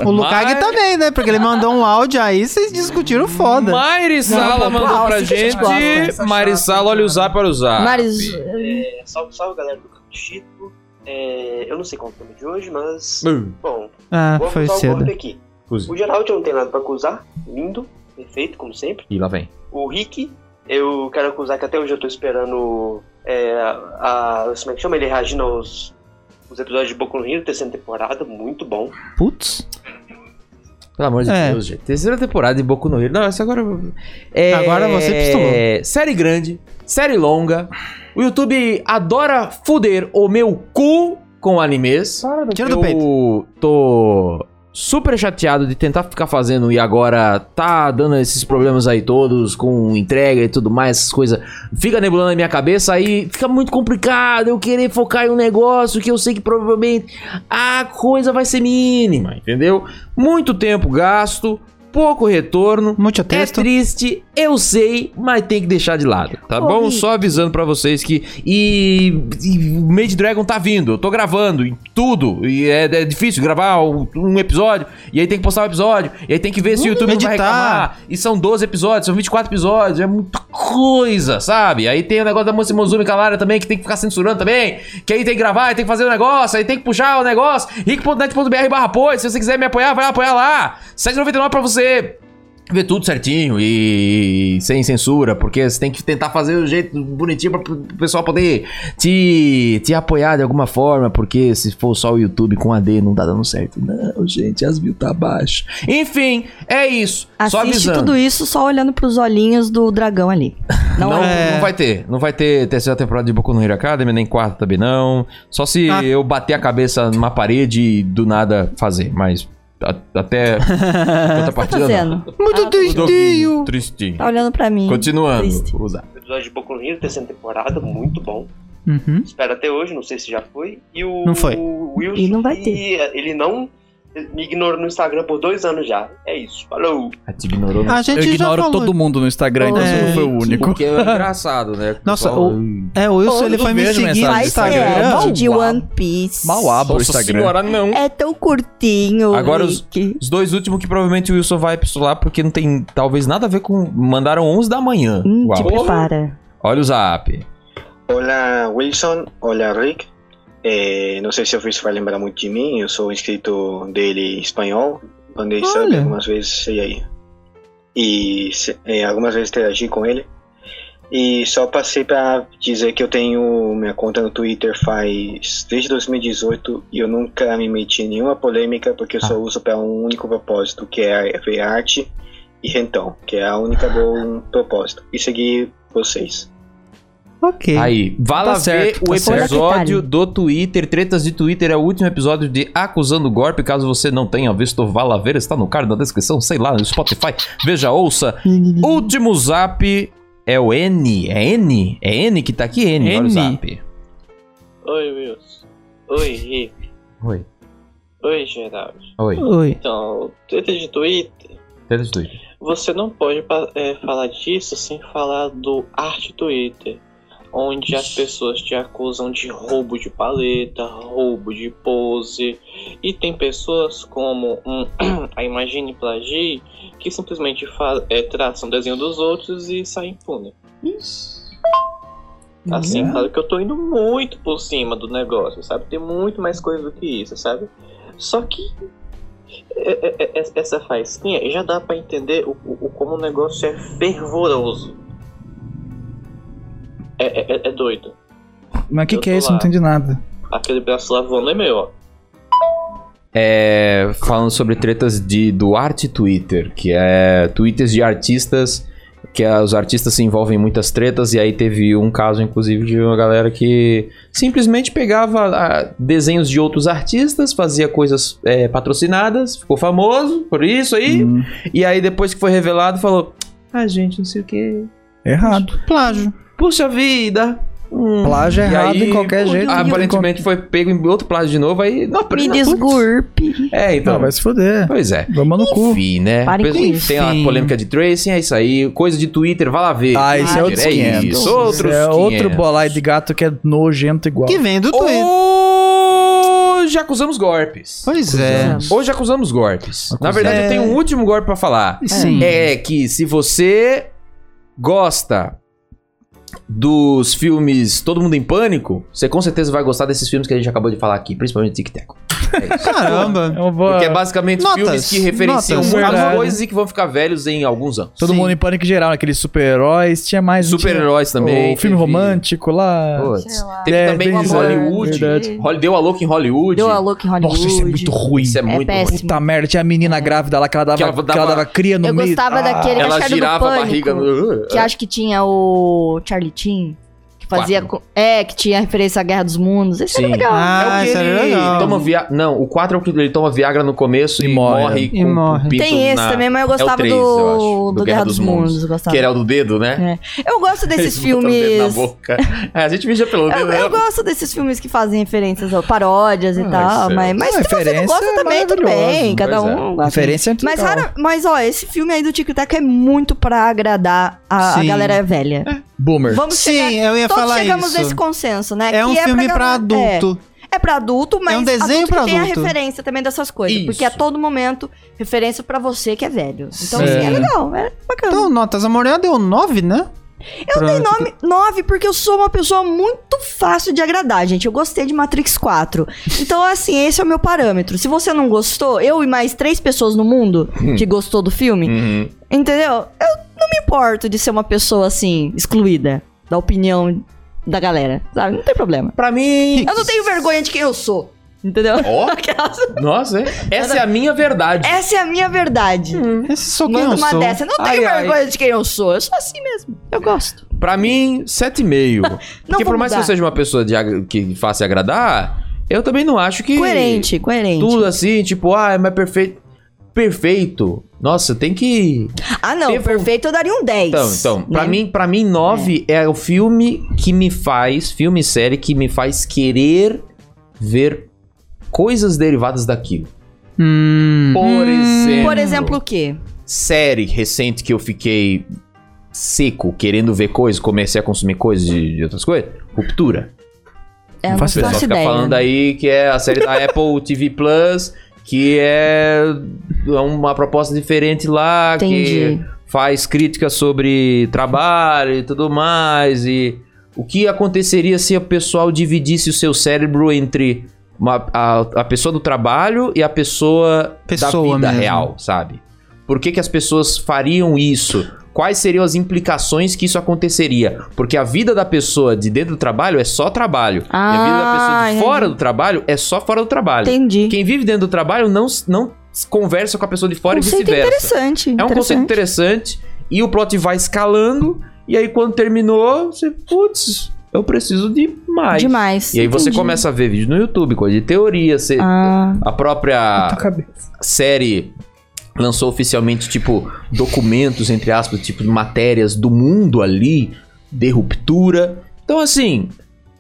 O Lukag também, né? Porque ele mandou um áudio aí, vocês discutiram foda.
Mairi Sala
pô,
mandou
uau,
pra
isso que a gente
gente.
gosta,
essa
Mairi
chata,
Sala, olha o
cara.
zap para
Ah,
usar.
Mas
É, salve, salve, galera do Campo Chico. É, eu não sei qual é o nome de hoje, mas.
Hum,
Bom,
Ah,
vou
foi
acusar o
cedo.
golpe aqui.
Acuse.
O Geraldo não tem nada pra acusar. Lindo, perfeito, como sempre.
E lá vem.
O Rick, eu quero acusar que até hoje eu tô esperando. É, a, a- como é que chama? Ele reagindo aos os episódios de Boku no Hero, terceira temporada, muito bom.
Putz.
Pelo amor de
É.
Deus, gente. Terceira temporada de Boku no Hero. Não, essa agora. É...
Agora você
É...
acostumou.
Série grande, série longa. O YouTube adora fuder o meu cu com animes.
Tira do peito.
Eu tô super chateado de tentar ficar fazendo e agora tá dando esses problemas aí todos com entrega e tudo mais, essas coisas. Fica nebulando na minha cabeça aí, fica muito complicado eu querer focar em um negócio que eu sei que provavelmente a coisa vai ser mínima, entendeu? Muito tempo gasto, pouco retorno.
Muito
É
texto.
triste, eu sei, mas tem que deixar de lado, tá
Ô,
bom?
Rick.
Só avisando pra vocês que. E, e Made Dragon tá vindo, eu tô gravando e tudo. E é, é difícil gravar um, um episódio, e aí tem que postar um episódio, e aí tem que ver se o YouTube não vai
editar.
reclamar. E são 12 episódios, são 24 episódios, é muita coisa, sabe? Aí tem o negócio da Moça Mozumi Calara também, que tem que ficar censurando também. Que aí tem que gravar, aí tem que fazer o negócio, aí tem que puxar o negócio. rick.net.br barra apoio, se você quiser me apoiar, vai lá apoiar lá. 7,99 pra você ver tudo certinho e sem censura, porque você tem que tentar fazer o jeito bonitinho para o pessoal poder te, te apoiar de alguma forma, porque se for só o YouTube com AD não tá dando certo. Não, gente, as views tá baixo. Enfim, é isso.
assiste
só avisando.
tudo isso só olhando pros olhinhos do dragão ali.
Não,
Não,
não,
é.
vai ter. Não vai ter terceira temporada de Boku no Hero Academy, nem quarta também não. Só se
Ah.
eu bater a cabeça numa parede e do nada fazer, mas a- até outra
O que tá
partida não.
fazendo?
Muito tristinho.
Triste.
Tá olhando pra mim.
Continuando.
Triste.
Usar.
O episódio de Boku no Hero, terceira temporada, muito bom.
Uhum.
Espero até hoje, não sei se já foi. E o
Não foi.
o Wilson,
E não vai
que
ter.
ele não me ignorou no Instagram por dois anos já. É isso, falou.
A te ignorou no
A
Eu
gente já
ignoro
falou.
todo mundo no Instagram, então
É.
você não foi o único.
Porque é engraçado, né?
Nossa,
Pessoal,
o- É, o Wilson,
Todo
ele foi me
vejo
seguir no
mensagem
Vai
do
ser
Instagram.
um monte
Mauá.
de One Piece.
Mal abro o
Nossa
Instagram.
senhora, não.
É tão curtinho,
Agora os-
Rick.
Os dois últimos que provavelmente o Wilson vai pistolar porque não tem talvez nada a ver com. Mandaram 11 da manhã.
Hum, te
Uau.
prepara.
Olha o zap.
Olá, Wilson. Olá, Rick. É, não sei se o Wilson vai lembrar muito de mim. Eu sou um inscrito dele em espanhol. Andei
Olha.
sabe algumas vezes e aí. E se- é, algumas vezes interagi com ele. E só passei pra dizer que eu tenho minha conta no Twitter faz desde 2018 e eu nunca me meti em nenhuma polêmica É, porque eu só uso pra um único propósito, que é ver arte e rentão, que é a única bom propósito. E seguir vocês.
Ok.
Aí, vá lá
Tá certo,
ver o
tá certo.
episódio do Twitter, Tretas de Twitter, é o último episódio de Acusando Golpe. Caso você não tenha visto, vá lá ver, está no card da descrição, sei lá, no Spotify. Veja, ouça. Último zap é o N. É N? É N que tá aqui? N. Olha o
N.
zap.
Oi, Wilson. Oi, Rick.
Oi.
Oi, Geraldo.
Oi.
Oi.
Então, Twitter de Twitter,
Tretas de Twitter.
você não pode pa- é, falar disso sem falar do Arte Twitter, onde as pessoas te acusam de roubo de paleta, roubo de pose, e tem pessoas como hum, a Imagine Plagie que simplesmente fa- é, traçam o desenho dos outros e saem impune. Assim, claro que eu tô indo muito por cima do negócio, sabe? Tem muito mais coisa do que isso, sabe? Só que é- é- é- essa faísquinha já dá pra entender o, o- o como o negócio é fervoroso. É, é- é- é doido.
Mas o que,
Eu
que é
tô
isso?
lá.
Não entendi nada.
Aquele braço lá voando é meu, ó.
É, falando sobre tretas de do arte Twitter, que é tweets de artistas, que é, os artistas se envolvem em muitas tretas, e aí teve um caso, inclusive, de uma galera que simplesmente pegava ah, desenhos de outros artistas, fazia coisas é, patrocinadas, ficou famoso por isso aí,
Hum,
e aí depois que foi revelado, falou: Ah, gente, não sei o que.
errado.
Plágio.
Puxa vida! Hum,
Plágio
E
errado
aí,
em qualquer jeito.
Aparentemente foi pego em outro plágio de novo, aí. Não,
Me
não,
desgurpe.
É, então.
Não, vai se foder.
Pois é.
Vamos no cu.
Enfim, né?
Parem
Pensa-
com
isso.
Tem a polêmica de tracing, é isso aí. Coisa de Twitter, vai lá ver.
Ah, esse é outro
É
500.
isso, outros
é outro
500.
bolai de gato que é nojento igual.
Que vem do Twitter.
Ô, hoje já acusamos golpes.
Pois é.
Hoje acusamos golpes. Na verdade,
é
eu tenho um último golpe pra falar.
Hum.
Sim.
É que se você gosta dos filmes Todo Mundo em Pânico, você com certeza vai gostar desses filmes que a gente acabou de falar aqui, principalmente Tic Tac. É
Caramba.
Eu vou...
Porque é basicamente
Notas,
filmes que referenciam
notas,
muitas
verdade.
coisas e que vão ficar velhos em alguns anos.
Todo
Sim.
mundo em pânico geral, aqueles super-heróis. Tinha mais.
Super-heróis
tinha
também.
O filme
teve-
romântico lá.
Putz.
Sei lá.
Teve
É,
também
tem
em
isso,
Hollywood.
é
verdade.
Holly- Deu a louca em Hollywood.
Deu a look em Hollywood.
Nossa, isso é muito ruim.
Isso é,
É
muito
péssimo.
ruim.
Puta merda, tinha a menina grávida lá que ela dava,
Ah. Que
que
ela
ela
dava-
dava, cria no
Eu
meio.
gostava
Ah,
daquele, acho
Ela
que era do
girava a
Pânico.
barriga. no-
Que acho que tinha o Charlie Chin. Que fazia.
Quatro.
co- É, que tinha referência à Guerra dos Mundos. Esse
Sim.
era legal.
Ah,
é o
isso
que
era
ele
legal.
toma Viagra. Não, o 4 é o que ele toma Viagra no começo e,
E
morre.
morre.
com
E
o
morre.
pito
Tem esse
na-
também, mas eu
o
gostava
três, eu acho,
do, do Guerra dos, Mundos. eu gostava.
Que era o do dedo, né?
Eu gosto desses
Eles botam o dedo
filmes.
Na boca. É, a gente mija pelo
Eu,
dedo.
eu
né?
gosto desses filmes que fazem referências a paródias e
Ah,
tal,
isso é-
mas, mas
Ah,
se você não
referência
gosta
é
também, tudo
maravilhoso,
bem. Cada
pois é.
um gosta.
Referência é muito
Mas,
legal.
cara, mas, ó, esse filme aí do Tic Tac é muito pra agradar a, a
Sim. É.
galera velha.
Boomer.
Vamos
Sim,
chegar...
eu ia
Todos
falar
chegamos
isso.
nesse consenso, né?
É um
Que
filme pra
galera- é.
adulto.
É pra adulto, mas
É um desenho
adulto
pra
que tem a
adulto.
referência também dessas coisas.
Isso.
Porque a todo momento, referência pra você que é velho. Então,
Sim.
assim, é legal, é bacana.
Então, notas, a Morena deu 9, né? Eu dei
nome 9, porque eu sou uma pessoa muito fácil de agradar, gente. Eu gostei de Matrix 4. Então, assim, esse é o meu parâmetro. Se você não gostou, eu e mais três pessoas no mundo que gostou do filme,
Uhum.
entendeu? Eu não me importo de ser uma pessoa, assim, excluída da opinião da galera, sabe? Não tem problema.
Pra mim.
Eu não tenho vergonha de quem eu sou, entendeu?
Ó.
Aquelas-
Nossa, é? essa é a minha verdade.
Essa é a minha verdade.
Esse sou quem
Manda
eu
uma
sou.
dessa. Eu não
Ai,
tenho
ai.
vergonha de quem eu sou. Eu sou assim mesmo. Eu gosto.
Pra mim, 7,5. Porque
vou
por mais que eu
mudar.
seja uma pessoa de ag- que faça agradar, eu também não acho que.
Coerente, coerente.
Tudo assim, tipo, ah, é mais perfeito. Perfeito. Nossa, tem que.
Ah, não,
Teve um-
perfeito eu daria um 10.
Então, então pra,
né?
mim, pra mim, 9 é. o filme que me faz, filme e série, que me faz querer ver coisas derivadas daquilo.
Hum.
Por exemplo.
Por exemplo, o quê?
série recente que eu fiquei seco, querendo ver coisas, comecei a consumir coisas de, de outras coisas, Ruptura.
É,
O pessoal fica falando aí que é a série da Apple TV Plus, que é uma proposta diferente lá,
Entendi.
que faz críticas sobre trabalho e tudo mais e o que aconteceria se o pessoal dividisse o seu cérebro entre uma- a, a pessoa do trabalho e a pessoa, da
Pessoa
vida
mesmo.
real, sabe? Por que, que as pessoas fariam isso? Quais seriam as implicações que isso aconteceria? Porque a vida da pessoa de dentro do trabalho é só trabalho. e a vida da pessoa de
Ah,
fora do trabalho é só fora do trabalho.
Entendi.
Quem vive dentro do trabalho não, s- não s- conversa com a pessoa de fora e
Conceito
vice-versa.
interessante.
É um conceito interessante e o plot vai escalando e aí quando terminou, você, putz, eu preciso de mais.
Demais.
E aí você
entendi.
começa Hum. a ver vídeo no YouTube, coisa de teoria, você-
Ah,
a própria série lançou oficialmente tipo documentos entre aspas, tipo matérias do mundo ali de ruptura. Então assim,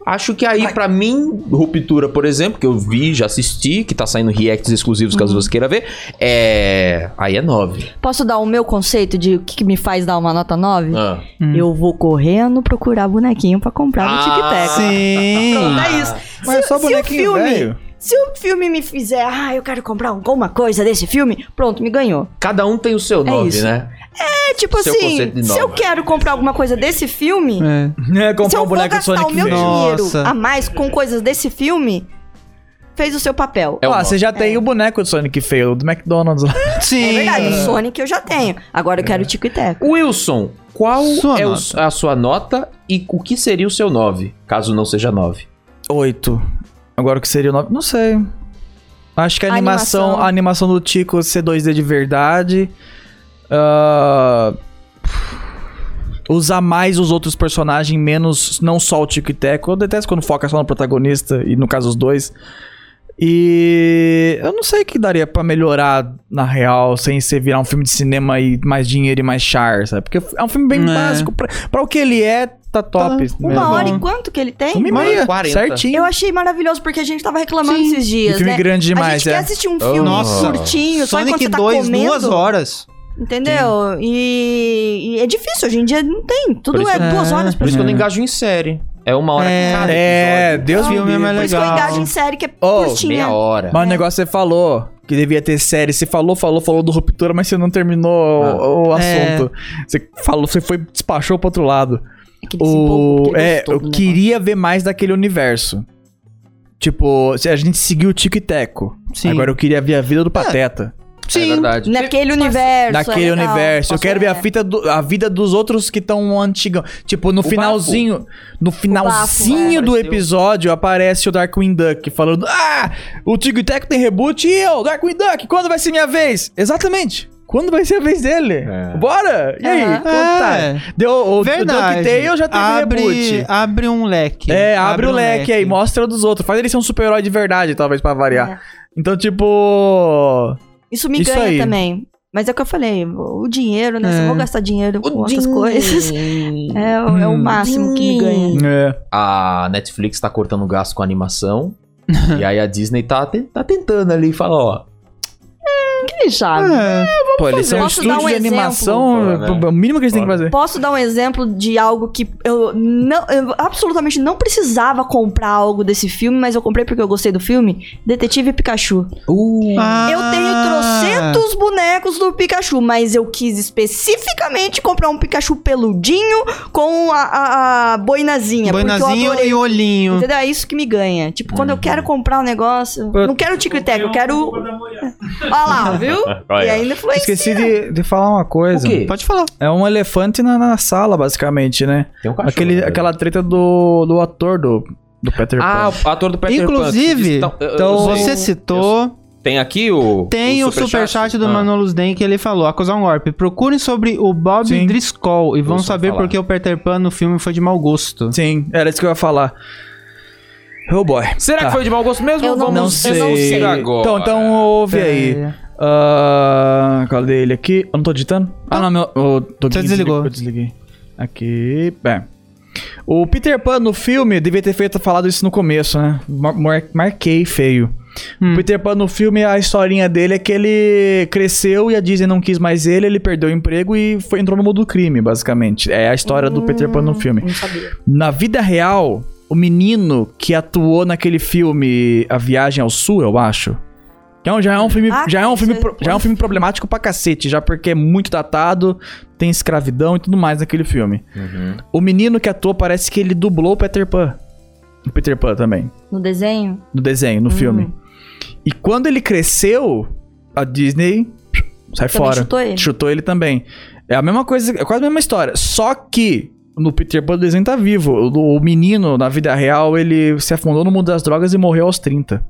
acho que aí pra mim ruptura, por exemplo, que eu vi, já assisti, que tá saindo reacts exclusivos caso você queira ver, é aí é 9.
posso dar o meu conceito de o que, que me faz dar uma nota 9?
Ah.
Hum.
Eu vou correndo procurar bonequinho pra comprar no Tic Tac.
Sim.
Pronto, é isso.
Mas
se,
só
se o
bonequinho
filme,
velho.
se o filme me fizer, ah, eu quero comprar alguma coisa desse filme, pronto, me ganhou.
Cada um tem o seu nome,
isso.
né?
É tipo
Seu conceito de
assim, se eu
nova.
quero comprar alguma coisa desse filme,
É.
É,
se
comprar
eu
um
vou
boneco do
gastar
Sonic
o meu
velho.
dinheiro
Nossa.
a mais com coisas desse filme, fez o seu papel.
É o
ah,
nosso.
você já tem o boneco do Sonic feio, do McDonald's né? lá.
Sim.
É verdade, o Sonic eu já tenho. Agora eu quero o
É.
Tico e Teco.
Wilson, qual
Sua
é o-
nota.
a sua nota e o que seria o seu 9, caso não seja 9?
Oito. Agora o que seria o nome? Não sei. Acho que a animação,
Animação.
A animação do Tico ser 2D de verdade. Ah, usar mais os outros personagens, menos não só o Tico e Teco. Eu detesto quando foca só no protagonista, e no caso os dois. E eu não sei o que daria pra melhorar, na real, sem ser virar um filme de cinema e mais dinheiro e mais char, sabe? Porque é um filme bem
É.
básico. Pra, pra o que ele é, tá top.
É
Uma
mesmo.
hora
bom.
e quanto que ele tem?
Uma e meia,
40.
certinho.
Eu achei maravilhoso, porque a gente tava reclamando esses
E
dias,
filme
né?
grande
a
demais,
gente quer
é.
assistir um
Oh.
filme
Nossa.
curtinho, só enquanto
Sonic
você tá
2,
comendo.
duas horas.
Entendeu? E, e é difícil, hoje em dia não tem. Tudo
Por isso
é
que-
duas horas.
Por isso que eu não engajo em série. É uma hora
É,
cada
É,
episódio.
Deus
Não,
me
filme é
livre.
mais
Por isso que eu
legal.
engajo em série que é
Oh,
curtinha.
Meia hora.
Mas o negócio que você falou que devia ter série. Você falou, falou, falou do Ruptura, mas você não terminou o,
É.
o assunto. Você falou, você foi, despachou pro outro lado.
É que ele se empolgou,
O,
porque ele
é,
gostou
eu
do negócio.
queria ver mais daquele universo. Tipo, se a gente seguiu o Tico e Teco.
Sim.
Agora eu queria ver a vida do Pateta.
É verdade.
Naquele universo.
Naquele
é legal.
universo. Eu
Posso-
quero ver a,
é.
fita do- a vida dos outros que estão antigão. Tipo, no
bafo.
finalzinho. No finalzinho
é.
do
Apareceu.
episódio aparece o Darkwing Duck falando: Ah, o Tigo e Teco tem reboot e eu, Darkwing Duck, quando vai ser minha vez? Exatamente. Quando vai ser a vez dele?
É.
Bora! E aí?
Aham.
Quanto tá? Deu o, o
É. Verdade.
DuckTale já teve
abre,
reboot.
abre um leque.
É, abre, o leque, aí, mostra dos outros. Faz ele ser um super-herói de verdade, talvez, pra variar.
É.
Então, tipo.
Isso me
Isso
ganha
aí. É.
também. Mas é o que eu falei, o dinheiro, né? Se eu vou gastar dinheiro com outras coisas, é, o-
Hum.
é o máximo que me ganha.
É.
A Netflix tá cortando gasto com animação. e aí a Disney tá, te- tá tentando ali, fala, ó.
Que chato.
É.
Pô, eles são um
Posso dar
estúdio
um
de
exemplo?
animação. é,
Bora, né?
O mínimo que eles têm que fazer.
Posso dar um exemplo de algo que eu não, eu absolutamente não precisava comprar algo desse filme, mas eu comprei porque eu gostei do filme? Detetive Pikachu.
Uh, Ah.
Eu
Ah.
tenho trocentos bonecos do Pikachu, mas eu quis especificamente comprar um Pikachu peludinho com a, a- a boinazinha. porque eu
Boinazinho
um
adorei.
e olhinho.
Entendeu? É isso que me ganha. Tipo, quando eu quero comprar um negócio.
Eu-
Não quero tico e teco, eu quero. Olha lá, viu? E ainda influencia.
Esqueci de, de falar uma coisa.
O quê?
Pode falar.
É um elefante na, na sala, basicamente, né?
Tem um cachorro.
Aquele,
né?
aquela treta do, do ator do, do Peter
Ah, o ator do Peter
Inclusive,
Pan. que diz-
então,
eu sei.
Você citou.
Tem aqui o.
Tem o superchat do
Ah.
Manolo Sden que ele falou: acusar um golpe. Procurem sobre o Bob
Sim.
Driscoll e vão
Ouçam
saber
falar.
por que o Peter Pan no filme foi de mau gosto.
Sim, era isso que eu ia falar. Oh boy.
Será
Tá.
que foi de mau gosto mesmo?
Eu não- É.
Vamos
Não
eu
sei.
não sei agora.
Então, então ouve
Pera
aí. Ah, cadê ele aqui? Eu não tô digitando? Ah, não, meu. o
Você
Doguinho
desligou.
Eu desliguei. Aqui. Bem. O Peter Pan no filme devia ter feito falado isso no começo, né? Mar- mar- marquei feio.
Hum.
O Peter Pan no filme, a historinha dele é que ele cresceu e a Disney não quis mais ele, ele perdeu o emprego e foi, entrou no mundo do crime, basicamente. É a história do Peter Pan no filme.
Não sabia.
Na vida real, o menino que atuou naquele filme A Viagem ao Sul, eu acho. que é um- já é um filme,
Ah,
já é um filme,
sei.
pro- já é um filme problemático pra cacete, já porque é muito datado, tem escravidão e tudo mais naquele filme.
Uhum.
O menino que atua parece que ele dublou o Peter Pan. O Peter Pan também,
No desenho?
no desenho, no
Hum.
filme. E quando ele cresceu, a Disney sai
Também
fora.
chutou ele.
Chutou ele também. É a mesma coisa, é quase a mesma história. Só que no Peter Pan o desenho tá vivo. O, o menino, na vida real, ele se afundou no mundo das drogas e morreu aos 30.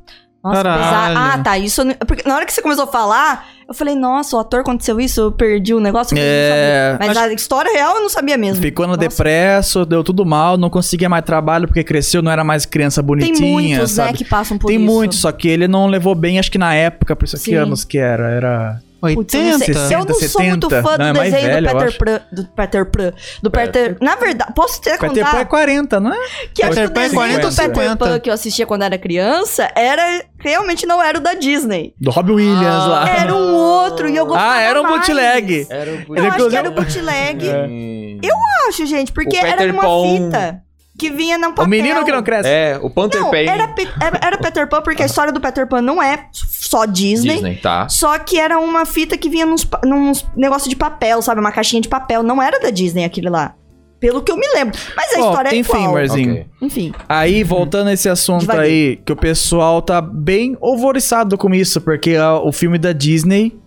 Nossa,
Caralho.
pesado. Ah, tá. Isso. eu não- Porque na hora que você começou a falar, eu falei, nossa, o ator aconteceu isso, eu perdi o negócio. eu não sabia.
É.
Mas a história real eu não sabia mesmo.
Ficou no
Nossa.
depresso, deu tudo mal, não conseguia mais trabalho porque cresceu, não era mais criança
Tem
bonitinha,
muitos,
sabe?
né, que passam por
Tem
isso.
muitos, só que ele não levou bem, acho que na época, por isso que
Sim.
anos que era, era...
Putz, eu não sei. é
80.
eu não sou
70,
muito fã do
não, é mais
desenho
velho, eu
do
acho.
Peter Pan. Do Peter Pan. Do Peter. Na verdade, posso até
Peter
contar
Pan é 40, não é?
que acho que o
Peter Pan é
desenho
40
do Peter
50.
Pan que eu assistia quando era criança era realmente não era o da Disney.
Do Robbie Williams lá.
Era um outro e eu gostava
Ah, era um
mais.
bootleg.
Era o
Eu acho que era o
Inclusive-
bootleg.
É.
Eu acho, gente, porque
O
era
Peter
numa
Pan.
fita que vinha num papel.
O menino que não cresce.
É, o Panther
Não,
Pan.
era, Pe- era- era Peter Pan porque a história do Peter Pan não é só
Disney.
Disney.
tá?
Só que era uma fita que vinha nos, pa- nos negócio de papel, sabe? Uma caixinha de papel. Não era da Disney aquele lá. Pelo que eu me lembro. Mas a
Ó,
história é
enfim,
igual.
Marzinho.
Ok.
Enfim.
Aí, voltando a esse assunto
Devaguei.
aí, que o pessoal tá bem alvoriçado com isso, porque ó, o filme da Disney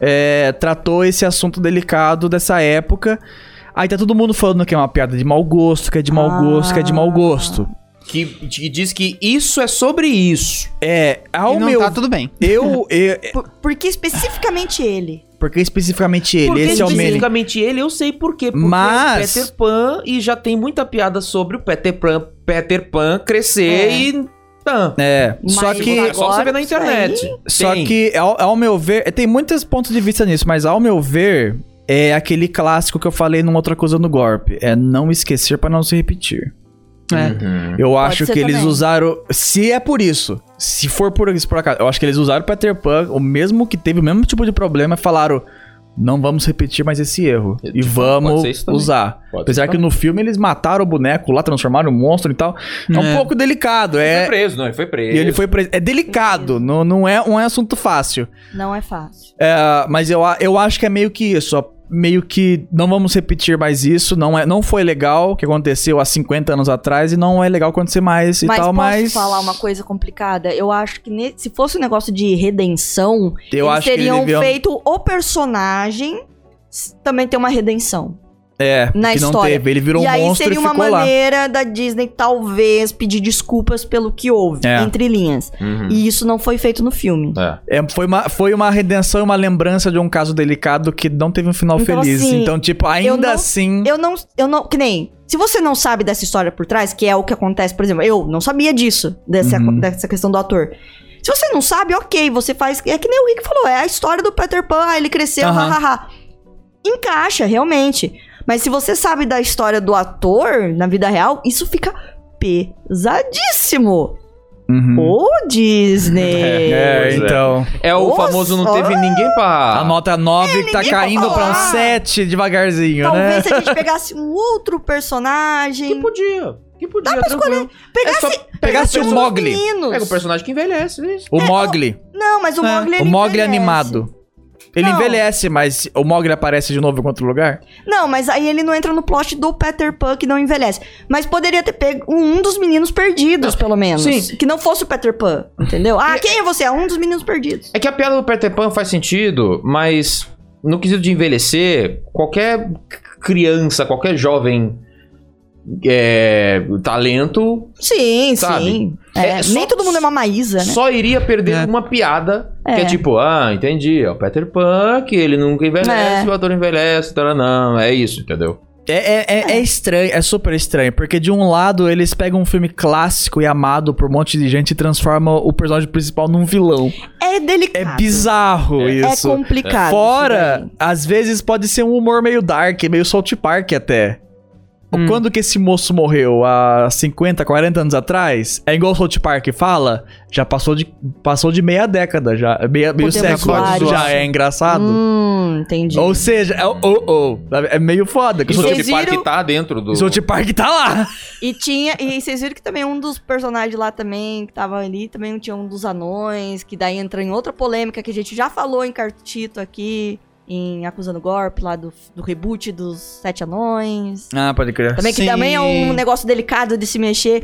é, tratou esse assunto delicado dessa época. Aí tá todo mundo falando que é uma piada de mau gosto, que é de mau
Ah.
gosto, que é de mau gosto.
Que, que diz que isso é sobre isso.
É, ao
e não
meu.
tá tudo bem.
Eu, eu-
Por, porque especificamente ele.
Porque especificamente ele,
Porque
esse é o meme.
especificamente ele, eu sei por quê. Porque
Mas-
é o Peter Pan e já tem muita piada sobre o Peter Pan, Peter Pan crescer
É.
e. Tá.
É,
Mas
só que.
agora
É só você ver na
isso aí-
internet.
Só
Tem.
que, ao, ao meu ver, tem muitos pontos de vista nisso, mas ao meu ver, é aquele clássico que eu falei numa outra coisa no golpe. É não esquecer pra não se repetir.
É.
Uhum.
Eu acho que
ser
eles
também.
usaram. Se é por isso, se for por isso, por acaso, eu acho que eles usaram Peter Pan, o mesmo que teve, o mesmo tipo de problema, falaram. Não vamos repetir mais esse erro.
De
e
fato, É, tipo, pode
vamos
ser isso também.
usar.
Pode
Apesar
ser
que no filme eles mataram o boneco lá, transformaram o monstro e tal. É, um
É.
pouco delicado.
Ele foi
É,
preso, Uhum. não, ele foi preso.
e ele foi preso. É delicado, não, não, é, não é assunto fácil.
Não é fácil.
Ah, mas eu, a- eu acho que é meio que isso, ó. Meio que não vamos repetir mais isso. Não, é, não foi legal o que aconteceu há 50 anos atrás e não é legal acontecer mais e
mas
tal,
posso
mas.
falar uma coisa complicada? Eu acho que ne- se fosse um negócio de redenção,
eu
eles
acho que um-
teriam
eles deviam-
feito o personagem s- também ter uma redenção.
É,
na
que não
história.
teve. Ele virou
e
um
aí
monstro
seria
e
uma
ficou lá.
maneira da Disney talvez pedir desculpas pelo que houve,
É.
entre linhas.
Uhum.
E isso não foi feito no filme.
É.
É, foi, uma, foi uma redenção e uma lembrança de um caso delicado que não teve um final
Então,
feliz.
assim,
então, tipo,
eu
ainda
não-
assim.
Eu não, eu não, que nem, se você não sabe dessa história por trás, que é o que acontece, por exemplo, eu não sabia disso, dessa,
Uhum.
dessa questão do ator. Se você não sabe, ok, você faz, é que nem o Rick falou, é a história do Peter Pan, ah, ele cresceu,
Aham.
hahaha. Encaixa, realmente. Mas se você sabe da história do ator na vida real, isso fica pesadíssimo.
Uhum.
Ô, Disney!
É,
Pois é. Ah.
então.
É o
Nossa.
famoso não teve ninguém pra.
A nota 9 que tá
ninguém
caindo
falou.
pra um
Ah.
7 devagarzinho,
Talvez
né?
se a gente pegasse um outro
Que
personagem.
podia. Que podia. Dá pra
Pegasse,
Pegasse o
os
Mogli.
meninos.
Pega o personagem que envelhece. é Isso.
O Mogli.
Não, mas o
É.
Mogli
O
ele
Mogli
envelhece.
animado. Ele
Não.
envelhece, mas o Mogli aparece de novo em outro lugar?
Não, mas aí ele não entra no plot do Peter Pan que não envelhece. Mas poderia ter pego um dos meninos perdidos, pelo menos.
Sim.
Que não fosse o Peter Pan, entendeu? Ah, quem é você? É um dos meninos perdidos.
É que a piada do Peter Pan faz sentido, mas no quesito de envelhecer, qualquer c- criança, qualquer jovem é, talento
Sim,
Sabe?
sim.
É,
É,
só-
nem todo mundo é uma Maísa, né?
só iria perder
É.
uma piada que
É.
é tipo, ah, entendi, é o Peter Pan que ele nunca envelhece,
É.
o ator envelhece, não, é isso, entendeu?
É, é, é- é estranho, é super estranho, porque de um lado eles pegam um filme clássico e amado por um monte de gente e transformam o personagem principal num vilão.
É
É
delicado.
bizarro
É
isso.
complicado. isso
Fora,
daí.
às vezes pode ser um humor meio dark, meio Salt Park até.
Hum.
Quando que esse moço morreu? Há 50, 40 anos atrás? É igual o Salt Park fala? Já passou de, passou de meia década, já. Meia, meio século.
Contemporâneo.
Já é engraçado.
Hum, entendi.
Ou seja, é, oh, oh, sabe? é meio foda. Que o
Isso é
Salt
vocês viram-
tá dentro do...
o Salt Park tá lá.
E tinha. E vocês viram que também um dos personagens lá também, que tava ali, também tinha um dos anões, que daí entra em outra polêmica que a gente já falou em Cartito aqui, em Acusando Gorp, lá do, do reboot dos Sete Anões.
Ah, pode crer.
Também que
Sim.
também é um negócio delicado de se mexer.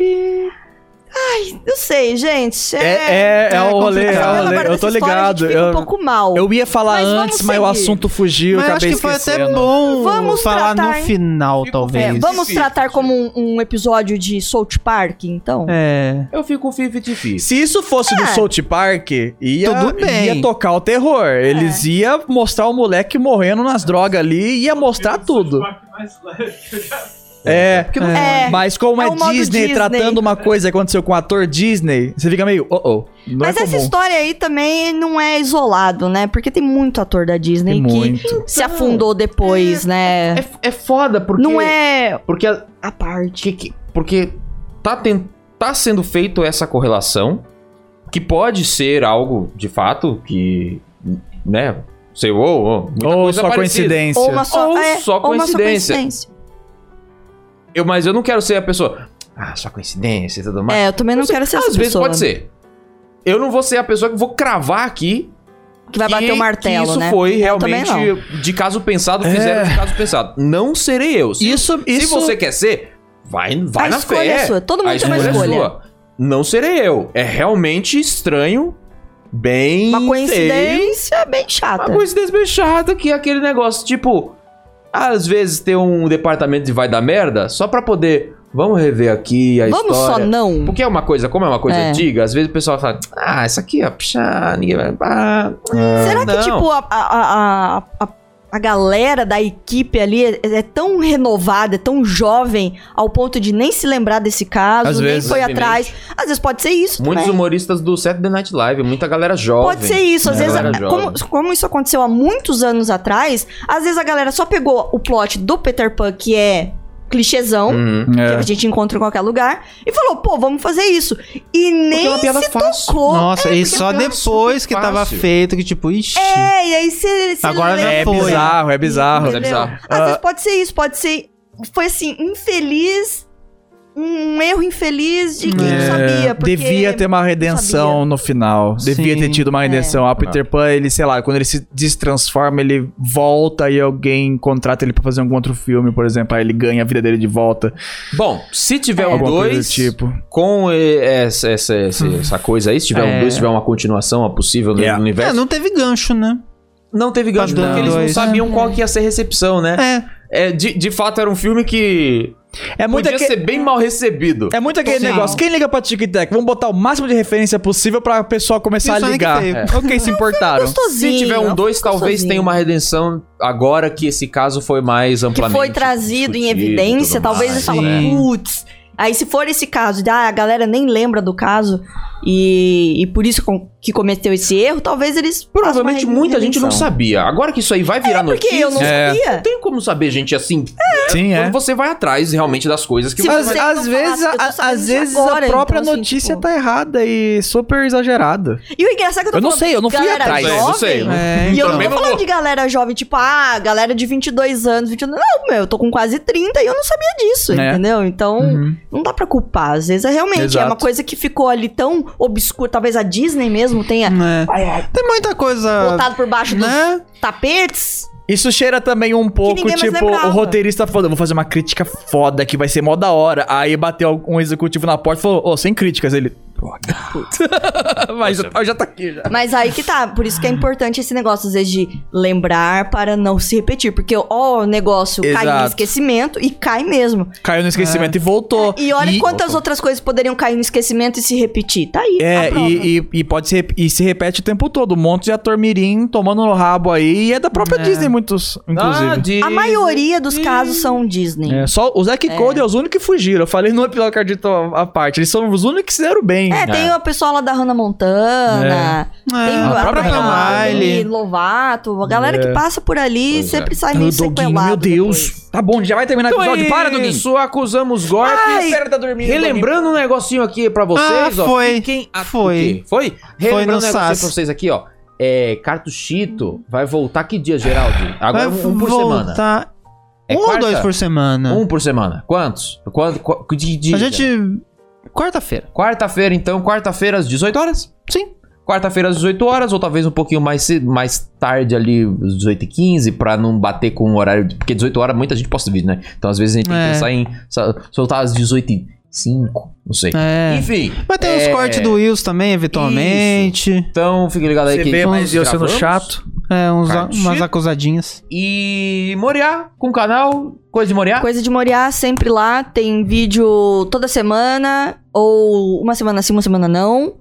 Ai, não sei, gente. Tá
É, é, é
É
o rolê, é
complicado.
o
falando
rolê.
agora
Eu
dessa
tô
história, a gente
ligado.
fica
Eu,
um pouco mal.
eu ia falar
Mas vamos
antes, mas o
seguir.
assunto fugiu.
Mas eu acho
acabei
que foi até
esquecendo.
bom
Vamos
falar
tratar,
no
hein?
final,
Fico
É,
talvez.
feliz.
vamos
Difícil,
tratar como um, um episódio de South Park, então?
É.
Eu fico 50-50.
Se isso fosse do
É.
South Park, ia,
Tudo bem.
ia tocar o terror.
É.
Eles iam mostrar o moleque morrendo nas drogas ali, ia mostrar tudo. É,
Porque
É.
mas como é,
É o modo
Disney,
Disney.
tratando uma coisa que aconteceu com o ator Disney, você fica meio, oh, oh, não
Mas
é
essa
comum.
história aí também não é isolado, né? Porque tem muito ator da Disney
Tem
que
muito.
se afundou depois, né?
É, é foda porque...
não é
Porque a-
a parte.
que- que- porque tá, ten- tá sendo feito essa correlação, que pode ser algo, de fato, que, né, sei, ou, ou, muita
Ou
coisa
só
parecida.
coincidência.
Ou uma só,
Ou
é,
só
ou uma só
coincidência.
coincidência.
Eu, mas eu não quero ser a pessoa, ah, só coincidência e tudo mais.
É, eu também não
sei,
quero ser
Às
essa
vezes
pessoa
pode ser. Eu não vou ser a pessoa que vou cravar aqui
que vai bater o martelo,
que isso
né?
foi
Eu também
realmente de caso pensado, fizeram de caso pensado. Não serei eu. Se,
É. Isso,
se
isso.
você quer ser, vai, vai
a
na
escolha
fé.
é sua. Todo
A
mundo tem uma
escolha é
escolha.
sua. Não serei eu. É realmente estranho, bem
Uma
feio.
coincidência bem chata.
Uma coincidência bem chata que é aquele negócio, tipo... Às vezes tem um departamento de vai dar merda só pra poder... Vamos rever aqui a
Vamos
história.
só não.
Porque é uma coisa, como é uma coisa
É.
antiga, às vezes o pessoal fala, ah, isso aqui, ó, puxa, ninguém vai. Ah,
Será que,
não.
tipo, a, a, a, a, a galera da equipe ali é, é tão renovada, é tão jovem, ao ponto de nem se lembrar desse caso,
Às
nem
vezes,
foi
obviamente.
atrás. Às vezes pode ser isso
Muitos
também.
humoristas do Saturday Night Live, muita galera jovem.
É. Pode ser isso, às
Né?
vezes,
Galera jovem.
como, como isso aconteceu há muitos anos atrás, às vezes a galera só pegou o plot do Peter Pan, que é clichêzão,
Hum, Uhum.
que a
É.
gente encontra em qualquer lugar, e falou, pô, vamos fazer isso. E nem
é uma piada
se
fácil.
tocou.
Nossa,
é,
e
porque
só
foi um
depois que tava
fácil.
feito, que tipo, ixi.
É, e aí você.
Agora já
É
foi.
bizarro, é bizarro.
É bizarro.
Às vezes pode ser isso, pode ser. Foi assim, infeliz. Um erro infeliz de quem não
É,
sabia. Porque
devia ter uma redenção
sabia. é.
no final. Devia
Sim.
ter tido uma redenção. A Peter Pan, ele, sei lá, quando ele se destransforma, ele volta e alguém contrata ele pra fazer um outro filme, por exemplo. Aí ele ganha a vida dele de volta.
Bom, se tiver um
alguma coisa do
2,
tipo.
com eh, essa, essa, essa, essa coisa aí, se tiver
É.
um 2, se tiver uma continuação uma possível no
Yeah.
É,
universo.
não teve gancho, né?
Não teve gancho,
Não.
porque eles não
Dois.
sabiam qual que ia ser a recepção, né?
É.
É, de, de fato, era um filme que
É muito,
podia
aque-
ser bem mal recebido.
é muito aquele
Sim.
negócio. Quem liga pra Tic Tac? Vamos botar o máximo de referência possível pra pessoal começar
Isso
a
aí que
ligar.
teve.
É. Ok, se importaram.
Gostosinho,
Se tiver
é
um 2,
filme
talvez
gostosinho.
tenha uma redenção agora que esse caso foi mais
Que
amplamente.
foi trazido em
discutido e
evidência,
tipo, tudo
talvez
mais.
eles falem,
Sim.
putz. Aí se for esse caso, de, ah, a galera nem lembra do caso e, e por isso com- que cometeu esse erro, talvez eles...
Provavelmente
façam uma
muita gente não
redenção.
sabia. Agora que isso aí vai virar
Porque
notícia.
eu não
É.
sabia.
tem como saber, gente, assim.
Sim, é.
Quando você vai atrás realmente das coisas que
Se
você
Às,
você
vai.
não
às vezes,
falasse, eu tô
a,
sabendo
às
isso
vezes
agora,
a própria
então, assim,
notícia
tipo-
tá errada e super exagerada. Então,
E o engraçado é que eu tô
Eu não
falando
sei, eu não fui
galera
atrás.
Não sei,
Jovem,
não sei. não-
É,
E eu não
Também
tô
não
falando
vou.
de galera jovem, tipo, ah, galera de 22 anos, 21 anos. Não, meu, eu tô com quase 30 e eu não sabia disso,
É.
entendeu? Então,
Uhum.
não dá pra culpar. Às vezes é realmente, é uma
Exato.
coisa que ficou ali tão obscura. Talvez a Disney mesmo tenha
né? Tem muita coisa.
botado por baixo dos
Né?
tapetes.
Isso cheira também um pouco,
ninguém mais
tipo,
lembrava.
o roteirista falando, vou fazer uma crítica foda que vai ser mó da hora. Aí bateu um executivo na porta e falou, ô, sem críticas. Ele, mas já, já tá aqui já.
Mas aí que tá. Por isso que é importante esse negócio, às vezes, de lembrar para não se repetir. Porque, ó, o negócio cai no
Exato.
esquecimento e cai mesmo.
Caiu no esquecimento e voltou.
É, E olha quantas outras coisas poderiam cair no esquecimento e se repetir. Tá aí. a
É,
prova.
e, e, e pode ser, e se repete o tempo todo. Um monte de ator mirim tomando no rabo aí. E é da própria Disney, muitos, inclusive.
Ah, de-
A maioria dos casos são Disney.
É, só o Zack Cody é os únicos que fugiram. Eu falei no episódio que acredito a a parte. Eles são os únicos que se deram bem.
É, tem a pessoa lá da Hannah Montana, tem
É,
a
a própria
própria Miley
Miley.
Lovato, a galera que passa por ali sempre
é.
sai
Ai,
meio
o Doguinho,
sequelado.
Tá meu Deus.
depois.
Tá bom, já vai terminar o
Então
episódio.
é
Para, Doguinho.
isso, acusamos golpe.
Ai, pera, tá dormindo.
Relembrando um negocinho aqui pra vocês,
Ah,
ó.
foi.
Fiquem at-
Foi.
o quê? Foi? Relembrando um
no
negocinho
SAS.
pra vocês aqui, ó. É, cartuchito vai voltar que dia, Geraldo? Agora um, um por semana.
voltar
É
um ou
quarta?
dois por semana.
Um por semana. Quantos? Quanto? qu- de dia?
A gente. Quarta-feira.
Quarta-feira, então, quarta-feira às 18 horas? Sim. Quarta-feira às 18 horas, ou talvez um pouquinho mais cedo, mais tarde ali, às 18h15, pra não bater com o horário. de- Porque 18 horas muita gente posta vídeo, né? Então às vezes a gente tem
É.
que pensar em sa- soltar às 18h05, não sei.
É.
Enfim.
Vai ter os
é,
cortes do Wills também, eventualmente.
Então fique ligado aí
Você
que
vê,
vamos
mas eu sendo
gravamos.
chato.
É, uns,
Cartito.
umas acusadinhas.
E Moriá, com o canal, coisa de Moriá.
Coisa de Moriá, sempre lá, tem vídeo toda semana, ou uma semana sim, uma semana não.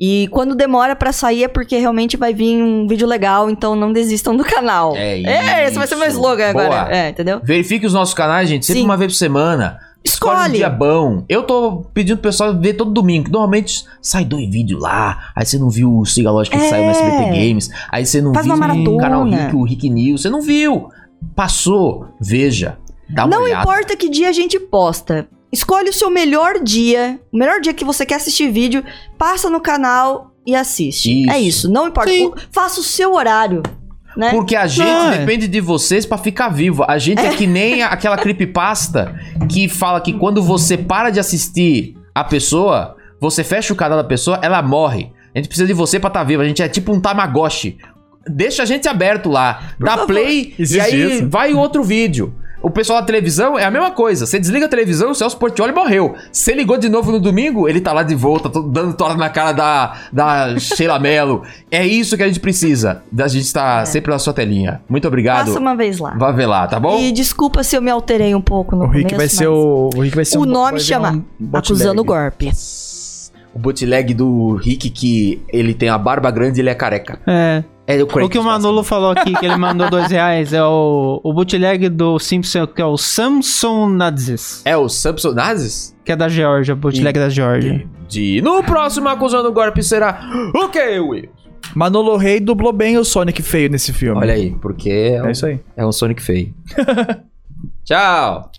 E quando demora pra sair é porque realmente vai vir um vídeo legal, então não desistam do canal.
É
esse vai ser meu
isso.
slogan
Boa.
agora. É, entendeu?
Verifique os nossos canais, gente, sempre
Sim.
uma vez por semana. Escolhe. um
Escolhe.
dia bom. Eu tô pedindo pro pessoal ver todo domingo. que Normalmente sai dois vídeos lá. Aí você não viu o Siga Lógica que
É.
saiu no SBT Games. Aí você não
Faz
viu
uma
o
maratona.
canal Rick, o Rick News. Você não viu. Passou. Veja. Dá uma
Não
olhada.
importa que dia a gente posta. Escolhe o seu melhor dia, o melhor dia que você quer assistir vídeo, passa no canal e assiste.
Isso.
É isso, não importa.
Sim.
O- faça o seu horário, né?
Porque a gente
Ah,
Não, é.
depende de vocês pra ficar vivo. A gente é que nem a- aquela creepypasta que fala que quando você para de assistir a pessoa, você fecha o canal da pessoa, ela morre. A gente precisa de você pra estar vivo. A gente é tipo um Tamagotchi. Deixa a gente aberto lá. Dá play e
Existe
aí
isso.
vai outro vídeo. O pessoal da televisão é a mesma coisa. Você desliga a televisão, o Celso Portioli morreu. Você ligou de novo no domingo, ele tá lá de volta, todo- dando torta na cara da, da Sheila Mello. É isso que a gente precisa. Da gente estar sempre na sua telinha. Muito
É. Passa
obrigado.
uma vez lá.
Vá ver lá, tá bom?
E desculpa se eu me alterei um pouco no
O Rick
começo,
vai ser
mas
o. O Rick vai ser
O
um-
nome
vai virar
chama
um
acusando o
bootleg.
golpe.
O bootleg do Rick que ele tem a barba grande e ele é careca.
É.
É o,
O que o Manolo falou aqui, que ele mandou dois reais, é o, o bootleg do Simpson, que é o Samson Nazis,
É o Samson Nazis?
que é da Georgia, bootleg da Georgia.
De... No próximo Acusando o Golpe será o que, Will?
Manolo Rey dublou bem o Sonic feio nesse filme.
Olha aí, porque é um,
É isso aí.
é um Sonic feio. Tchau!